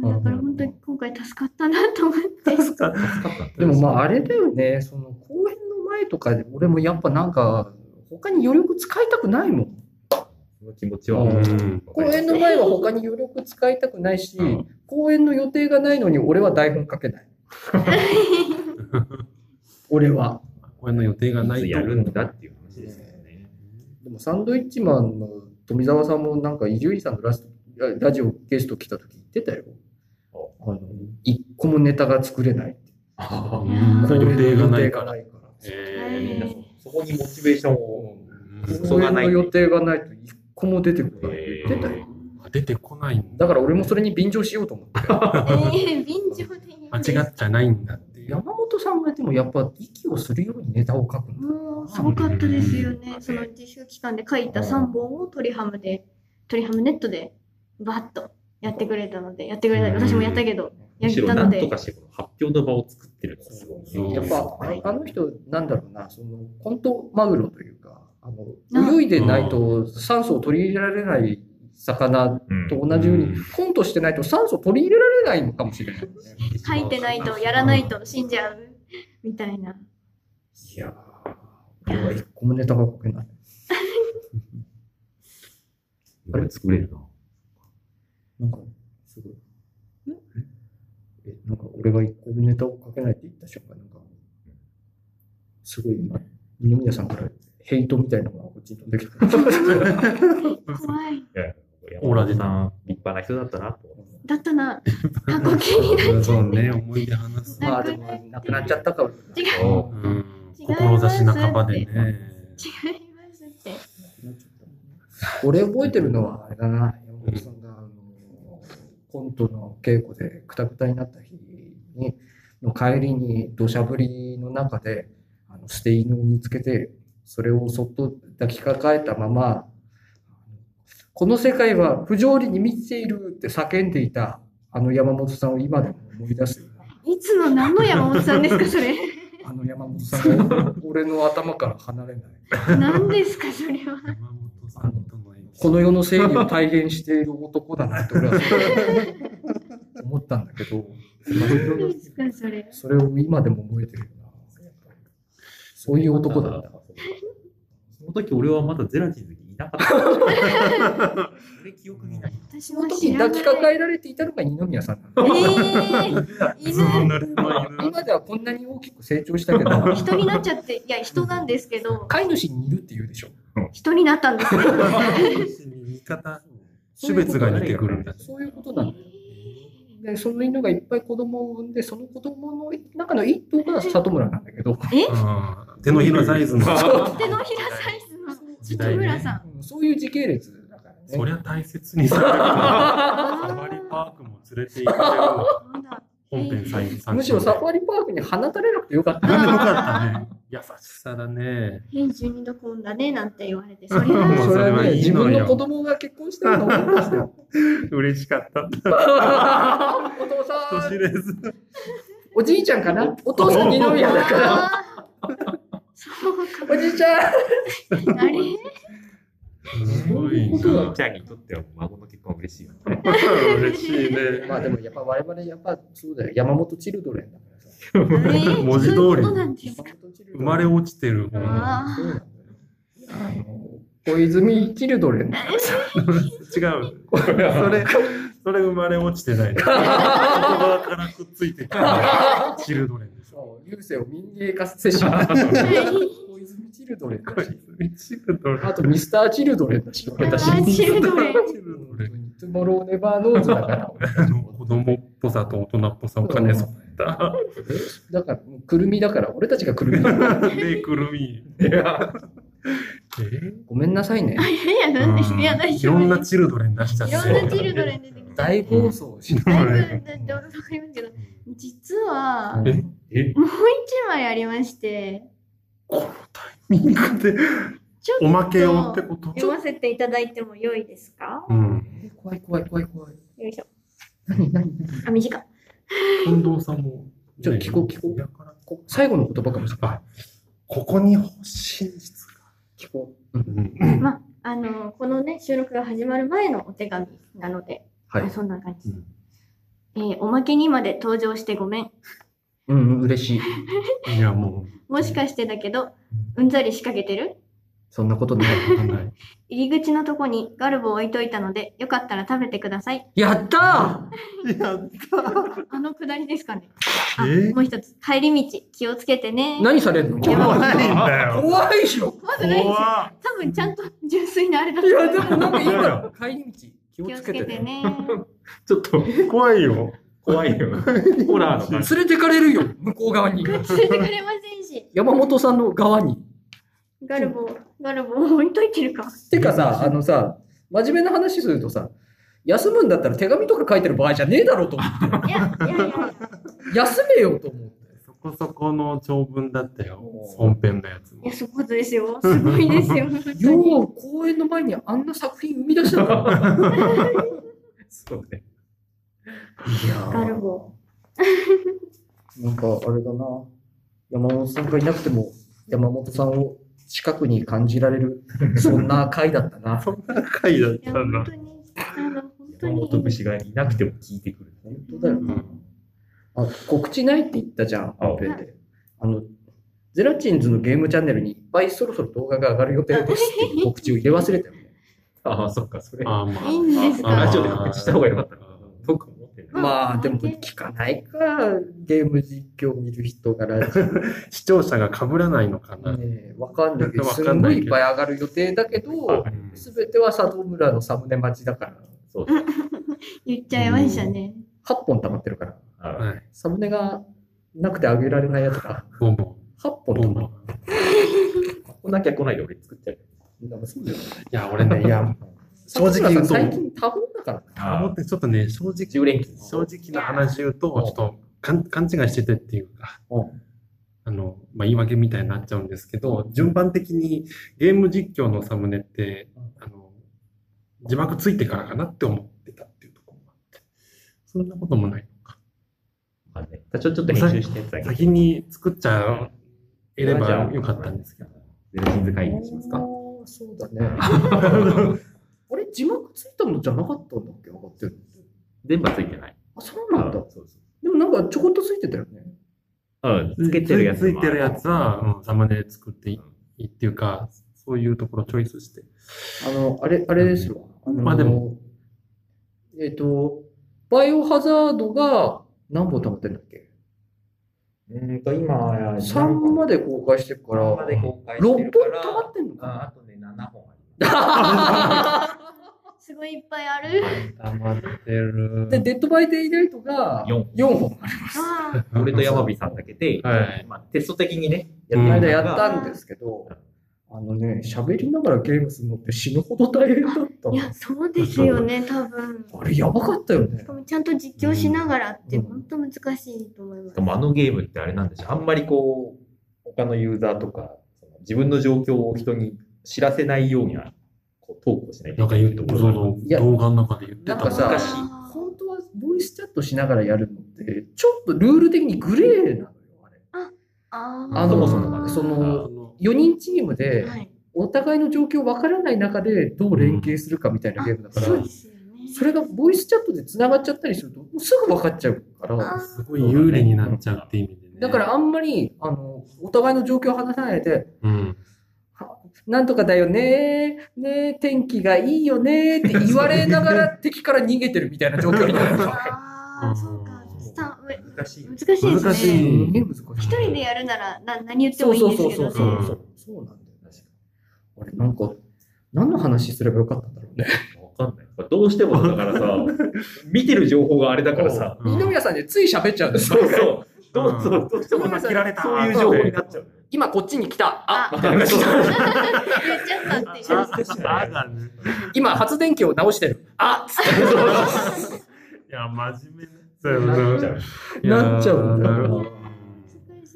Speaker 1: もうだから本当に今回助かったなと思って。
Speaker 2: 助か
Speaker 3: でもまああれだよね、その公演の前とかで俺もやっぱなんか他に余力使いたくないもん。
Speaker 4: その気持ちは、
Speaker 2: うん
Speaker 4: わか
Speaker 3: 公
Speaker 4: ります
Speaker 3: 演の前は他に余力使いたくないし、
Speaker 2: うん
Speaker 3: 公演の予定がないのに俺は台本書けない。俺は。
Speaker 2: 公演の予定がない
Speaker 4: いつ
Speaker 2: と
Speaker 4: やるんだっていう話ですよね。
Speaker 3: でもサンドイッチマンの富澤さんもなんか伊集院さんのラストラジオゲスト来た時言ってたよ。あの一個もネタが作れないって。
Speaker 4: あ
Speaker 2: う
Speaker 4: あ
Speaker 2: ん
Speaker 1: そう
Speaker 2: 予定がない
Speaker 3: 予定
Speaker 2: から。
Speaker 3: ないから。
Speaker 4: えーみんなそそこにモチベーションを。
Speaker 2: うん
Speaker 3: 公
Speaker 4: そうが
Speaker 3: 演
Speaker 4: な
Speaker 3: の
Speaker 4: い
Speaker 3: 予定がないと一個も出てこない
Speaker 4: え
Speaker 3: って
Speaker 4: ー
Speaker 3: 言ってたよ。
Speaker 2: あ出てこないんだ。
Speaker 3: だから俺もそれに便乗しようと思って。
Speaker 1: ええ便乗で言う
Speaker 2: 間違っちゃないんだっていう。
Speaker 3: 山本さんがでもやっぱ息をするようにネタを書くんだ。
Speaker 1: もうすごかったですよね。その自習期間で書いた3本を鳥ハムで、鳥ハムネットでバッとやってくれたので、やってくれた。私もやったけど、や
Speaker 4: むし
Speaker 1: っ
Speaker 4: ろ
Speaker 1: た
Speaker 4: な
Speaker 1: の
Speaker 4: んと
Speaker 1: で
Speaker 4: か。してこの発表の場を作ってるのがすごいですね。
Speaker 3: やっぱああの人なんだろうな、そのコントマグロというか、あ
Speaker 1: あ
Speaker 3: の泳いでないと酸素を取り入れられない魚
Speaker 4: うん
Speaker 3: と同じように、
Speaker 2: うん
Speaker 3: コントしてないと酸素取り入れられないのかもしれない、ね。
Speaker 1: 書いてないと、やらないと死んじゃう。みたいな。
Speaker 3: いやー、俺は一個もネタが書けない。
Speaker 4: あれ作れるな。
Speaker 3: なんか、すごい。え、なんか俺が一個もネタを書けないって言った瞬間、なんか、すごい今、二宮さんからヘイトみたいなのがこっちに飛んできた。
Speaker 1: 怖い。
Speaker 2: オーラ出た
Speaker 4: な。立派な人だったなと。
Speaker 1: だった な。過去形になっち
Speaker 2: そ
Speaker 1: ゃ
Speaker 2: う
Speaker 1: って。
Speaker 2: ね、思い出話す。
Speaker 3: まあでも、なくなっちゃったから。
Speaker 1: 違
Speaker 2: う
Speaker 1: う。
Speaker 2: ん
Speaker 1: 違います
Speaker 2: 志半ばでね。
Speaker 1: 違いますって。
Speaker 3: 俺覚えてるのはあれだな、山本さんがあのコントの稽古でくたくたになった日にの帰りに土砂降りの中であの捨て犬を見つけて、それをそっと抱きかかえたまま、この世界は不条理に満ちているって叫んでいたあの山本さんを今でも思い出すよな。
Speaker 1: いつの何の山本さんですか、それ。
Speaker 3: あの山本さんが俺の頭から離れない。
Speaker 1: 何ですか、それは。
Speaker 2: 山本さんとのエピソ
Speaker 3: こ
Speaker 2: ード
Speaker 3: の世の正義を体現している男だなって俺は思ったんだけど、
Speaker 1: 何ですか、それ。
Speaker 3: それを今でも覚えてるよな。そういう男だった。
Speaker 4: その時俺はまだゼラチンズにいなかった。俺記憶にない。
Speaker 1: 私
Speaker 3: その
Speaker 1: も
Speaker 3: 時
Speaker 1: 知
Speaker 3: に
Speaker 1: ら
Speaker 3: 抱
Speaker 1: ない
Speaker 3: き。かかえられていたのが二宮さんな
Speaker 1: え
Speaker 3: の。
Speaker 1: ー、犬。
Speaker 3: 今ではこんなに大きく成長したけど、
Speaker 1: 人になっちゃって、いや、人なんですけど、
Speaker 3: 飼い主にいるって言うでしょ。
Speaker 1: 人になったんですね。
Speaker 2: 見方、種別が似てくるんだ。
Speaker 3: そういうことなんだよ。で、その犬がいっぱい子供を産んで、その子供の中の一頭が里村なんだけど、
Speaker 2: うん手のひらサイズの。
Speaker 1: 手のひらサイズの
Speaker 2: 時
Speaker 1: 里
Speaker 2: 代ね
Speaker 1: 村さん。
Speaker 3: うんそういう時系列だからね。
Speaker 2: そりゃ大切にされてるわ。サファリパークも連れて行かれるわ
Speaker 1: なんだ
Speaker 2: 本編最後。
Speaker 3: むしろサフ
Speaker 2: リ
Speaker 3: ァリパークに放たれなくてよかった。
Speaker 2: なんでよかったね。優しさだね。
Speaker 1: 「変12度混んだね」なんて言われてそれ
Speaker 2: もう
Speaker 1: は
Speaker 2: それはいい
Speaker 3: 自
Speaker 2: の
Speaker 3: 分
Speaker 2: よ
Speaker 3: の子供が結婚してるのを思い出したよ。
Speaker 2: 嬉しかった。
Speaker 3: お父
Speaker 2: 人
Speaker 3: さ ん、
Speaker 2: 知れず。
Speaker 3: おじいちゃんかなお父さん二宮 だから。
Speaker 1: あーそうか
Speaker 3: おじいちゃん
Speaker 1: あれ
Speaker 2: すごい
Speaker 4: おじい
Speaker 2: な。
Speaker 4: ちゃんにとっては孫の結婚は嬉しいよね。
Speaker 2: 嬉しいね。
Speaker 3: まあでもやっぱ我々やっぱそうだよ。山本チルドレンだからさ。
Speaker 1: え
Speaker 2: 文字通り
Speaker 1: そういうことなんです
Speaker 3: 山
Speaker 1: か
Speaker 3: 本チルドレン
Speaker 2: 生まれ落ちてる。
Speaker 1: あ
Speaker 3: そうなんだよあの小泉チルドレンだからさ。
Speaker 2: 違う。それ、それ生まれ落ちてない。言葉からくっついてくる。チルドレンです。
Speaker 3: そう優勢を民芸化してしまう。小泉チルドレンだし。
Speaker 2: チルドレン。
Speaker 3: あとミスターチルドレンだし。俺たち
Speaker 1: あーチルドレン
Speaker 2: チルドレン
Speaker 3: トゥモローネバーノーズだ から。
Speaker 2: あの子供っぽさと大人っぽさを兼ね備えた。
Speaker 3: だから、くるみだから、俺たちがくるみだ から。
Speaker 2: で、くるみ。え
Speaker 3: ごめんなさいね。
Speaker 1: いやいやなんですいや大
Speaker 2: い
Speaker 1: 丈
Speaker 2: ろんな
Speaker 1: 夫
Speaker 2: チルドレン出しちゃっ
Speaker 1: い
Speaker 2: て。
Speaker 1: ろんなチルドレン出てきただい
Speaker 3: 大暴走し
Speaker 1: ぶ
Speaker 2: ド
Speaker 1: だ
Speaker 2: レ
Speaker 1: い
Speaker 2: ン
Speaker 1: ぶわかりますけど実は
Speaker 3: ない。
Speaker 4: え
Speaker 1: もう一枚ありまして
Speaker 2: このタイミングで
Speaker 1: ちょっと
Speaker 2: おまけをってこと
Speaker 1: 読ませていただいても良いですか
Speaker 2: うん。
Speaker 3: え怖い怖い怖い怖い。
Speaker 1: よいしょ
Speaker 3: 何何何
Speaker 1: あ短い
Speaker 2: 近藤さんも。
Speaker 3: ちょっと聞こう聞こう
Speaker 2: だから
Speaker 3: こ最後の言葉かもしれない。
Speaker 2: あ、ここに真実が。
Speaker 3: 聞こ
Speaker 2: うん
Speaker 1: まああのこのね収録が始まる前のお手紙なので、
Speaker 3: う。は
Speaker 1: あ
Speaker 3: い。
Speaker 1: そんな感じ、
Speaker 2: うん
Speaker 1: えーおまけにまで登場してごめん。
Speaker 3: うんうん、嬉しい。
Speaker 2: いや、も
Speaker 1: もしかしてだけど、うんざり仕掛けてる
Speaker 3: そんなことない。
Speaker 2: う、わかんない。
Speaker 1: 入り口のとこにガルボを置いといたので、よかったら食べてください。
Speaker 3: やったー
Speaker 2: やっ
Speaker 1: あのくだりですかね。
Speaker 2: た
Speaker 1: あ
Speaker 2: え
Speaker 1: もう一つ、帰り道気をつけてね。
Speaker 3: 何されんの
Speaker 1: やば
Speaker 2: 怖いんだよ。
Speaker 3: 怖いでしょ
Speaker 1: まずないですよ。
Speaker 2: 怖
Speaker 1: 多分ちゃんと純粋なあれだっ
Speaker 3: いやで
Speaker 1: た。
Speaker 3: もなんか
Speaker 2: いやいや
Speaker 3: 今帰り道気を
Speaker 1: 気を
Speaker 3: つ
Speaker 1: つ
Speaker 3: け
Speaker 1: け
Speaker 3: て
Speaker 1: て
Speaker 3: ね
Speaker 1: ね。
Speaker 2: ちょっと怖いよ。
Speaker 4: 怖いよ。 ホラーの感じ。
Speaker 3: 連れてかれるよ向こう側に
Speaker 1: 連れてくれませんし。
Speaker 3: 山本さんの側に
Speaker 1: ガルボ、ガルボ置いといてるか。
Speaker 3: てかさあのさ真面目な話するとさ休むんだったら手紙とか書いてる場合じゃねえだろうと思って
Speaker 1: いや、いやいやいや。
Speaker 3: 休めよと思って
Speaker 2: そこそこの長文だったよ
Speaker 3: お。ー
Speaker 2: 本編のやつ
Speaker 1: い
Speaker 2: も
Speaker 1: や、。そういうことですよ。すごいですよ。本当
Speaker 3: よ
Speaker 1: に
Speaker 3: う公演の前にあんな作品生み出したな
Speaker 4: そうね。
Speaker 3: いや
Speaker 1: ガル
Speaker 3: ー
Speaker 1: ボ。
Speaker 3: なんかあれだな山本さんがいなくても山本さんを近くに感じられるそんな回だったな
Speaker 2: そんな回だっ
Speaker 1: いや、
Speaker 2: たん
Speaker 1: 本
Speaker 2: だ
Speaker 1: 当。に、あの、本当
Speaker 4: 山
Speaker 1: に。
Speaker 4: 本節がいなくても聞いてくる。
Speaker 3: 本当だよな。あ、告知ないって言ったじゃん、本編で。あの、ゼラチンズのゲームチャンネルにいっぱいそろそろ動画が上がる予定ですっていう告知を入れ忘れたよね。
Speaker 4: ああ、そっか、それ。
Speaker 2: あーま
Speaker 1: いいんです
Speaker 2: あ
Speaker 1: か
Speaker 4: ラジオで告知した方がよかったな。僕も思ってない。
Speaker 3: まあ、でも聞かないか、ゲーム実況見る人がラジ
Speaker 2: あ、視聴者が被らないのか
Speaker 3: オ
Speaker 2: な。
Speaker 3: ね。わかんないけど、
Speaker 2: わ
Speaker 3: す
Speaker 2: か
Speaker 3: ん
Speaker 2: ん
Speaker 3: ご
Speaker 2: ないい
Speaker 3: い
Speaker 2: けど
Speaker 3: っぱい上がる予定だけど、
Speaker 2: うん
Speaker 3: すべては佐藤村のサムネ待ちだから、
Speaker 4: そうですね。
Speaker 1: 言っちゃいましたね。
Speaker 3: 8本溜まってるから、
Speaker 4: あ
Speaker 2: はい。
Speaker 3: サムネがなくてあげられないやつが
Speaker 2: ボンボン。
Speaker 3: 8本
Speaker 2: ボ
Speaker 3: 溜
Speaker 2: ンボ
Speaker 3: まる。
Speaker 2: ン。
Speaker 4: こんなきゃ来ないで俺作っちゃう。
Speaker 3: なんかそうだよね
Speaker 2: いや、俺ね、いや、正直言うと
Speaker 3: 佐藤村さん最近多分だから。
Speaker 2: あ思ってちょっとね、正直、
Speaker 4: 10連休。
Speaker 2: 正直な話言うと、ちょっとかん勘違いしててっていうか
Speaker 3: う、
Speaker 2: あの、まあ、言い訳みたいになっちゃうんですけど、順番的にゲーム実況のサムネって
Speaker 3: うん、
Speaker 2: あの、字幕ついてからかなって思ってたっていうところもあって、そんなこともない。
Speaker 4: まあねちょちょっと編集してた
Speaker 2: 先に作っちゃえればよかったんですけど。
Speaker 4: ゼラチンズ会議にします
Speaker 3: あ
Speaker 4: か。
Speaker 3: ーそうだね。あれ、字幕ついたのじゃなかったんだっけ上がってる。
Speaker 4: 全部はついてない。
Speaker 3: あ、そうなんだ。
Speaker 4: そうそう。
Speaker 3: でもなんかちょこっとついてたよね。
Speaker 4: うん、 つけてるやつ
Speaker 2: つい
Speaker 4: もあ。
Speaker 2: てるやつは、うん、サムネ作ってい
Speaker 4: うん
Speaker 2: いっていうか、そういうところチョイスして。
Speaker 3: あの、あれ、あれですわ。あの
Speaker 2: まあでも。
Speaker 3: えっ、と、バイオハザードが何本溜まってんだっけ
Speaker 5: うーんと、今、
Speaker 3: ?3 まで公開してるから、
Speaker 5: 3
Speaker 3: 6
Speaker 5: まで公開して
Speaker 3: 本
Speaker 5: るから、
Speaker 3: 溜まってんのか
Speaker 5: あ
Speaker 3: な
Speaker 5: あとね、7本あります
Speaker 1: ごいいっぱいある。
Speaker 2: 黙ってる
Speaker 3: す。で、デッドバイデイライトが
Speaker 4: 四本
Speaker 3: 4本。
Speaker 1: ああ。
Speaker 4: 俺と山火さんだけで、
Speaker 2: はい
Speaker 4: まあ、テスト的にね、
Speaker 3: この間や
Speaker 4: た
Speaker 3: っ
Speaker 4: のが
Speaker 3: たんですけど、あのね、喋りながらゲームするのって死ぬほど大変だった
Speaker 1: い。や、そうですよね、多分。
Speaker 3: あれ、やばかったよね
Speaker 1: し。かもちゃんと実況しながらって、本当難しいと思いま
Speaker 4: し
Speaker 1: す
Speaker 4: か。もあのゲームってあれなんでしょあんまりこう、他のユーザーとか、その自分の状況を人に知らせないような、こう、トークをしないと
Speaker 2: なん
Speaker 4: い
Speaker 2: か
Speaker 4: けな
Speaker 2: 言う
Speaker 4: いと
Speaker 2: と、
Speaker 4: こ
Speaker 2: そ
Speaker 4: ろが
Speaker 2: の動画の中で言って
Speaker 3: なん
Speaker 2: た
Speaker 3: かさ
Speaker 4: 難しい、
Speaker 3: 本当はボイスチャットしながらやるのって、ちょっとルール的にグレーなのよ、あれ。
Speaker 1: あ
Speaker 3: あ
Speaker 1: あ。
Speaker 3: の
Speaker 4: そもそもがね
Speaker 3: そ
Speaker 2: あ
Speaker 3: の
Speaker 2: の
Speaker 3: 4人チームで、
Speaker 1: はい。
Speaker 3: お互いの状況わからない中で、どう連携するかみたいなゲームだから、
Speaker 1: そうですよね。
Speaker 3: それがボイスチャットで繋がっちゃったりすると、もうすぐ分かっちゃうか
Speaker 1: あ
Speaker 3: ら、
Speaker 2: すごい有利になっちゃうって意味でね。
Speaker 3: だからあんまり、あの、お互いの状況を話さないで、
Speaker 2: うん、
Speaker 3: なんとかだよねー、ねー天気がいいよねーって言われながら敵から逃げてるみたいな状況になるから。
Speaker 1: ああ、そうか。スタン
Speaker 4: 難しいよ
Speaker 1: 難しいですね。
Speaker 2: 難しい
Speaker 3: すげえ難しい。
Speaker 1: 一人でやるならな何言って
Speaker 3: そ
Speaker 1: も
Speaker 3: う
Speaker 1: いい
Speaker 3: そ
Speaker 1: ん
Speaker 3: う
Speaker 1: です
Speaker 3: そう
Speaker 1: け
Speaker 3: そ
Speaker 1: ど
Speaker 3: う
Speaker 1: ね
Speaker 3: そう。そうなんだよ、確かに。あれ、なんか、何の話すればよかったんだろうね。
Speaker 4: わかんない。どうしてもだからさ、見てる情報があれだからさ、
Speaker 2: うん
Speaker 3: 二宮さんについ喋っちゃうんです
Speaker 4: そうそう、ど
Speaker 2: う
Speaker 4: うんそうどうしても
Speaker 3: そう
Speaker 4: さ
Speaker 3: 切られた
Speaker 4: そういう情報になっちゃう。
Speaker 3: 今こっちに来た。あ、
Speaker 1: あ
Speaker 3: みたいな感じ
Speaker 4: そう
Speaker 1: 言っちゃったっていう。
Speaker 4: 難しいね
Speaker 2: あがね。
Speaker 3: 今発電機を直してる。あ、つって
Speaker 2: いや、真面目な。
Speaker 4: なっちゃう
Speaker 3: なっちゃうんだ
Speaker 2: なるほど。
Speaker 1: 難し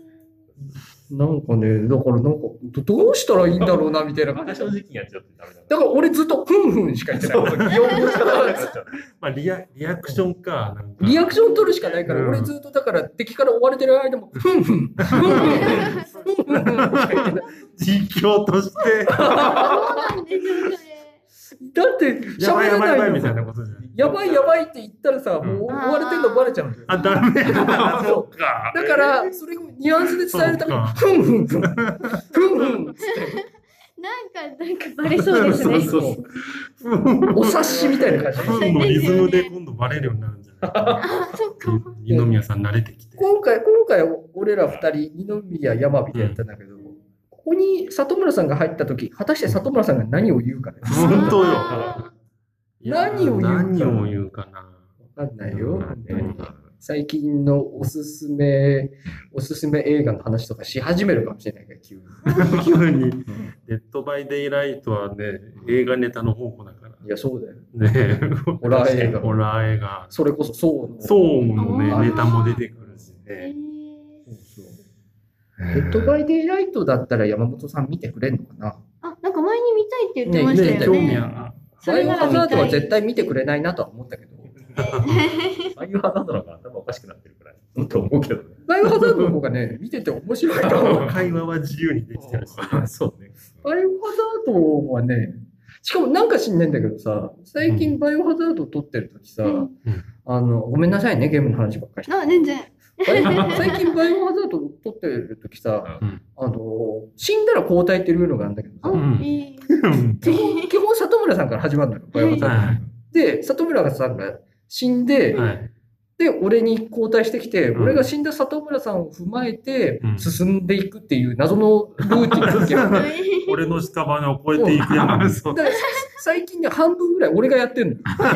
Speaker 1: い
Speaker 3: なんかね、だからなんか、どどうしたらいいんだろうな、みたいな
Speaker 4: ま
Speaker 3: 感
Speaker 4: た
Speaker 3: じ
Speaker 4: 正。直にやっちゃってダメだ
Speaker 3: だから俺ずっと、ふんふんしか言ってない。
Speaker 4: 要望しかな くなっちゃう。
Speaker 2: まあ、リアリアクションか。なんか
Speaker 3: リアクション取るしかないから、
Speaker 2: うん
Speaker 3: 俺ずっとだから敵から追われてる間も、ふんふん、ふんふん、ふんふんしか言ってない。
Speaker 2: 実況として。
Speaker 1: そうなんですよ、それ。
Speaker 3: だって、
Speaker 2: や
Speaker 3: 喋
Speaker 2: ばい
Speaker 3: れ
Speaker 2: やばいやば
Speaker 3: ないい
Speaker 2: み
Speaker 3: の
Speaker 2: たいなことじゃない。
Speaker 3: やばいやばいって言ったらさ、
Speaker 2: うん
Speaker 3: もう追われてんのバレちゃうんだよ。
Speaker 2: あ、ダメだ。
Speaker 3: そ
Speaker 2: っか
Speaker 3: だから、 それをニュアンスで伝えるため に、ふんふんふん、ふんふんっつって、
Speaker 1: なんか、なんかバレそうですね。
Speaker 2: そうそうそう。
Speaker 3: お察しみたいな感じ。
Speaker 2: 分のリズムで今度バレるようになるんじゃないか
Speaker 1: あ、そっか。
Speaker 2: な。二宮さん慣れてきて。
Speaker 3: 今回、今回、俺ら二人、二宮、山火でやったんだけど、ここに里村さんが入った時、果たして里村さんが何を言うかね。
Speaker 2: 本当よ。
Speaker 1: あ
Speaker 3: 何を言うか
Speaker 2: 何を言うかな。
Speaker 3: わかんないよ。本当
Speaker 2: う
Speaker 3: に
Speaker 2: ん
Speaker 3: 最近のおすすめ、おすすめ映画の話とかし始めるかもしれないから、急 に。
Speaker 2: 急に。デッドバイデイライトはね、映画ネタの宝庫だから。
Speaker 3: いや、そうだよ。
Speaker 2: ね
Speaker 3: ホラー映画。
Speaker 2: ホラー映画。
Speaker 3: それこそ、そうの。
Speaker 2: ソームの
Speaker 1: あー
Speaker 2: ね、ネタも出てくるし
Speaker 1: え
Speaker 2: ね。
Speaker 1: ー
Speaker 3: デッドバ
Speaker 2: イ
Speaker 3: イデイライトだったら山本さん見てくれんのかな
Speaker 1: あ、なんか前に見たいって言ってまし
Speaker 3: ね
Speaker 1: たよ
Speaker 2: 興
Speaker 1: ね。
Speaker 2: 味あ
Speaker 1: そ
Speaker 3: バ
Speaker 1: れ
Speaker 3: イオ
Speaker 1: なら
Speaker 3: ハザー
Speaker 1: 見
Speaker 3: ド
Speaker 1: た。
Speaker 3: はい絶対見てくれないなとは思ったけど、
Speaker 4: ああいう話なのか頭おかしくなってるくらい。うんと思うけどね。
Speaker 3: バイオハザードの方がね、見てて面白いと思う。
Speaker 2: る。会話は自由にできてるし。
Speaker 4: そうね。
Speaker 3: バイオハザードはね、しかもなんか知んないんだけどさ、最
Speaker 2: う
Speaker 3: 近
Speaker 2: ん
Speaker 3: バイオハザード撮ってる時さ、
Speaker 1: うん
Speaker 3: あの、ごめんなさいね、ゲームの話ばっかりして
Speaker 1: あ、全然。
Speaker 3: バイオ最近バイオハザード撮ってる時さ、
Speaker 2: うん
Speaker 3: あの、死んだら交代っていうのがあるんだけど
Speaker 1: あ、
Speaker 3: さ、
Speaker 2: うん
Speaker 1: いい。
Speaker 2: うん
Speaker 3: 基本、基本里村さんから始まるのよ、バイオハザード。
Speaker 2: は
Speaker 3: で、里村さんが死んで、
Speaker 2: い。はい。
Speaker 3: で、俺に交代してきて、
Speaker 2: うん
Speaker 3: 俺が死んだ里村さんを踏まえて
Speaker 2: う、ん
Speaker 3: 進んでいくっていう謎のルーティン っていうの
Speaker 2: 俺の屍を超えていくや つ。
Speaker 3: だから最近ね、半分ぐらい俺がやってんの。バ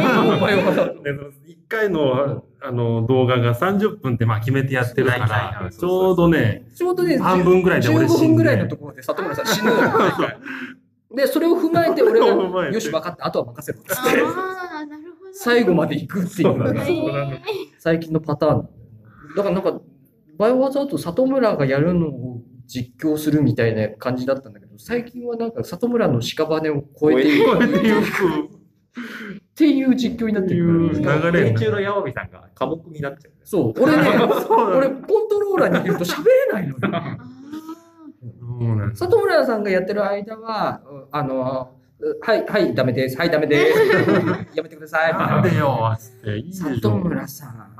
Speaker 3: イオハザード
Speaker 2: ねその一回のあの動画が30分ってまあ決めてやってるか
Speaker 4: はいはいは
Speaker 2: ら、
Speaker 4: い
Speaker 2: ちょうどね、
Speaker 3: ちょうどね、
Speaker 2: 半分ぐらいで俺
Speaker 3: 15
Speaker 2: 死んで
Speaker 3: 分ぐらいのところで里村さん死ぬの よ。で、それを踏まえて俺が、
Speaker 2: それを踏まえて
Speaker 3: よし、分かった、あとは任せろっつって、
Speaker 1: ああ、なるほど。
Speaker 3: 最後まで行くっていうのが
Speaker 1: え
Speaker 2: そうな
Speaker 1: ー
Speaker 3: 最近のパターンなんだよね。だからなんか、バイオハザード、里村がやるのを実況するみたいな感じだったんだけど、最近はなんか里村の屍を超えてい くっていう実況になってる
Speaker 2: 流
Speaker 3: か
Speaker 2: れ
Speaker 3: ら。
Speaker 2: が
Speaker 4: 連中 の山火さんが寡黙になっちゃうね。
Speaker 3: そう、俺ね、
Speaker 2: そう
Speaker 3: 俺
Speaker 2: だ
Speaker 3: コントローラーにいると喋れないのよ。
Speaker 1: あ
Speaker 2: そうなんです
Speaker 3: 里村さんがやってる間は、うんあの、うんはい、はい、ダメです、はい、ダ メです、やめてください、みたい
Speaker 2: なん
Speaker 3: な。
Speaker 2: で よ、つって。いいでしょ
Speaker 3: 里村さん、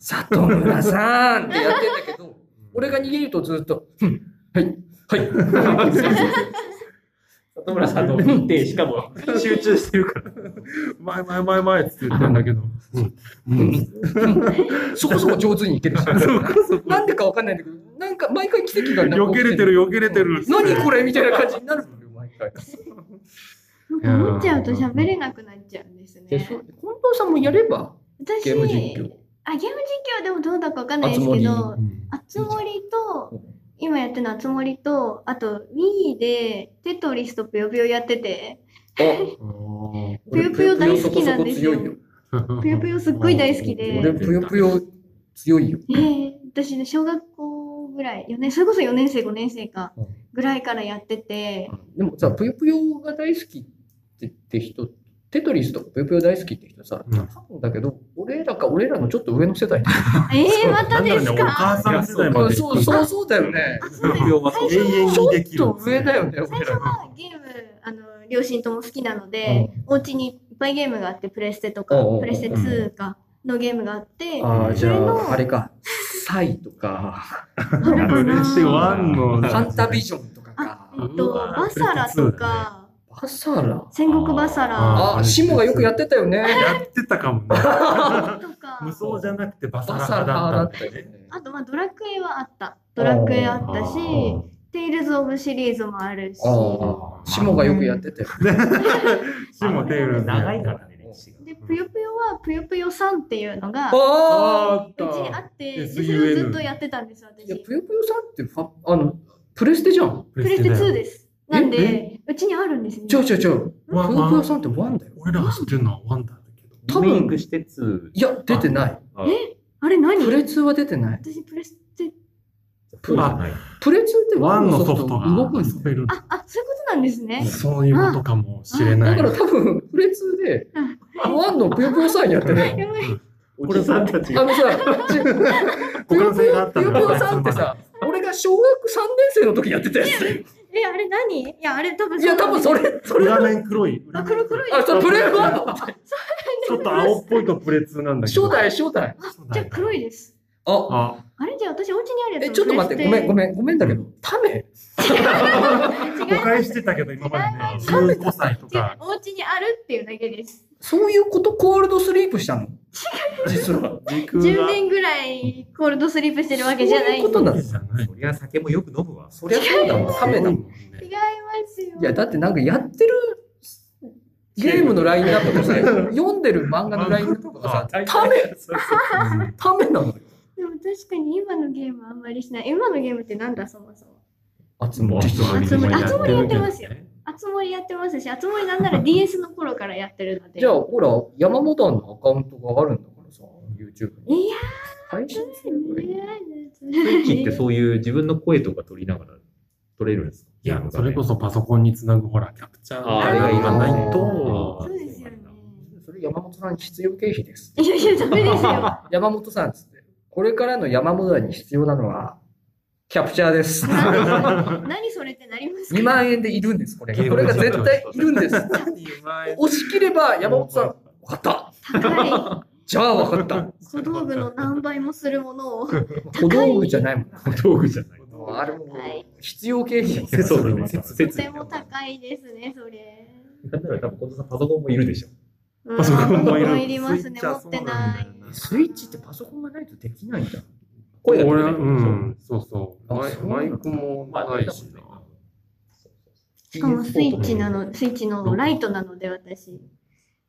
Speaker 3: 里村さんってやってんだけど、俺が逃げるとずっと、うんはい、はい、
Speaker 4: 里村さんの見て、しかも集中してるから。
Speaker 2: 前前前前って言ってんだけど。うん
Speaker 3: そこそこ上手にいけるし、
Speaker 2: そこそこ
Speaker 3: なんでかわかんないんだけど、なんか毎回奇跡がなんか
Speaker 2: よ
Speaker 3: 起
Speaker 2: け
Speaker 3: き
Speaker 2: れてる、よけれてる。
Speaker 3: 何これみたいな感じになるのよ、毎回。
Speaker 1: ーなんか見ちゃうと喋れなくなっちゃうんです
Speaker 3: で、
Speaker 1: ね。
Speaker 3: そう、近藤さんもやれば、
Speaker 1: 私、
Speaker 3: ゲーム実況。
Speaker 1: あ、ゲーム実況でもどうだかわかんないですけど、あつ森
Speaker 3: う
Speaker 1: と
Speaker 3: ん、
Speaker 1: 今やってるのあつ森と、あと Wii でテトリスとぷよぷよやってて、
Speaker 3: あ、
Speaker 1: ぷよぷよ大好きなんですよ
Speaker 3: 俺ぷよぷ
Speaker 1: ぷよぷよ
Speaker 3: よそこそこ強いよ。
Speaker 1: すっごい大好きで、
Speaker 3: 俺、ぷよぷよ強いよ。
Speaker 1: えー私ね、小学校ぐらい、4年、それこそ4年生、5年生か
Speaker 3: うん、
Speaker 1: ぐらいからやってて、
Speaker 3: でもさ、ぷよぷよが大好きってって人、テトリスとかぷよぷよ大好きって人さ、
Speaker 2: うん
Speaker 3: 多分だけど、俺らか俺らのちょっと上の世代だよ
Speaker 1: えー、またです
Speaker 2: なんだろうねお
Speaker 1: か
Speaker 2: 母さん世代まで行
Speaker 3: そ
Speaker 2: く
Speaker 3: う、
Speaker 2: んだ。
Speaker 3: そう、そうだよね。
Speaker 2: 永遠
Speaker 3: ち
Speaker 2: に
Speaker 3: ょ
Speaker 2: でき
Speaker 3: っ
Speaker 2: る。
Speaker 3: と上だよね、
Speaker 1: 最
Speaker 3: 俺
Speaker 1: 初
Speaker 3: ら。
Speaker 1: はゲーム、あの、両親とも好きなので、お家にいっぱいゲームがあって、プレステとか
Speaker 3: うんうんうんう、ん
Speaker 1: プレステ2か、のゲームがあって、
Speaker 3: ああ、じ
Speaker 1: そ
Speaker 3: ゃ
Speaker 1: れ
Speaker 3: あ、
Speaker 1: の
Speaker 3: あれか、サイとか、
Speaker 1: あるかな
Speaker 2: 嬉しい、ワンの。
Speaker 3: ファンタビジョンとかか
Speaker 1: あ、え、っ
Speaker 2: う
Speaker 1: と、
Speaker 2: わ
Speaker 1: バサラとか、
Speaker 3: バサラ。
Speaker 1: 戦国バサラ
Speaker 3: ああ、シモがよくやってたよ ね。
Speaker 2: やってたかもね。
Speaker 1: とか、
Speaker 2: 無双じゃなくてバサ
Speaker 3: バ
Speaker 2: ラ
Speaker 3: サラ
Speaker 2: 派
Speaker 3: だ
Speaker 2: だ
Speaker 3: っ
Speaker 2: ったた
Speaker 3: よ
Speaker 2: よ
Speaker 3: ね
Speaker 2: ね。。
Speaker 1: あと、まあ、ドラクエはあった。ドラクエあったし
Speaker 2: あ、
Speaker 1: テイルズ・オブ・シリーズもあるし、
Speaker 3: ああ、シモがよくやってたよね。
Speaker 2: シモテールズ
Speaker 4: 長いからね、歴史が。
Speaker 1: で、ぷよぷよはぷよぷよさんっていうのが、う
Speaker 3: ああ、
Speaker 1: ちにあって、で
Speaker 2: SUN
Speaker 1: それをずっとやってたんです、
Speaker 3: いや、
Speaker 1: 私。
Speaker 3: ぷよぷよさんってファ、あの、プレステじゃん。
Speaker 1: プレステ2
Speaker 2: で。
Speaker 1: です。なんで、うちにあるんですね。
Speaker 3: ちょちょちょ、ぷ
Speaker 2: ワ
Speaker 3: よ
Speaker 2: ン
Speaker 3: ぷよさんってワンだよ。
Speaker 2: 俺らが知ってるのはワンダーだけど。
Speaker 3: 多分
Speaker 4: リメイクして2。
Speaker 3: いや、出てない。
Speaker 4: あ
Speaker 1: えあれ何
Speaker 3: プレ2は出てない。
Speaker 1: 私プレステ、
Speaker 4: そうじゃない
Speaker 3: プレ2って
Speaker 2: ワンのソフトが
Speaker 3: 動くんですよ。
Speaker 2: 遊べる。
Speaker 1: あ、あ、そういうことなんですね。
Speaker 2: そういうことかもしれな
Speaker 3: だ
Speaker 2: い。
Speaker 3: から多分、プレ2で、ワンのぷよぷよさんやってない。
Speaker 1: やばい。
Speaker 4: おじさんたち
Speaker 3: あ
Speaker 4: が。
Speaker 3: のさ、ち
Speaker 2: 互換性があった
Speaker 3: ぷ
Speaker 2: んだ
Speaker 3: よぷよさんってさ、俺が小学3年生の時やってたやつ。
Speaker 1: え、あれ何いや、あれ多分
Speaker 3: いや、多分そ
Speaker 1: れ。
Speaker 3: れ、それ、
Speaker 2: 裏面黒い。裏
Speaker 1: あ、
Speaker 2: 面
Speaker 1: 黒黒い。
Speaker 3: あ、それプレーバー
Speaker 2: ちょっと青っぽいとプレツなんだけど。
Speaker 3: 正体、正体。
Speaker 1: じゃあ黒いです。
Speaker 3: あ、
Speaker 2: あ、
Speaker 1: あれじゃあ私お家にある
Speaker 3: え、
Speaker 1: やつ
Speaker 3: ちょっと待って、ごめん、ごめん、ごめんだけど、タメ
Speaker 1: ん。
Speaker 2: 誤
Speaker 1: 違う。
Speaker 2: 解してたけど、今までね、15歳と
Speaker 1: 違う
Speaker 2: か。
Speaker 1: お家にあるっていうだけです。
Speaker 3: そういうことコールドスリープしたの実は。
Speaker 2: 時空
Speaker 1: 10
Speaker 2: が。
Speaker 1: 年ぐらいコールドスリープしてるわけじゃない。
Speaker 3: そういうことなの
Speaker 2: じゃない。
Speaker 4: そりゃ酒もよく飲むわ。
Speaker 3: そりゃそうだもん、タメだもん。
Speaker 1: 違いますよ。
Speaker 3: いや、だってなんかやってるゲームのラインナッ プとさ、読んでる漫画のラインナップがさ、タメタメなのよ。
Speaker 1: でも確かに今のゲームあんまりしない。今のゲームってなんだそもそも。
Speaker 3: 集
Speaker 2: もう一
Speaker 1: あつ
Speaker 2: 人
Speaker 1: 森あつ森やってますすよ。あつ森やってますし、あつ森なんなら DS の頃からやってるので。
Speaker 3: じゃあ、ほら、山本庵のアカウントがあるんだからさ、YouTube に。
Speaker 1: いや
Speaker 3: 配信すればいい
Speaker 1: ー、
Speaker 4: スイッチって
Speaker 1: う。
Speaker 4: そういう自分の声とか取りながら取れるんですか
Speaker 2: いや、それこそパソコンにつなぐほら、キャプチャー
Speaker 4: あ
Speaker 1: ー
Speaker 2: が今ない
Speaker 4: あ
Speaker 2: と
Speaker 4: ー、
Speaker 1: そうですよね。
Speaker 3: それ山本さん必要経費です。
Speaker 1: いやいや、ダメです よ。
Speaker 3: 山本さんっつって、これからの山本庵に必要なのは、キャプチャ ーです。
Speaker 1: 何それってなります
Speaker 3: 2
Speaker 1: か
Speaker 3: 万円でいるんです、これが。
Speaker 2: ゲー
Speaker 3: こ
Speaker 2: ム
Speaker 3: れが絶対いるんです。
Speaker 2: 前
Speaker 3: 押し切れば山本さん、分かった。
Speaker 1: 高い。
Speaker 3: じゃあ分かった。
Speaker 1: 小道具の何倍もするものを。
Speaker 3: 小道具じゃないもんな。
Speaker 4: 道具じゃない。
Speaker 3: あれも
Speaker 1: はい
Speaker 3: 必要経費です
Speaker 4: そうだね。
Speaker 1: と
Speaker 4: 設
Speaker 1: て
Speaker 4: 備
Speaker 1: も高いですね、それ。
Speaker 4: なんなら多分、近藤さんパソコンもいるでしょ。
Speaker 1: うん
Speaker 2: パソコンもい
Speaker 1: パソ
Speaker 2: る
Speaker 1: コンいりますね、持ってない。
Speaker 3: スイッチってパソコンがないとできないんだ。
Speaker 4: 声が出
Speaker 2: 俺
Speaker 4: な
Speaker 2: はい
Speaker 4: って
Speaker 2: う
Speaker 4: ことでしょ
Speaker 2: ん、そうそう。
Speaker 3: あ
Speaker 2: マイ
Speaker 3: そう
Speaker 2: マイクもないしな。
Speaker 1: しかもスイッチなの、スイッチのライトなので私。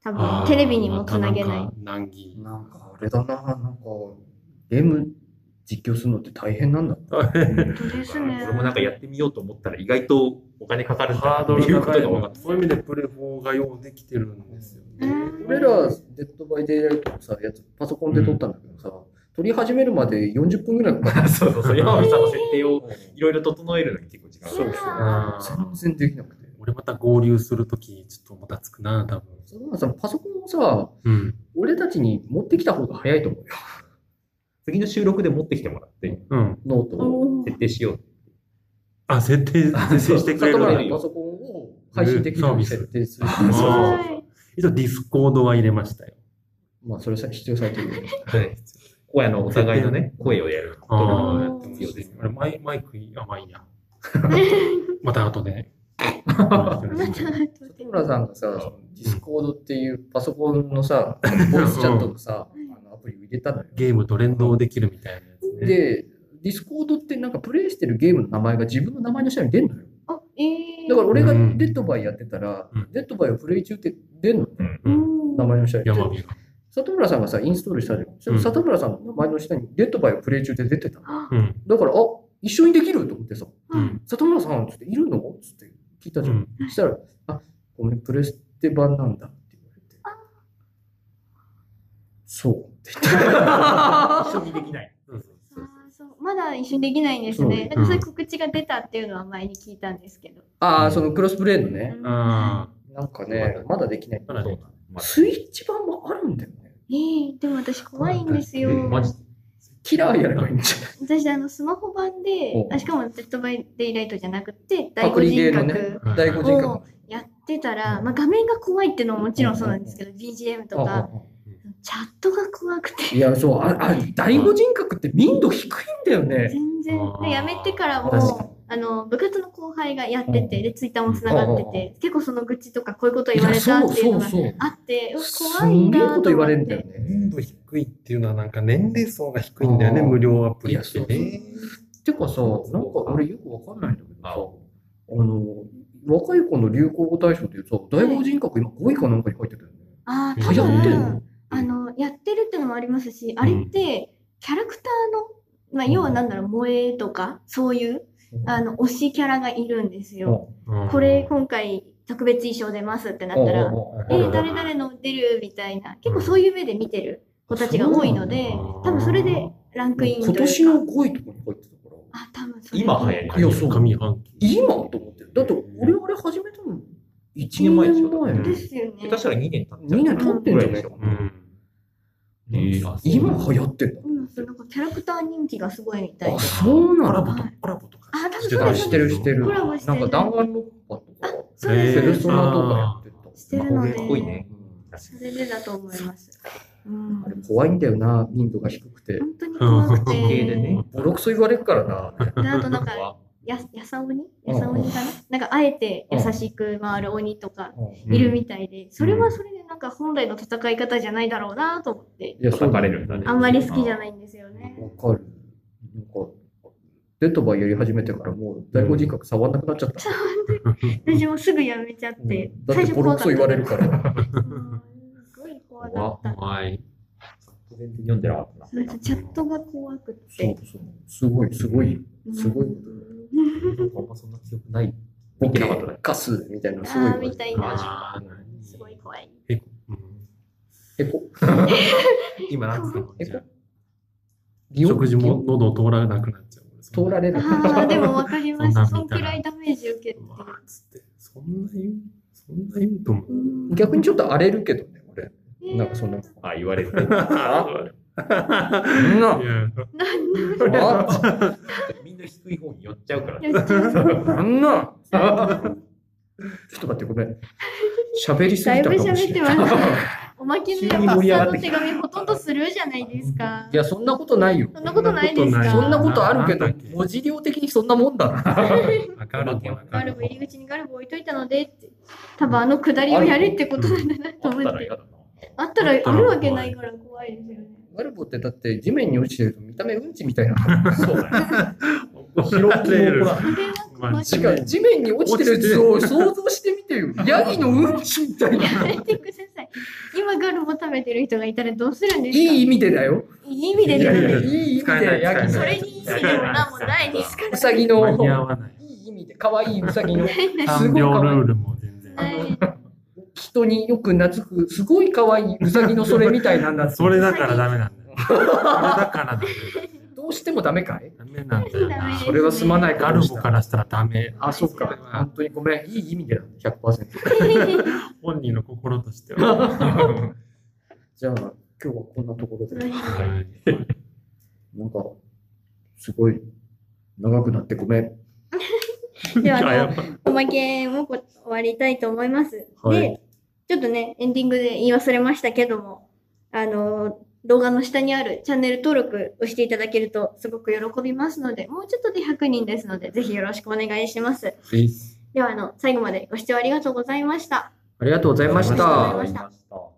Speaker 1: 多分テレビにもつなげない。
Speaker 2: またんか難儀。
Speaker 3: なんかあれだな、なんかゲーム実況するのって大変なんだ。
Speaker 1: 本当ですね。
Speaker 4: 俺もなんかやってみようと思ったら意外とお金かかるんだ
Speaker 2: ハー
Speaker 4: って
Speaker 2: ド
Speaker 4: い
Speaker 2: ル
Speaker 4: うこと
Speaker 2: 高
Speaker 4: が
Speaker 2: い
Speaker 4: 分
Speaker 2: の
Speaker 4: かっ。
Speaker 2: が、そういう意味でプレ4がようできてるんですよ
Speaker 1: う
Speaker 2: ね。
Speaker 1: ん
Speaker 3: 俺ら、デッドバイデイライトのさ、やつ、パソコンで撮ったんだけどさ、撮り始めるまで40分ぐらいかかった
Speaker 4: そうそうそう。山口さんの設定をいろいろ整えるのに結構時間
Speaker 1: そう
Speaker 4: か
Speaker 1: で
Speaker 4: か
Speaker 1: す
Speaker 4: る。
Speaker 1: ね
Speaker 2: あ
Speaker 3: た。
Speaker 2: ー
Speaker 3: 全然できなくて。
Speaker 2: 俺また合流するとき、ちょっともたつくな、多分。
Speaker 3: そのさ、パソコンをさ、
Speaker 2: うん。
Speaker 3: 俺たちに持ってきた方が早いと思うよ。
Speaker 4: 次の収録で持ってきてもらって、
Speaker 2: うん。
Speaker 3: ノート を。
Speaker 1: おー
Speaker 4: 設定しよう。
Speaker 2: あ、設定、設定してくれる
Speaker 3: 里
Speaker 2: んだ
Speaker 3: 村のパソコンを配信できるように設定する。
Speaker 2: んそう
Speaker 1: は
Speaker 2: そう
Speaker 1: い
Speaker 2: 一応ディスコードは入れましたよ。
Speaker 3: まあ、それさ、必要されてる。
Speaker 4: はい。声のお互いのね、声をやる。
Speaker 2: あ
Speaker 1: ー
Speaker 4: 撮るのが必要です。
Speaker 2: 俺マイマイクいい、あ、まあいいや。また後 で。
Speaker 1: また後
Speaker 3: 里
Speaker 1: で。
Speaker 3: 村さんがさ、そのディスコードっていうパソコンのさ、ボイスチャットのさ、
Speaker 1: うん
Speaker 3: あのアプリを入れたのよ。
Speaker 2: ゲームと連動できるみたいなやつね。
Speaker 3: で、ディスコードってなんかプレイしてるゲームの名前が自分の名前の下に出んのよ。
Speaker 1: あ、えー。
Speaker 3: だから俺が
Speaker 2: うん
Speaker 3: デッドバイやってたら、
Speaker 2: うん
Speaker 3: デッドバイをプレイ中って出んの、
Speaker 4: うん
Speaker 2: うん
Speaker 3: 名前の下に。
Speaker 2: 山火が。
Speaker 3: 里村さんがさ、インストールしたじゃん。それ
Speaker 2: うん
Speaker 3: 里村さんの名前の下にデッドバイをプレイ中って出てたの。
Speaker 1: あ、
Speaker 2: うん。
Speaker 3: だから、あ一緒にできると思ってさ、
Speaker 2: うん。
Speaker 3: 里村さんつっているのつって聞いた
Speaker 2: う
Speaker 3: じゃん。
Speaker 2: ん。
Speaker 3: そしたら、あごめん、プレステ版なんだって言われて。そうって言って。
Speaker 4: 一緒にできな
Speaker 1: あー
Speaker 4: い。
Speaker 1: そうまだ一緒にできないんですね。
Speaker 2: そ
Speaker 1: なん
Speaker 2: う
Speaker 1: かそういう告知が出たっていうのは前に聞いたんですけど。
Speaker 3: ああ、そのクロスプレイのね。
Speaker 2: あ
Speaker 3: なんかね、まだできない。
Speaker 2: あ。だ
Speaker 4: そう
Speaker 2: ね。
Speaker 4: なのま
Speaker 3: スイッチ版もあるんだよね。
Speaker 1: ええでも私怖いんです
Speaker 4: だ
Speaker 1: よ。
Speaker 4: うんマジ
Speaker 3: キラーやればいいんじ
Speaker 1: 私、あの、スマホ版で
Speaker 3: お、
Speaker 1: あしかも、デッドバイデイライトじゃなくて、第
Speaker 3: パ
Speaker 1: 五
Speaker 3: クリゲ
Speaker 1: 人
Speaker 3: ーの
Speaker 1: 格、
Speaker 3: ね
Speaker 2: う
Speaker 3: ゃ
Speaker 2: ん
Speaker 3: ん。第五人格。
Speaker 1: やってたら、まあ、画面が怖いっていうのももちろんそうなんですけど、BGM と
Speaker 3: ああ
Speaker 1: か、チャットが怖くて、
Speaker 3: いや、そう、あ、あ、第五人格って民度低いんだよね。
Speaker 1: 全然
Speaker 2: あ、ー
Speaker 1: でやめてから
Speaker 3: 確か
Speaker 1: も、あの、部活の後輩がやってて、で、ツイッターも繋がってて、結構その愚痴とか、こういうこと
Speaker 3: い
Speaker 1: 言わ
Speaker 3: や、
Speaker 1: れた
Speaker 3: そ
Speaker 1: っ
Speaker 3: う
Speaker 1: ていう
Speaker 3: そ
Speaker 1: の
Speaker 3: う
Speaker 1: が
Speaker 3: そう。
Speaker 1: あって、うわ
Speaker 3: す
Speaker 1: 怖い
Speaker 3: んげえ
Speaker 1: な
Speaker 3: こと
Speaker 1: と
Speaker 3: 言わ
Speaker 1: 思
Speaker 3: れる
Speaker 1: っ
Speaker 3: んだよ
Speaker 1: て。
Speaker 3: ね。
Speaker 2: 年度低いっていうのはなんか年齢層が低いんだよね、
Speaker 3: あー
Speaker 2: 無料アプリっ
Speaker 3: い
Speaker 2: て
Speaker 3: やそう
Speaker 2: ね。
Speaker 3: てかさ、なんか俺よくわかんないんだけどさ、
Speaker 4: あ
Speaker 3: あの、若い子の流行語大賞っていうさ、第五人格今5位かなんかに入ってたよね。
Speaker 1: ああ、
Speaker 2: う
Speaker 1: 多
Speaker 2: ん
Speaker 3: 流行ってんの
Speaker 1: 分、あの、やってるってのもありますし、あれって、キャラクターの、まあ、要はなんだろう、萌えとか、そういう、あの、推しキャラがいるんですよ。
Speaker 2: うん
Speaker 1: これ今回特別衣装出ますってなったら、えー、誰々の出るみたいな、結構そういう目で見てる子たちが多いので、
Speaker 2: そうなん
Speaker 1: 多
Speaker 2: だ
Speaker 1: 分それでランクインという
Speaker 3: 今
Speaker 1: か。
Speaker 3: 年の5位とかに入ってたから、
Speaker 1: あ、多分それ
Speaker 4: 今流行り
Speaker 2: いやそう上半期。
Speaker 3: 今と思ってる。だって俺あれ始めたの1年前でしょ。
Speaker 4: 一年前
Speaker 1: ですよね。
Speaker 4: 下手したら2年経っちゃう。
Speaker 3: 2年経ってんじゃないか
Speaker 2: う
Speaker 3: な。
Speaker 2: ん。
Speaker 4: えーあそう
Speaker 3: 今流行ってんだ。
Speaker 1: うん、なんかキャラクター人気がすごいみたい
Speaker 3: あ、
Speaker 1: で。
Speaker 3: そう
Speaker 2: コ
Speaker 3: な
Speaker 2: ラ
Speaker 3: の
Speaker 2: ボと
Speaker 1: はい
Speaker 2: コラボとか。
Speaker 1: あ、多分
Speaker 2: して
Speaker 1: そう
Speaker 2: た
Speaker 1: で
Speaker 3: あ、
Speaker 1: す
Speaker 3: し
Speaker 1: そう
Speaker 3: て
Speaker 1: で
Speaker 3: るしてる
Speaker 1: す。コ。ラボして
Speaker 3: なん
Speaker 1: る。
Speaker 3: か弾丸ロッパとか、
Speaker 1: そうですそうで
Speaker 3: ペル
Speaker 1: す
Speaker 3: ソナとかやってた。
Speaker 1: してるので。
Speaker 4: かっこいいね。
Speaker 1: それでだと思います。うん
Speaker 3: あ。れ怖いんだよな、民度が低くて。
Speaker 1: 本当に怖く
Speaker 4: 地形で
Speaker 1: て。
Speaker 4: ね。
Speaker 3: ボロクソ言われるからな。
Speaker 1: であとなんか、
Speaker 4: は
Speaker 1: や、やさ鬼やさ鬼かななんか、あえて優しく回る鬼とか
Speaker 4: うん
Speaker 1: いるみたいで、それはそれでなんか本来の戦い方じゃないだろうなと思って、
Speaker 3: いや、そう
Speaker 4: 叩か
Speaker 3: だ
Speaker 4: れ
Speaker 3: ね
Speaker 4: るんだね。
Speaker 1: あんまり好きじゃ
Speaker 4: い。
Speaker 1: ないんですよね。
Speaker 3: わかる。なんか、デッドバイやり始めてからもう、大法人格触んなくなっちゃった。
Speaker 1: 私もすぐやめちゃって、
Speaker 3: だってボロクソ言われるから。
Speaker 1: ら。うんすごい怖かった。
Speaker 4: 怖い。全然読んでなかったな。
Speaker 1: なんかチャットが怖く
Speaker 3: そう
Speaker 1: て。
Speaker 3: そう。すごい、すごい、
Speaker 1: うん
Speaker 3: すごい。
Speaker 4: なんかあんまそんな記憶ない。
Speaker 3: ボ
Speaker 4: 見て
Speaker 3: ケ
Speaker 4: なかったね。
Speaker 3: カスみたいな、すごい
Speaker 1: ああ、
Speaker 3: 言われ
Speaker 1: み
Speaker 3: る。
Speaker 1: たい
Speaker 4: マジ
Speaker 1: な。
Speaker 4: か
Speaker 1: すごい怖い。
Speaker 2: うん
Speaker 3: えこ
Speaker 4: 今なんつったのじゃあ
Speaker 3: 擬音
Speaker 2: 食事も喉を通らなくなっちゃう。
Speaker 3: 通られる。
Speaker 1: ああ、でもわかります。
Speaker 2: そ
Speaker 1: そん
Speaker 2: んなん見た
Speaker 1: く
Speaker 2: ら
Speaker 1: らいダメージ受けて
Speaker 2: う。わーっつって、そんな言う、そんな言うと思う。
Speaker 1: うん
Speaker 3: 逆にちょっと荒れるけどね、俺。
Speaker 1: ねえ
Speaker 3: なんかその、
Speaker 4: あ、言われる。
Speaker 2: や、
Speaker 3: うんない
Speaker 1: なんで
Speaker 3: あ
Speaker 4: みんな低い方に寄っちゃうから。
Speaker 1: やっちゃう
Speaker 3: なんなちょっと待って、ごめん。喋りす
Speaker 1: だ
Speaker 3: ぎ
Speaker 1: いぶ
Speaker 3: たかもし
Speaker 1: 喋っ
Speaker 3: れ
Speaker 1: て
Speaker 3: ない。
Speaker 1: ます。おまけのやっぱ
Speaker 4: 急に盛り上が
Speaker 1: さん
Speaker 4: って
Speaker 1: の
Speaker 4: き
Speaker 1: 手紙ほとんどするじゃないですか
Speaker 3: い。や、そんなことないよ。
Speaker 1: そんなことないですか。
Speaker 2: そ
Speaker 3: そんなことあるけど
Speaker 2: なんだっけ、
Speaker 3: 文字量的にそんなもんだな。
Speaker 2: わかる
Speaker 1: ガ
Speaker 2: わか
Speaker 1: ル
Speaker 2: る
Speaker 1: ブ。入り口にガルブ置いといたのでって、多分あの下りをやれってことなんだなと
Speaker 4: あった
Speaker 1: 思っ
Speaker 4: ら
Speaker 1: て
Speaker 4: 嫌。だな。
Speaker 1: あったらあるわけないから怖いですよね。
Speaker 3: ガルボってだって地面に落ちてると見た目うんちみたいな。
Speaker 4: そうだよ。
Speaker 2: 拾ってる。
Speaker 1: あれは怖い。
Speaker 3: 違う、地面に落ちてるやつを想像してみてよ。ヤギのうんちみたいな。
Speaker 1: やめてください。今ガルボ食べてる人がいたらどうするんで
Speaker 3: い
Speaker 1: すか
Speaker 3: い意味でだよ。
Speaker 1: いい意味で
Speaker 2: い
Speaker 1: だ
Speaker 2: やい
Speaker 1: よ
Speaker 2: や
Speaker 1: ね。
Speaker 3: いい意味でヤギ
Speaker 1: そ
Speaker 3: の。
Speaker 1: れにいいようなもんない ですか
Speaker 3: うさぎ
Speaker 2: 間に合
Speaker 3: の、
Speaker 2: わない。
Speaker 3: いい意味で、可愛いウサギの、す
Speaker 2: 産
Speaker 3: ごい
Speaker 2: 業
Speaker 3: 可
Speaker 2: ル
Speaker 3: 愛い
Speaker 2: ールも全然
Speaker 1: ら。。ない。
Speaker 3: 人によく懐く、すごい可愛いウサギのそれみたいなんだって
Speaker 2: それだからダメなんだよ。それだからダメ
Speaker 3: どうしてもダメかい
Speaker 2: ダメなんだよな。
Speaker 3: それはすまない
Speaker 2: ガ
Speaker 3: か
Speaker 2: ル
Speaker 3: ら
Speaker 2: ボからしたらダメ。
Speaker 3: あ、そうか。本当にごめん。いい意味でなんだ、100%。
Speaker 2: 本人の心として は。
Speaker 3: じゃあ、今日はこんなところで。
Speaker 2: はい
Speaker 3: なんか、すごい、長くなってごめん。
Speaker 1: ではあ
Speaker 2: い
Speaker 1: の
Speaker 2: ややっぱ
Speaker 1: おまけもこ終わりたいと思います。
Speaker 2: はい
Speaker 1: で、ちょっとね、エンディングで言い忘れましたけども、あの、動画の下にあるチャンネル登録をしていただけるとすごく喜びますので、もうちょっとで100人ですので、ぜひよろしくお願いします。
Speaker 2: り。
Speaker 1: では、あの、最後までご視聴ありがとうございました。
Speaker 3: ありがとうございまし
Speaker 1: ありがとうございましたた。
Speaker 4: た。